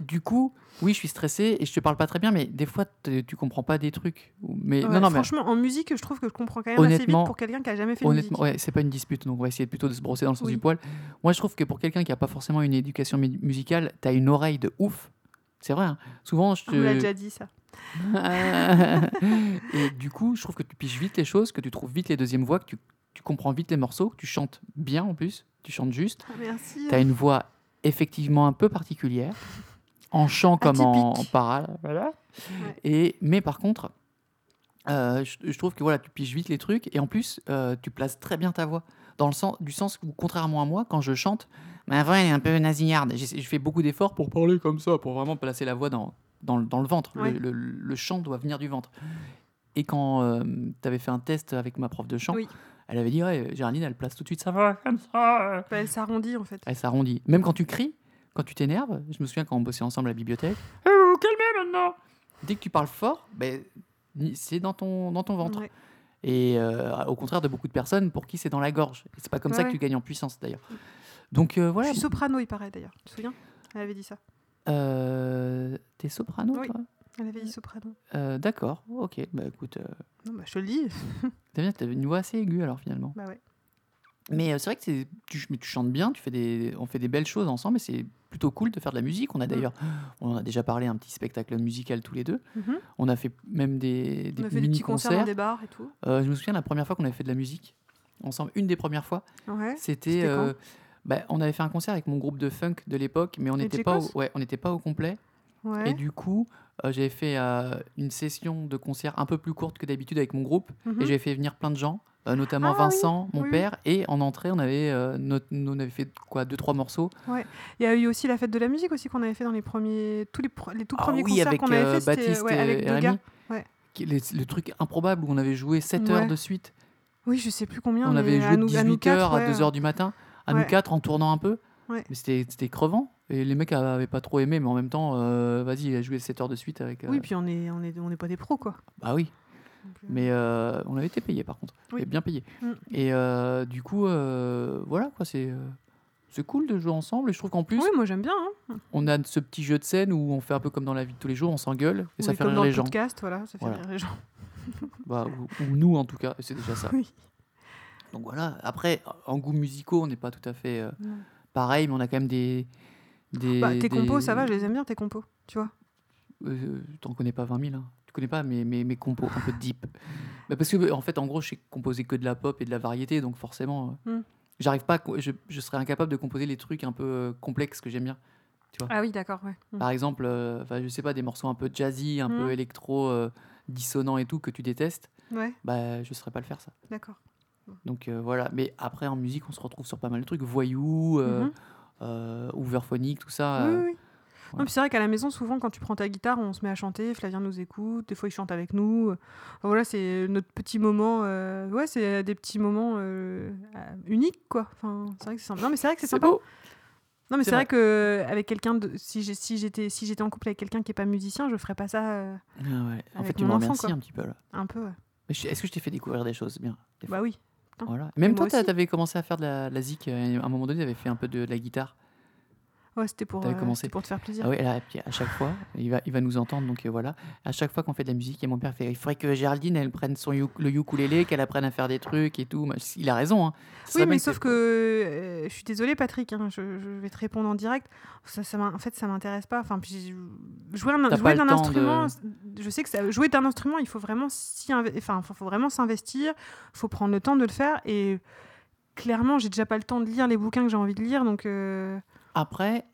Speaker 1: Du coup, oui, je suis stressée et je te parle pas très bien, mais des fois, t- tu comprends pas des trucs. Ou- Mais
Speaker 2: Ouais,
Speaker 1: non, non, mais
Speaker 2: franchement, en musique, je trouve que je comprends quand même assez vite
Speaker 1: Honnêtement-
Speaker 2: pour quelqu'un qui a jamais fait de musique.
Speaker 1: honnêtement, ouais, c'est pas une dispute, donc on va essayer plutôt de se brosser dans le sens
Speaker 2: Oui.
Speaker 1: du poil. Moi, je trouve que pour quelqu'un qui a pas forcément une éducation mu- musicale, t'as une oreille de ouf. C'est vrai. hein. Souvent, je.
Speaker 2: On me l'a déjà dit ça.
Speaker 1: et du coup, je trouve que tu piges vite les choses, que tu trouves vite les deuxièmes voix, que tu, tu comprends vite les morceaux, que tu chantes bien en plus, tu chantes juste.
Speaker 2: Ah, merci.
Speaker 1: T'as une voix effectivement un peu particulière, en chant comme en, en
Speaker 2: Atypique.
Speaker 1: parole. Voilà.
Speaker 2: Ouais.
Speaker 1: Et, mais par contre, euh, je, je trouve que voilà, tu piges vite les trucs et en plus, euh, tu places très bien ta voix. Dans le sens, du sens où, contrairement à moi, quand je chante, ma voix elle est un peu nasillarde. J'essa- Je fais beaucoup d'efforts pour parler comme ça, pour vraiment placer la voix dans, dans, le- dans le ventre. Le-
Speaker 2: Ouais.
Speaker 1: Le, le chant doit venir du ventre. Et quand tu avais fait un test avec ma prof de chant,
Speaker 2: Oui.
Speaker 1: elle avait dit Ouais, Géraldine, elle place tout de suite sa voix comme ça.
Speaker 2: Bah, elle s'arrondit en fait.
Speaker 1: Elle s'arrondit. Même quand tu cries, quand tu t'énerves, je me souviens quand on bossait ensemble à la bibliothèque. Eh, vous vous calmez maintenant Dès que tu parles fort, ben, ni- c'est dans ton, dans ton ventre.
Speaker 2: Ouais.
Speaker 1: Et euh, au contraire de beaucoup de personnes pour qui c'est dans la gorge. Et C'est pas comme ça
Speaker 2: Ouais,
Speaker 1: que tu
Speaker 2: ouais.
Speaker 1: gagnes en puissance d'ailleurs. Donc euh,
Speaker 2: Je
Speaker 1: voilà.
Speaker 2: suis soprano, il paraît d'ailleurs. Tu te souviens Elle avait dit ça.
Speaker 1: Euh, T'es soprano
Speaker 2: Oui.
Speaker 1: toi
Speaker 2: Elle avait dit soprano.
Speaker 1: Euh, D'accord, ok. Bah écoute, euh,
Speaker 2: Non, bah, je te le dis.
Speaker 1: t'as bien, t'as une voix assez aiguë alors finalement.
Speaker 2: Bah ouais.
Speaker 1: Mais euh, c'est vrai que c'est- tu, mais tu chantes bien, tu fais des, on fait des belles choses ensemble et c'est plutôt cool de faire de la musique. On a d'ailleurs, on en a déjà parlé un petit spectacle musical tous les deux.
Speaker 2: Mhm.
Speaker 1: On a fait même des, des
Speaker 2: On a fait des
Speaker 1: mini
Speaker 2: petits
Speaker 1: concerts.
Speaker 2: concerts dans des bars et tout.
Speaker 1: Euh, je me souviens la première fois qu'on avait fait de la musique ensemble, une des premières fois,
Speaker 2: Ouais.
Speaker 1: c'était,
Speaker 2: C'était quand
Speaker 1: euh, bah, on avait fait un concert avec mon groupe de funk de l'époque, mais on
Speaker 2: Les
Speaker 1: n'était pas, au,
Speaker 2: Tchekos
Speaker 1: ouais, on n'était pas au complet.
Speaker 2: Ouais.
Speaker 1: Et du coup, euh, j'avais fait euh, une session de concert un peu plus courte que d'habitude avec mon groupe,
Speaker 2: Mhm.
Speaker 1: et j'avais fait venir plein de gens, euh, notamment
Speaker 2: Ah oui,
Speaker 1: Vincent, mon
Speaker 2: oui, oui.
Speaker 1: père, et en entrée, on avait, euh, notre- nous, on avait fait quoi, deux trois morceaux.
Speaker 2: Il y a eu aussi la fête de la musique aussi qu'on avait fait dans les premiers tous les, pr- les tout
Speaker 1: Ah
Speaker 2: premiers
Speaker 1: oui,
Speaker 2: concerts
Speaker 1: avec
Speaker 2: qu'on avait
Speaker 1: euh,
Speaker 2: fait c'était,
Speaker 1: Baptiste
Speaker 2: ouais, avec
Speaker 1: et
Speaker 2: deux
Speaker 1: Rémi.
Speaker 2: gars. Ouais.
Speaker 1: Qui- les- Le truc improbable où on avait joué 7 heures
Speaker 2: Ouais.
Speaker 1: de suite.
Speaker 2: Oui, je sais plus combien
Speaker 1: on
Speaker 2: mais
Speaker 1: avait
Speaker 2: à
Speaker 1: joué de
Speaker 2: nous,
Speaker 1: 18h
Speaker 2: à nous quatre,
Speaker 1: à
Speaker 2: ouais.
Speaker 1: 2h du matin, à nous
Speaker 2: Ouais.
Speaker 1: quatre en tournant un peu.
Speaker 2: Ouais.
Speaker 1: Mais c'était c'était crevant. Et les mecs avaient pas trop aimé, mais en même temps, euh, vas-y, il a joué 7 heures de suite avec. euh,
Speaker 2: Oui, puis on est on est on n'est pas des pros quoi.
Speaker 1: Bah oui.
Speaker 2: Donc, euh,
Speaker 1: Mais euh, on avait été payé par contre.
Speaker 2: Oui.
Speaker 1: Et bien payé.
Speaker 2: Mm.
Speaker 1: Et euh, du coup, euh, voilà quoi, c'est. euh, C'est cool de jouer ensemble et je trouve qu'en plus
Speaker 2: Oui, moi j'aime bien. hein.
Speaker 1: on a ce petit jeu de scène où on fait un peu comme dans la vie de tous les jours, on s'engueule et ça
Speaker 2: Oui,
Speaker 1: fait
Speaker 2: comme
Speaker 1: rire
Speaker 2: dans
Speaker 1: les
Speaker 2: le
Speaker 1: gens.
Speaker 2: podcast, voilà, ça fait
Speaker 1: Voilà.
Speaker 2: rire les gens.
Speaker 1: Bah, ou, ou nous en tout cas, et c'est déjà ça.
Speaker 2: Oui.
Speaker 1: Donc voilà, après en goût musicaux on n'est pas tout à fait euh,
Speaker 2: Non.
Speaker 1: pareil, mais on a quand même des. des
Speaker 2: Bah,
Speaker 1: des-
Speaker 2: tes compos, ça va, je les aime bien tes compos, tu vois.
Speaker 1: Euh, T'en connais pas 20 000. hein. Tu connais pas mes, mes, mes compos un peu deep. Bah, parce que, en fait, en gros, je sais composer que de la pop et de la variété, donc forcément, euh,
Speaker 2: Hmm.
Speaker 1: j'arrive pas, à co- je, je serais incapable de composer les trucs un peu euh, complexes que j'aime bien.
Speaker 2: Ah oui, d'accord, ouais.
Speaker 1: Par exemple, euh, enfin, je sais pas, des morceaux un peu jazzy, un
Speaker 2: Hmm.
Speaker 1: peu électro, euh, dissonants et tout, que tu détestes,
Speaker 2: Ouais,
Speaker 1: bah, je saurais pas le faire ça.
Speaker 2: d'accord.
Speaker 1: Donc euh, voilà, mais après en musique, on se retrouve sur pas mal de trucs, voyous, euh,
Speaker 2: Mhm.
Speaker 1: euh, overphonique, tout ça.
Speaker 2: Oui,
Speaker 1: euh,
Speaker 2: oui, oui.
Speaker 1: Ouais.
Speaker 2: Non, puis c'est vrai qu'à la maison, souvent, quand tu prends ta guitare, on se met à chanter, Flavien nous écoute, des fois il chante avec nous. Enfin, voilà, c'est notre petit moment. euh, Ouais, c'est des petits moments euh, euh, uniques, quoi. Enfin, c'est vrai que c'est sympa. Non, mais c'est vrai que c'est
Speaker 1: C'est
Speaker 2: sympa.
Speaker 1: beau.
Speaker 2: Non, mais
Speaker 1: C'est
Speaker 2: c'est vrai que euh, avec quelqu'un, de... si j'ai- si j'étais si j'étais en couple avec quelqu'un qui est pas musicien, je ferais pas ça euh,
Speaker 1: Ah ouais. En
Speaker 2: Avec
Speaker 1: fait, tu
Speaker 2: mon
Speaker 1: me
Speaker 2: enfant,
Speaker 1: remercies
Speaker 2: quoi.
Speaker 1: un petit peu là.
Speaker 2: un peu. ouais.
Speaker 1: Mais je- Est-ce que je t'ai fait découvrir des choses bien des fois.
Speaker 2: Bah oui.
Speaker 1: Voilà. Même
Speaker 2: moi
Speaker 1: toi, t'a-
Speaker 2: aussi.
Speaker 1: t'avais commencé à faire de la, la zik. euh, À un moment donné, t'avais fait un peu de, de la guitare.
Speaker 2: Ouais, c'était pour,
Speaker 1: T'avais
Speaker 2: euh,
Speaker 1: commencé.
Speaker 2: c'était pour te faire plaisir.
Speaker 1: Ah oui, là, et puis à chaque fois, il va, il va nous entendre, donc euh, voilà. À chaque fois qu'on fait de la musique, et mon père fait il faudrait que Géraldine, elle prenne son uk- le ukulélé, qu'elle apprenne à faire des trucs et tout. Moi, je- Il a raison. Hein. Ce serait
Speaker 2: Oui,
Speaker 1: bien
Speaker 2: mais
Speaker 1: que
Speaker 2: sauf que euh, je suis désolée, Patrick. hein, je, je vais te répondre en direct. Ça, ça m'in- en fait, ça m'intéresse pas. Enfin, puis, jouer un,
Speaker 1: T'as
Speaker 2: jouer
Speaker 1: pas
Speaker 2: d'un
Speaker 1: le temps
Speaker 2: instrument,
Speaker 1: de-
Speaker 2: c- je sais que ça, jouer d'un instrument, il faut vraiment s'y inve- enfin, faut, faut vraiment s'investir. Faut prendre le temps de le faire. Et clairement, j'ai déjà pas le temps de lire les bouquins que j'ai envie de lire. Donc euh,
Speaker 1: Après,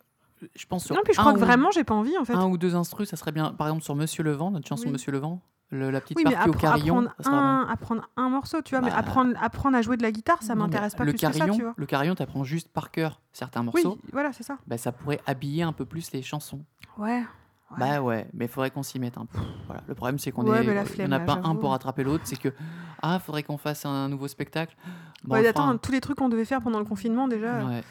Speaker 1: je pense sur
Speaker 2: non, puis je
Speaker 1: un
Speaker 2: crois que
Speaker 1: ou-
Speaker 2: vraiment, j'ai pas envie en fait.
Speaker 1: un ou deux instrus, ça serait bien. Par exemple, sur Monsieur Levent, notre chanson
Speaker 2: Oui.
Speaker 1: Monsieur Levent, le- la petite
Speaker 2: Oui, mais
Speaker 1: partie au
Speaker 2: appre-
Speaker 1: carillon.
Speaker 2: apprendre,
Speaker 1: ça serait bien.
Speaker 2: un, apprendre un morceau, tu vois, mais
Speaker 1: Bah,
Speaker 2: apprendre, apprendre à jouer de la guitare, ça
Speaker 1: Non, mais
Speaker 2: m'intéresse pas
Speaker 1: le
Speaker 2: plus
Speaker 1: carillon,
Speaker 2: que ça, tu vois.
Speaker 1: Le carillon, t'apprends juste par cœur certains
Speaker 2: Oui,
Speaker 1: morceaux.
Speaker 2: voilà, c'est ça.
Speaker 1: Bah, ça pourrait habiller un peu plus les chansons.
Speaker 2: Ouais. ouais.
Speaker 1: Bah ouais, mais faudrait qu'on s'y mette un peu. Voilà. Le problème, c'est qu'on
Speaker 2: Ouais,
Speaker 1: est, euh,
Speaker 2: mais la
Speaker 1: il y en
Speaker 2: flemme,
Speaker 1: a
Speaker 2: là,
Speaker 1: pas un
Speaker 2: j'avoue.
Speaker 1: pour rattraper l'autre. C'est que ah, faudrait qu'on fasse un nouveau spectacle. Bon,
Speaker 2: Ouais,
Speaker 1: on le fera,
Speaker 2: attends,
Speaker 1: hein.
Speaker 2: tous les trucs qu'on devait faire pendant le confinement déjà,
Speaker 1: Ouais.
Speaker 2: on
Speaker 1: Ouais,
Speaker 2: a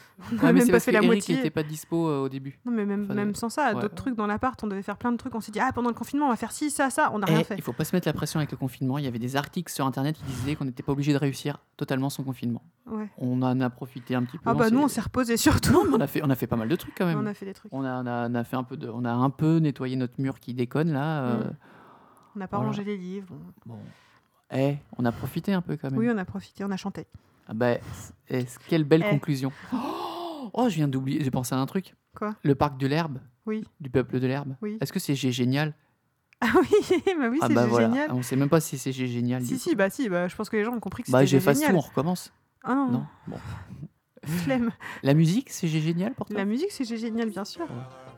Speaker 1: mais
Speaker 2: même
Speaker 1: c'est
Speaker 2: pas
Speaker 1: parce
Speaker 2: fait
Speaker 1: que
Speaker 2: la
Speaker 1: Eric
Speaker 2: moitié.
Speaker 1: n'était pas dispo euh, au début.
Speaker 2: Non mais même,
Speaker 1: Enfin,
Speaker 2: même sans ça,
Speaker 1: ouais.
Speaker 2: d'autres trucs dans l'appart, on devait faire plein de trucs. On s'est dit ah pendant le confinement on va faire ci, ça, ça, on n'a
Speaker 1: Et
Speaker 2: rien fait.
Speaker 1: Eh, il faut pas se mettre la pression avec le confinement. Il y avait des articles sur internet qui disaient qu'on n'était pas obligé de réussir totalement son confinement.
Speaker 2: Ouais.
Speaker 1: On en a profité un petit peu.
Speaker 2: Ah bah
Speaker 1: s'est-
Speaker 2: nous on s'est reposé surtout.
Speaker 1: on a fait, on a fait pas mal de trucs quand même.
Speaker 2: on a fait des trucs.
Speaker 1: On a, on a- on a fait un peu de- on a un peu nettoyé notre mur qui déconne là. euh,
Speaker 2: Mm. On n'a pas
Speaker 1: voilà.
Speaker 2: rangé les livres. on-
Speaker 1: Bon. Eh, on a profité un peu quand même.
Speaker 2: Oui, on a profité, on a chanté.
Speaker 1: Ah bah, c- eh, c- quelle belle
Speaker 2: Eh.
Speaker 1: conclusion. Oh, oh, je viens d'oublier, j'ai pensé à un truc.
Speaker 2: Quoi
Speaker 1: Le parc de l'herbe,
Speaker 2: Oui.
Speaker 1: du peuple de l'herbe.
Speaker 2: Oui.
Speaker 1: Est-ce que c'est gé- génial
Speaker 2: Ah oui, bah oui,
Speaker 1: Ah
Speaker 2: c'est
Speaker 1: bah voilà,
Speaker 2: génial.
Speaker 1: Ah, on sait même pas si c'est gé- génial. du
Speaker 2: Si
Speaker 1: coup.
Speaker 2: si, bah si, bah je pense que les gens ont compris que
Speaker 1: bah
Speaker 2: c'était
Speaker 1: j'efface
Speaker 2: génial.
Speaker 1: tout, on recommence.
Speaker 2: Ah non,
Speaker 1: Non. Bon.
Speaker 2: flemme.
Speaker 1: La musique, c'est gé- génial pour toi
Speaker 2: La musique c'est génial bien sûr.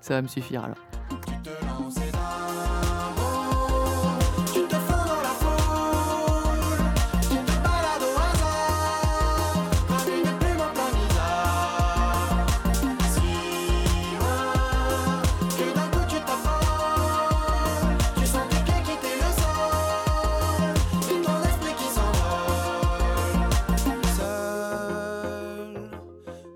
Speaker 1: Ça va me suffire alors.
Speaker 3: Tu te lances et d'un bond, tu te fonds dans la foule, tu te balades au hasard, comme une plume en plein visage. Si loin que d'un coup tu t'affoles, tu sens tes pieds quitter le sol, et ton esprit qui s'envole. Seul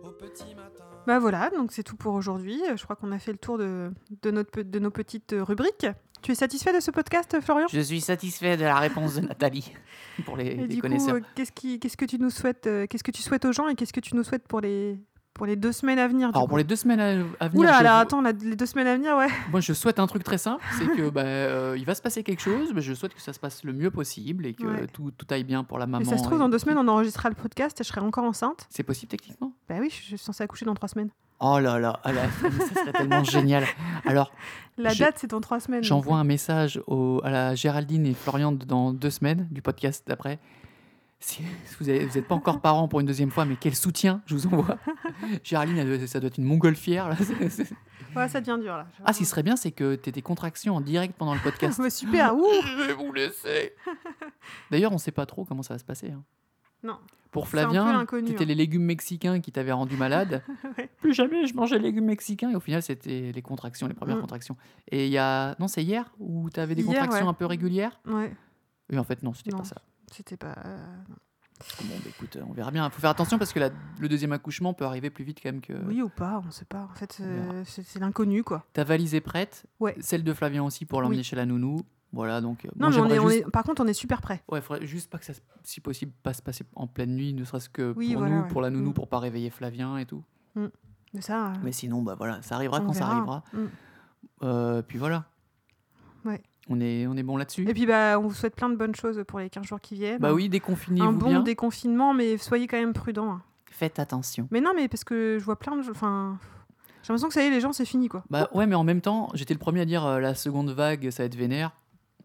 Speaker 3: au petit matin.
Speaker 2: Bah voilà, donc c'est tout pour aujourd'hui. Je crois qu'on a fait le tour de, de, notre, pe- de nos petites rubriques. Tu es satisfait de ce podcast, Florian
Speaker 1: Je suis satisfait de la réponse de Nathalie pour les,
Speaker 2: Et
Speaker 1: les
Speaker 2: du coup,
Speaker 1: connaisseurs.
Speaker 2: euh, qu'est-ce qui- qu'est-ce que tu nous souhaites euh, Qu'est-ce que tu souhaites aux gens et qu'est-ce que tu nous souhaites pour les pour les deux semaines à venir du
Speaker 1: alors
Speaker 2: coup
Speaker 1: pour les deux semaines à, à venir,
Speaker 2: Oula,
Speaker 1: je
Speaker 2: là,
Speaker 1: vous-
Speaker 2: attends, là, les deux semaines à venir, ouais.
Speaker 1: Moi, je souhaite un truc très simple, c'est que bah, euh, il va se passer quelque chose, mais je souhaite que ça se passe le mieux possible et que
Speaker 2: Ouais.
Speaker 1: tout, tout aille bien pour la maman.
Speaker 2: Mais ça se
Speaker 1: et-
Speaker 2: trouve, dans deux semaines, hein. on enregistrera le podcast et je serai encore enceinte.
Speaker 1: C'est possible techniquement
Speaker 2: Bah oui, je suis censée accoucher dans trois semaines.
Speaker 1: Oh là là, ah là, ça serait tellement génial. Alors,
Speaker 2: La
Speaker 1: Je-
Speaker 2: date, c'est dans trois semaines.
Speaker 1: j'envoie un message au- à la Géraldine et Florian de- dans deux semaines du podcast d'après. Si si vous n'êtes pas encore parents pour une deuxième fois, mais quel soutien je vous envoie. Géraldine, elle doit- ça doit être une montgolfière. là.
Speaker 2: Ouais, ça devient dur, là.
Speaker 1: Ah, ce qui serait bien, c'est que tu aies des contractions en direct pendant le podcast.
Speaker 2: Ouais, super, ouh
Speaker 1: Je vais vous laisser. D'ailleurs, on ne sait pas trop comment ça va se passer. hein.
Speaker 2: Non.
Speaker 1: Pour
Speaker 2: C'est un peu
Speaker 1: Flavien,
Speaker 2: inconnu,
Speaker 1: c'était
Speaker 2: hein.
Speaker 1: les légumes mexicains qui t'avaient rendu malade.
Speaker 2: Ouais.
Speaker 1: Plus jamais je mangeais les légumes mexicains. Et au final, c'était les contractions, les premières
Speaker 2: Mm.
Speaker 1: contractions. Et il y a. Non, c'est hier où tu avais des
Speaker 2: Hier,
Speaker 1: contractions
Speaker 2: ouais.
Speaker 1: un peu régulières
Speaker 2: Ouais,
Speaker 1: Mais en fait, non, c'était
Speaker 2: Non.
Speaker 1: pas ça.
Speaker 2: c'était pas. euh,
Speaker 1: Bon, bah, écoute, on verra bien. Il faut faire attention parce que la- le deuxième accouchement peut arriver plus vite quand même que.
Speaker 2: Oui ou pas, on sait pas. En fait,
Speaker 1: on
Speaker 2: euh, c'est c'est l'inconnu, quoi.
Speaker 1: Ta valise est prête.
Speaker 2: Ouais.
Speaker 1: Celle de Flavien aussi pour l'emmener
Speaker 2: Oui.
Speaker 1: chez la nounou. Voilà, donc. euh, moi,
Speaker 2: Non, mais on
Speaker 1: j'aimerais
Speaker 2: est, on
Speaker 1: juste-
Speaker 2: est- par contre, on est super prêt.
Speaker 1: Ouais, faudrait juste pas que ça, se- si possible, pas se passer en pleine nuit, ne serait-ce que
Speaker 2: Oui,
Speaker 1: pour
Speaker 2: voilà,
Speaker 1: nous,
Speaker 2: ouais.
Speaker 1: pour la nounou,
Speaker 2: Mm.
Speaker 1: pour pas réveiller Flavien et tout.
Speaker 2: Mais ça, euh,
Speaker 1: Mais sinon, bah voilà, ça arrivera
Speaker 2: on
Speaker 1: quand ça
Speaker 2: verra.
Speaker 1: arrivera.
Speaker 2: Mm.
Speaker 1: Euh, puis voilà.
Speaker 2: Ouais.
Speaker 1: On est, on est bon là-dessus.
Speaker 2: Et puis, bah, on vous souhaite plein de bonnes choses pour les 15 jours qui viennent.
Speaker 1: Bah oui, déconfinez-vous
Speaker 2: un bon
Speaker 1: bien.
Speaker 2: déconfinement, mais soyez quand même prudents. hein.
Speaker 1: Faites attention.
Speaker 2: Mais non, mais parce que je vois plein de. gens- Enfin, j'ai l'impression que ça y est, les gens, c'est fini quoi.
Speaker 1: Bah ouais, mais en même temps, j'étais le premier à dire euh, la seconde vague, ça va être vénère.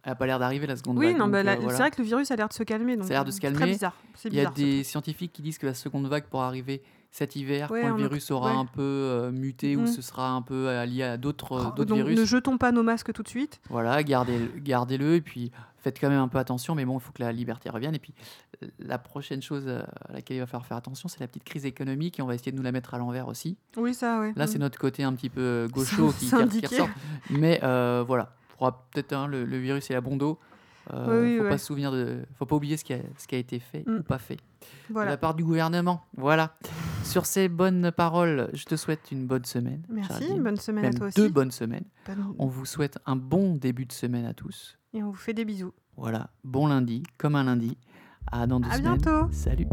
Speaker 1: Elle a pas l'air d'arriver la seconde
Speaker 2: Oui,
Speaker 1: vague.
Speaker 2: non,
Speaker 1: donc,
Speaker 2: bah, la-
Speaker 1: euh, voilà.
Speaker 2: c'est vrai que le virus a l'air de se calmer. Donc,
Speaker 1: Ça a l'air de se
Speaker 2: c'est Très
Speaker 1: calmer.
Speaker 2: bizarre. C'est
Speaker 1: Il y a
Speaker 2: bizarre. ce
Speaker 1: des euh,
Speaker 2: truc.
Speaker 1: scientifiques qui disent que la seconde vague pourra arriver cet hiver,
Speaker 2: Ouais,
Speaker 1: quand
Speaker 2: on
Speaker 1: le
Speaker 2: en-
Speaker 1: virus aura
Speaker 2: ouais.
Speaker 1: un peu euh, muté ou
Speaker 2: Mhm.
Speaker 1: ce sera un peu euh, lié à d'autres euh,
Speaker 2: Oh,
Speaker 1: d'autres
Speaker 2: donc
Speaker 1: virus.
Speaker 2: ne jetons pas nos masques tout de suite.
Speaker 1: Voilà, gardez-le gardez et puis faites quand même un peu attention. Mais bon, il faut que la liberté revienne. Et puis euh, la prochaine chose euh, à laquelle il va falloir faire attention, c'est la petite crise économique et on va essayer de nous la mettre à l'envers aussi.
Speaker 2: Oui, ça, oui.
Speaker 1: Là, c'est notre côté un petit peu euh, gaucho qui, qui- qui,
Speaker 2: Mhm. Syndiqué.
Speaker 1: ressort. Mais euh, voilà, on pourra peut-être hein, le, le virus et la bondo. Euh,
Speaker 2: Oui, oui,
Speaker 1: faut
Speaker 2: ouais.
Speaker 1: pas se souvenir de, faut pas oublier ce qui a, ce qui a été fait
Speaker 2: Mm.
Speaker 1: ou pas fait de
Speaker 2: Voilà.
Speaker 1: la part du gouvernement. Voilà. Sur ces bonnes paroles, je te souhaite une bonne semaine.
Speaker 2: Merci,
Speaker 1: Géraldine.
Speaker 2: bonne semaine
Speaker 1: Même
Speaker 2: à toi aussi.
Speaker 1: deux bonnes semaines.
Speaker 2: Bonne-
Speaker 1: On vous souhaite un bon début de semaine à tous.
Speaker 2: Et on vous fait des bisous.
Speaker 1: Voilà, bon lundi, comme un lundi. À dans deux
Speaker 2: À
Speaker 1: semaines.
Speaker 2: bientôt.
Speaker 1: Salut.